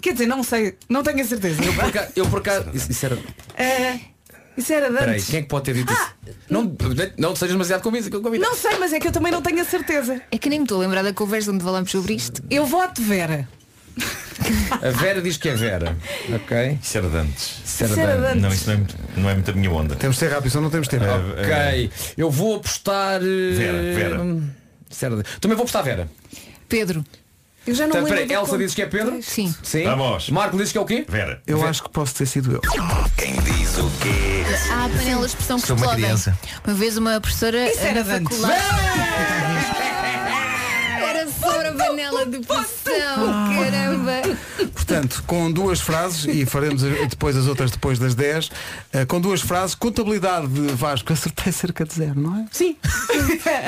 Speaker 3: Quer dizer, não sei, não tenho a certeza.
Speaker 7: Eu por acaso. Eu por acaso isso, isso era.
Speaker 3: É, isso era de
Speaker 7: Peraí,
Speaker 3: antes.
Speaker 7: quem é que pode ter dito isso? Não, não sejas demasiado convincente.
Speaker 3: Não sei, mas é que eu também não tenho a certeza.
Speaker 4: É que nem me estou a lembrar da conversa onde falámos sobre isto.
Speaker 3: Eu voto Vera.
Speaker 7: A Vera diz que é Vera. Ok.
Speaker 15: Isso era de antes.
Speaker 7: era de antes.
Speaker 15: Não, isso não é, muito, não é muito a minha onda. É,
Speaker 1: Temos de ser rápidos, senão não temos tempo.
Speaker 3: É,
Speaker 7: Ok. Eu vou apostar. eh,
Speaker 15: Vera, Vera.
Speaker 3: Hum.
Speaker 7: isso era de- Também vou apostar Vera.
Speaker 4: Pedro.
Speaker 3: Eu já
Speaker 7: Então, peraí, Elsa dizes que é Pedro?
Speaker 4: Sim.
Speaker 7: Sim.
Speaker 15: Vamos.
Speaker 7: Marco dizes que é o quê?
Speaker 15: Vera.
Speaker 1: Eu acho que posso ter sido eu.
Speaker 15: Quem diz o quê?
Speaker 3: Ah,
Speaker 4: Há panelas de pressão que
Speaker 15: Sou uma
Speaker 4: explodem.
Speaker 15: criança.
Speaker 4: Uma vez uma professora
Speaker 3: Isso era
Speaker 4: na
Speaker 3: de antes.
Speaker 4: faculdade. (laughs) Era sobre a panela de pressão. Caramba.
Speaker 1: Portanto, com duas frases, e faremos a- depois as outras depois das 10, eh, com duas frases, contabilidade de Vasco, acertei cerca de zero, não é?
Speaker 3: Sim.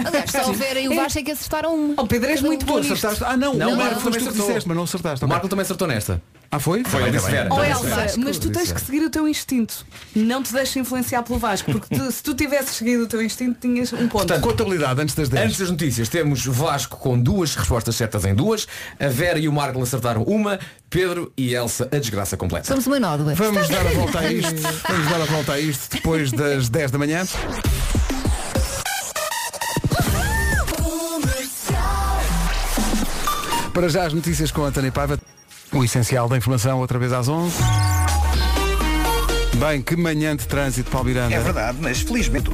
Speaker 4: Aliás, só o Vera e o Vasco é que acertaram uma.
Speaker 3: O Pedro és
Speaker 4: Cada um.
Speaker 3: muito bom nisto.
Speaker 1: Acertaste? Ah não,
Speaker 7: Não,
Speaker 1: não,
Speaker 7: não,
Speaker 1: não, foste
Speaker 7: também
Speaker 1: tu que
Speaker 7: acertou.
Speaker 1: disseste, mas não acertaste.
Speaker 7: O
Speaker 1: ok.
Speaker 7: Marco também acertou nesta.
Speaker 1: Ah, foi?
Speaker 7: Foi, ele
Speaker 15: Também,
Speaker 7: disse
Speaker 15: também.
Speaker 7: Vera.
Speaker 3: Oh
Speaker 7: Ele disse
Speaker 3: Elsa,
Speaker 7: Vera.
Speaker 3: mas tu tens que seguir o teu instinto. Não te deixes influenciar pelo Vasco, porque tu- se tu tivesses seguido o teu instinto tinhas um ponto.
Speaker 1: Portanto, contabilidade antes das 10.
Speaker 7: Antes das notícias, temos Vasco com duas respostas certas em duas, a Vera e o Marco acertaram uma, Pedro e Elsa a desgraça completa.
Speaker 4: Somos uma nódoa.
Speaker 1: Vamos
Speaker 4: (laughs)
Speaker 1: dar a volta a isto. Vamos dar a volta a isto depois das (laughs) 10 da manhã. Para já as notícias com a Tânia Paiva. O essencial da informação outra vez às 11. Bem, que manhã de trânsito, Paulo Miranda.
Speaker 2: É verdade, mas felizmente.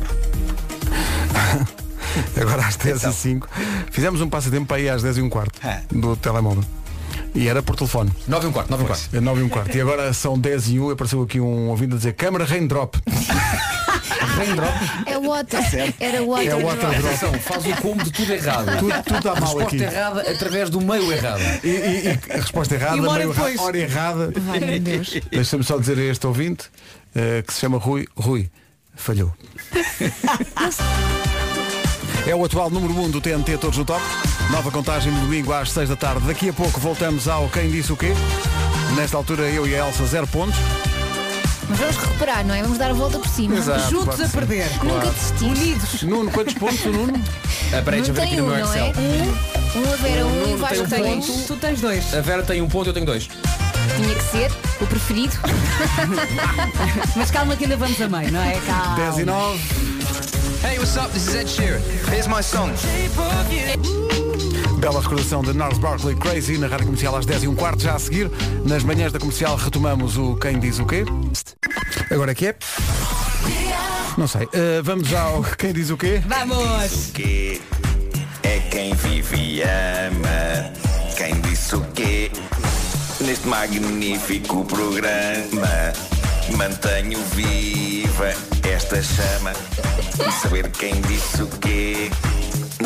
Speaker 1: Agora às
Speaker 7: Então.
Speaker 1: 10 h 05 Fizemos um passatempo para ir às 10 e um quarto do telemóvel. E era por telefone.
Speaker 7: 9 É. e um quarto, 9 e um quarto.
Speaker 1: É 9 e um quarto. E agora são 10 e 1 apareceu aqui um ouvindo a dizer câmara raindrop.
Speaker 4: É water. Era water.
Speaker 1: É water drop.
Speaker 7: Atenção, faz o combo de tudo errado.
Speaker 1: Tudo- tudo dá mal
Speaker 7: Resposta
Speaker 1: aqui.
Speaker 7: errada através do meio errado.
Speaker 1: E, e- e a resposta errada,
Speaker 3: E uma hora
Speaker 1: meio
Speaker 3: depois.
Speaker 1: errada, hora errada.
Speaker 4: Vai, meu Deus.
Speaker 1: Deixa-me só dizer a este ouvinte eh, que se chama Rui. Rui, falhou. é o atual número 1 um do TNT Todos no Top. Nova contagem no domingo às 6 da tarde. Daqui a pouco voltamos ao Quem Disse o Quê. Nesta altura eu e a Elsa, zero pontos.
Speaker 4: Mas vamos recuperar, não é? Vamos dar a volta por cima.
Speaker 1: Exato,
Speaker 3: Juntos
Speaker 1: claro
Speaker 3: a
Speaker 1: que sim.
Speaker 3: perder.
Speaker 1: Claro.
Speaker 4: Nunca desistimos.
Speaker 1: Nuno, quantos pontos, Nuno?
Speaker 7: Ah, peraí,
Speaker 4: Não
Speaker 7: deixa eu ver aqui
Speaker 4: tem
Speaker 7: no
Speaker 4: um,
Speaker 7: meu
Speaker 4: não é?
Speaker 7: Excel.
Speaker 4: Um, um a Vera, um e o Vasco
Speaker 7: tem
Speaker 4: tem
Speaker 7: um
Speaker 4: um.
Speaker 7: ponto.
Speaker 3: Tu tens dois.
Speaker 7: A Vera tem um ponto, eu tenho dois.
Speaker 4: Tinha que ser
Speaker 7: (laughs)
Speaker 4: o preferido.
Speaker 3: (laughs) Mas calma que ainda vamos a meio, não
Speaker 1: (laughs)
Speaker 3: é? Calma.
Speaker 1: 10 e 9.
Speaker 19: Hey, what's up? This is Ed Sheeran. Here's my song.
Speaker 1: Bela recordação de Nars Barkley Crazy na Rádio Comercial às 10 e um quarto já a seguir. Nas manhãs da comercial retomamos o Quem Diz o Quê. Agora é que é? Não sei. Eh, vamos ao Quem Diz o Quê?
Speaker 3: Vamos!
Speaker 14: O quê? É quem vive e ama. Quem disse o quê? Neste magnífico programa. Mantenho viva esta chama. E saber quem disse o quê?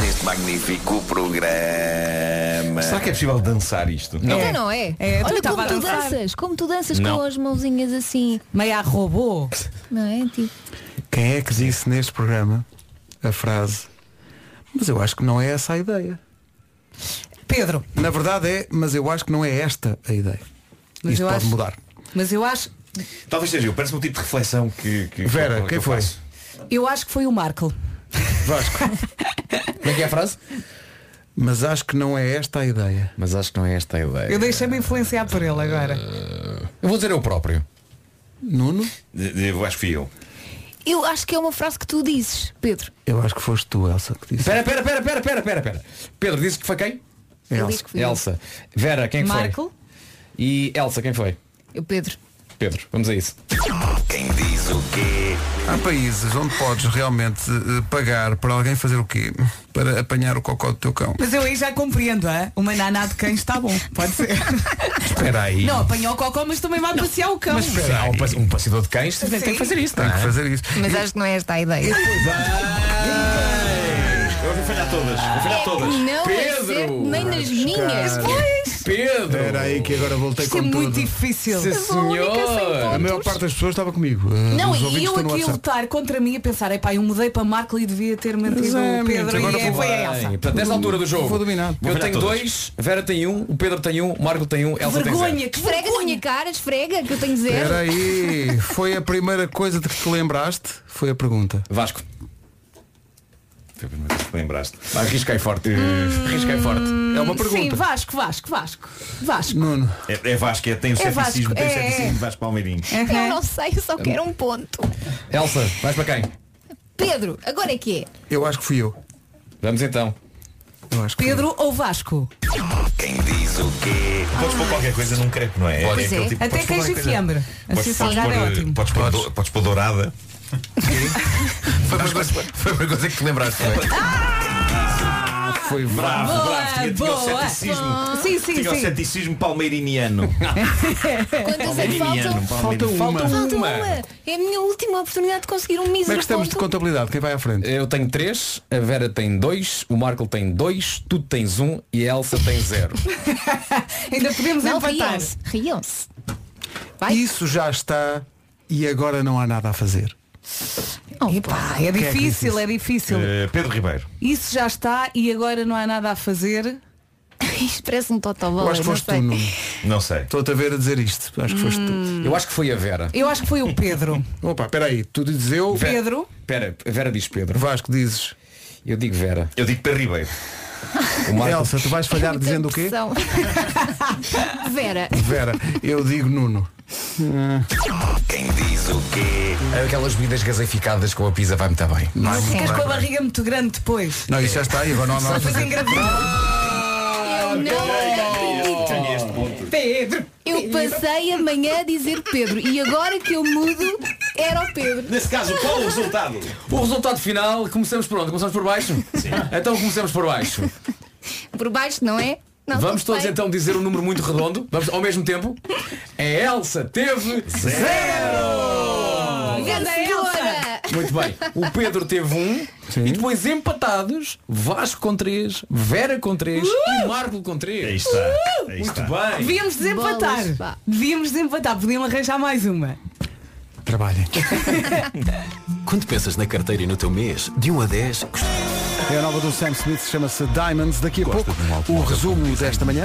Speaker 14: Neste magnífico programa.
Speaker 15: Será que é possível dançar isto?
Speaker 4: Não. Então não é?
Speaker 3: É, tu
Speaker 4: Olha
Speaker 3: estava
Speaker 4: como
Speaker 3: a
Speaker 4: tu
Speaker 3: dançar.
Speaker 4: danças, como tu danças
Speaker 15: Não.
Speaker 4: com as mãozinhas assim.
Speaker 3: Meia a robô.
Speaker 4: Não é? Tipo,
Speaker 1: Quem é que disse neste programa a frase? Mas eu acho que não é essa a ideia.
Speaker 3: Pedro.
Speaker 1: Na verdade é, mas eu acho que não é esta a ideia.
Speaker 3: Mas
Speaker 1: Isto
Speaker 3: eu
Speaker 1: pode
Speaker 3: acho-
Speaker 1: mudar.
Speaker 3: Mas eu acho,
Speaker 15: Talvez seja eu, parece um tipo de reflexão que. que
Speaker 1: Vera,
Speaker 15: que, que
Speaker 1: quem
Speaker 15: eu
Speaker 1: foi?
Speaker 15: faço.
Speaker 3: eu acho que foi o Marco. (laughs)
Speaker 1: Vasco.
Speaker 7: Como é que é a frase?
Speaker 1: Mas acho que não é esta a ideia.
Speaker 7: Mas acho que não é esta a ideia.
Speaker 3: Eu deixei-me influenciar por ele agora.
Speaker 7: Eu vou dizer eu próprio.
Speaker 1: Nuno?
Speaker 15: Eu acho que fui eu.
Speaker 4: eu acho que é uma frase que tu dizes, Pedro.
Speaker 1: Eu acho que foste tu, Elsa, que disse.
Speaker 7: Pera, pera, pera, pera, pera, pera, pera. Pedro disse que foi quem?
Speaker 4: Ele disse que fui eu.
Speaker 7: Elsa. Vera, quem é foi?
Speaker 3: Marco?
Speaker 7: E Elsa, quem foi?
Speaker 4: Eu, Pedro. (laughs)
Speaker 7: Pedro, vamos a isso.
Speaker 14: Quem diz o quê?
Speaker 1: Há países onde podes realmente eh, pagar para alguém fazer o quê? Para apanhar o cocó do teu cão.
Speaker 3: Mas eu aí já compreendo, é? Uma naná de cães está bom. Pode ser.
Speaker 7: Espera
Speaker 1: É
Speaker 7: aí.
Speaker 3: Não, apanhou o cocó, mas também vai passear o cão.
Speaker 7: Mas espera, há um passe- um passador de cães tem tem que fazer isso,
Speaker 1: Tem
Speaker 7: não
Speaker 1: que
Speaker 7: é?
Speaker 1: fazer isso.
Speaker 4: Mas acho que não é esta a ideia.
Speaker 15: Eu vou falhar todas, vou falhar todas.
Speaker 4: É Não
Speaker 7: Pedro! é
Speaker 4: acerto nem nas minhas. Pois!
Speaker 7: Pedro!
Speaker 1: Era aí que agora voltei
Speaker 3: Isto é
Speaker 1: com
Speaker 3: muito
Speaker 1: tudo.
Speaker 3: difícil.
Speaker 7: Sim,
Speaker 4: sou a única sem
Speaker 7: senhor!
Speaker 4: pontos.
Speaker 1: A maior parte das pessoas estava comigo. eh,
Speaker 3: Não,
Speaker 1: os
Speaker 3: e
Speaker 1: ouvintes
Speaker 3: eu
Speaker 1: estão
Speaker 3: aqui
Speaker 1: no
Speaker 3: a
Speaker 1: WhatsApp.
Speaker 3: lutar contra mim a pensar, epá, eu mudei para Marco e devia ter mantido
Speaker 1: é,
Speaker 3: o
Speaker 1: menino,
Speaker 3: Pedro
Speaker 1: agora
Speaker 3: e é,
Speaker 1: vou
Speaker 3: foi a
Speaker 7: Bem,
Speaker 3: Elsa.
Speaker 7: portanto, nesta altura do jogo,
Speaker 1: Vou dominar.
Speaker 15: Vou
Speaker 7: eu
Speaker 15: falhar
Speaker 7: tenho
Speaker 15: todas.
Speaker 7: dois, Vera tem um, o Pedro tem um, o Marco tem um, Elsa tem zero.
Speaker 3: Vergonha, que
Speaker 4: Esfrega na minha
Speaker 3: vergonha.
Speaker 4: cara, esfrega, é que eu tenho zero.
Speaker 1: Era aí. Foi a primeira coisa de que te lembraste? Foi a pergunta.
Speaker 7: Vasco,
Speaker 15: Foi a primeira vez que lembraste.
Speaker 7: Pá, risquei forte. risquei forte.
Speaker 1: Hum. É
Speaker 4: Hum,
Speaker 1: uma
Speaker 3: Sim,
Speaker 1: pergunta.
Speaker 3: Vasco, Vasco, Vasco. Vasco.
Speaker 1: Nuno.
Speaker 15: É, é Vasco, é, tem o
Speaker 4: É Vasco,
Speaker 15: ceticismo, tem o
Speaker 4: é,
Speaker 15: ceticismo de Vasco Palmeirinho.
Speaker 4: Eu não sei, eu só quero um ponto.
Speaker 7: Elsa, vais para quem?
Speaker 4: Pedro, agora é que é?
Speaker 1: Eu acho que fui eu.
Speaker 7: Vamos então.
Speaker 1: Eu acho que fui
Speaker 3: Pedro ou Vasco?
Speaker 14: Quem diz o quê?
Speaker 15: Podes pôr qualquer coisa num crepe, não é?
Speaker 4: Pois
Speaker 15: aquele
Speaker 4: é.
Speaker 3: Até queijo e
Speaker 15: podes pôr qualquer coisa.
Speaker 3: fiambre. Assim
Speaker 15: podes
Speaker 3: salgado é
Speaker 15: pôr, eh,
Speaker 3: ótimo.
Speaker 15: Podes pôr, do- podes pôr dourada.
Speaker 14: Foi uma, coisa, foi uma coisa que te lembraste.
Speaker 1: é?
Speaker 14: foi?
Speaker 4: Ah!
Speaker 1: eu. Foi bravo.
Speaker 15: Bravo,
Speaker 3: Boa,
Speaker 15: bravo, tinha, tinha o
Speaker 3: boa.
Speaker 1: é
Speaker 15: ceticismo.
Speaker 3: Sim, sim,
Speaker 15: Tinha o
Speaker 3: sim.
Speaker 15: ceticismo
Speaker 4: (laughs)
Speaker 15: palmeiriniano.
Speaker 4: Quantas é que faltam?
Speaker 15: palmeiriniano. um- Falta
Speaker 4: Falta uma. É a minha última oportunidade de conseguir um
Speaker 1: Como é que
Speaker 4: mísero
Speaker 1: estamos de
Speaker 4: ponto.
Speaker 1: contabilidade? Quem vai à frente?
Speaker 7: Eu tenho três, a Vera tem dois, o Marco tem dois, tu tens um e a Elsa tem zero.
Speaker 3: (laughs) Ainda podemos
Speaker 4: Não,
Speaker 3: empatar.
Speaker 4: riam-se. Riam-se. Vai.
Speaker 1: Isso já está e agora não há nada a fazer.
Speaker 4: Oh,
Speaker 3: Epá, é
Speaker 1: que é
Speaker 3: difícil, é difícil.
Speaker 15: Eh, Pedro Ribeiro.
Speaker 3: Isso já está e agora não há nada a fazer.
Speaker 4: (laughs) Isto parece um totobola.
Speaker 1: Eu acho que
Speaker 4: não
Speaker 1: foste
Speaker 4: sei.
Speaker 1: tu, Nuno.
Speaker 15: Não sei.
Speaker 1: Estou-te a ver a dizer isto. Acho que foste
Speaker 7: Eu acho que foi a Vera.
Speaker 3: Hum. Eu acho que foi o Pedro.
Speaker 1: tu. Opa, peraí, tu dizes eu,
Speaker 7: Vera-
Speaker 3: Pedro?
Speaker 7: Pera, a Vera diz Pedro.
Speaker 1: Vasco dizes.
Speaker 7: Eu digo Vera.
Speaker 15: Eu digo Pedro Ribeiro.
Speaker 7: O Marco.
Speaker 1: Elsa, tu vais falhar
Speaker 4: Muita
Speaker 1: dizendo o quê?
Speaker 4: pressão. Vera,
Speaker 1: Vera, eu digo Nuno. Ah,
Speaker 14: Quem diz o quê?
Speaker 7: Aquelas bebidas gaseificadas com a pizza vai muito bem.
Speaker 1: Não,
Speaker 4: é
Speaker 3: Ficas com a barriga muito grande depois.
Speaker 1: não isso já está e agora não há nada a
Speaker 3: Depois
Speaker 1: fazer.
Speaker 3: engravidar.
Speaker 4: eu não acredito.
Speaker 7: é
Speaker 3: Pedro!
Speaker 4: Eu passei amanhã a dizer Pedro e agora que eu mudo era o Pedro.
Speaker 15: Nesse caso, qual o resultado?
Speaker 7: O resultado final, começamos por onde? Começamos por baixo? Sim. Então começamos por baixo.
Speaker 4: Por baixo, não é? Não,
Speaker 7: Vamos
Speaker 4: tudo
Speaker 7: todos
Speaker 4: bem.
Speaker 7: então dizer um número muito redondo. Vamos ao mesmo tempo. A Elsa teve zero!
Speaker 4: Vencedora!
Speaker 7: Muito bem. O Pedro teve um. E depois empatados, Vasco com três, Vera com três e Marco com
Speaker 15: Aí
Speaker 7: três.
Speaker 15: está.
Speaker 3: é
Speaker 15: Aí
Speaker 7: Muito
Speaker 15: está.
Speaker 7: bem.
Speaker 3: Uh! Devíamos desempatar.
Speaker 4: Bolas, pá.
Speaker 3: Devíamos desempatar. Podiam arranjar mais uma.
Speaker 1: Trabalhem.
Speaker 18: Quando pensas na carteira e no teu mês, de 1 a 10,
Speaker 1: É a nova do Sam Smith, chama-se Diamonds. Daqui a pouco, o resumo desta manhã.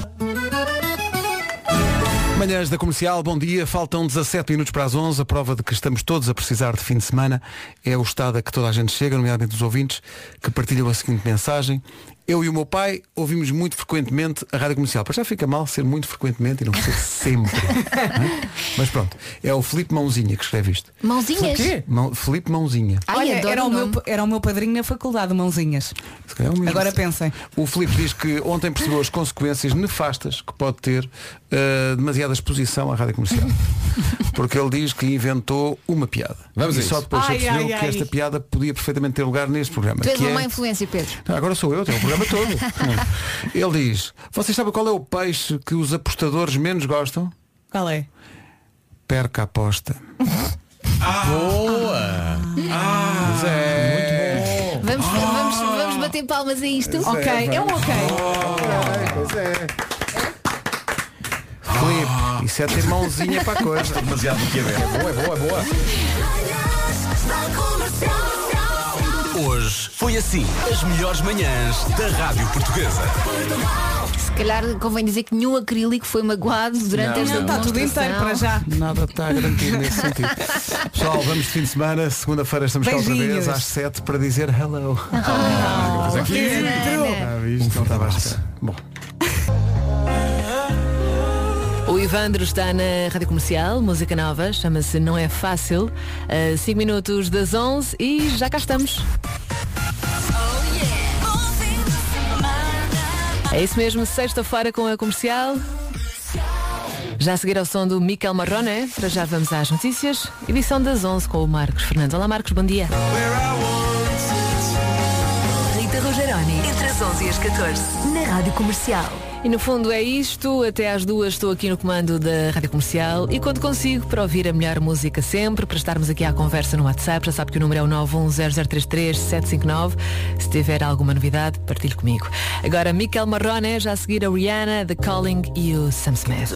Speaker 18: (laughs)
Speaker 1: Manhãs da Comercial, bom dia. Faltam 17 minutos para as 11. A prova de que estamos todos a precisar de fim de semana é o estado a que toda a gente chega, nomeadamente os ouvintes, que partilham a seguinte mensagem. Eu e o meu pai ouvimos muito frequentemente a rádio comercial. Para já fica mal ser muito frequentemente e não ser sempre. não é? Mas pronto, é o Filipe Mãozinha que escreve isto.
Speaker 3: Mãozinhas?
Speaker 1: Filipe quê? Mão- Filipe Mãozinha.
Speaker 3: Olha, era, o meu, era o meu padrinho na faculdade, mãozinhas.
Speaker 1: Se calhar é o mesmo.
Speaker 3: Agora pensem.
Speaker 1: O Filipe diz que ontem percebeu as consequências nefastas que pode ter eh, demasiada exposição à rádio
Speaker 15: (laughs)
Speaker 1: comercial. Porque ele diz que inventou uma piada.
Speaker 7: Vamos
Speaker 1: e
Speaker 7: a isso.
Speaker 1: só depois
Speaker 4: Ai,
Speaker 1: se percebeu
Speaker 4: ai,
Speaker 1: que
Speaker 4: ai.
Speaker 1: esta piada podia perfeitamente ter lugar neste programa.
Speaker 4: Tu és
Speaker 1: que
Speaker 4: uma má
Speaker 1: é-
Speaker 4: influência, Pedro.
Speaker 1: Ah, Agora sou eu, tenho o programa todo.
Speaker 4: (laughs)
Speaker 1: ele diz, vocês sabem qual é o peixe que os apostadores menos gostam?
Speaker 3: Qual é?
Speaker 1: Perca a aposta.
Speaker 15: Ah.
Speaker 7: Boa!
Speaker 1: Pois é.
Speaker 4: Vamos, vamos,
Speaker 1: Ah.
Speaker 4: vamos bater palmas a isto.
Speaker 3: Ok, é um ok.
Speaker 1: Ah. é. Filipe, isso é ter mãozinha para a coisa.
Speaker 15: Está demasiado do que é
Speaker 7: boa, é boa, é boa.
Speaker 19: Hoje foi assim. As melhores manhãs da Rádio Portuguesa.
Speaker 4: Se calhar convém dizer que nenhum acrílico foi magoado durante
Speaker 1: Não,
Speaker 4: esta
Speaker 1: não, está tudo
Speaker 4: demonstração.
Speaker 3: tá inteiro para já.
Speaker 1: Nada está garantido nesse sentido. Pessoal, vamos de fim de semana. Segunda-feira estamos cá outra vez
Speaker 3: Beijinhos.
Speaker 1: às 7 para dizer hello.
Speaker 3: Oh, entrou.
Speaker 1: Ah, isto não estava à espera. Bom,
Speaker 21: O Ivandro está na Rádio Comercial, música nova, chama-se Não É Fácil. 5 minutos das 11 e já cá estamos. É isso mesmo, sexta-feira com a Comercial. Já a seguir ao som do Miquel Marrone, para já vamos às notícias. Edição das 11 com o Marcos Fernandes. Olá Marcos, bom dia.
Speaker 17: Rita Rogeroni, entre as 11 e as 14, na Rádio Comercial.
Speaker 21: E no fundo é isto, até às duas estou aqui no comando da Rádio Comercial e quando consigo para ouvir a melhor música sempre, para estarmos aqui à conversa no WhatsApp, já sabe que o número é o 910033759. Se tiver alguma novidade, partilhe comigo. Agora Miquel Marrone, já a seguir a Rihanna, The Calling e o Sam Smith.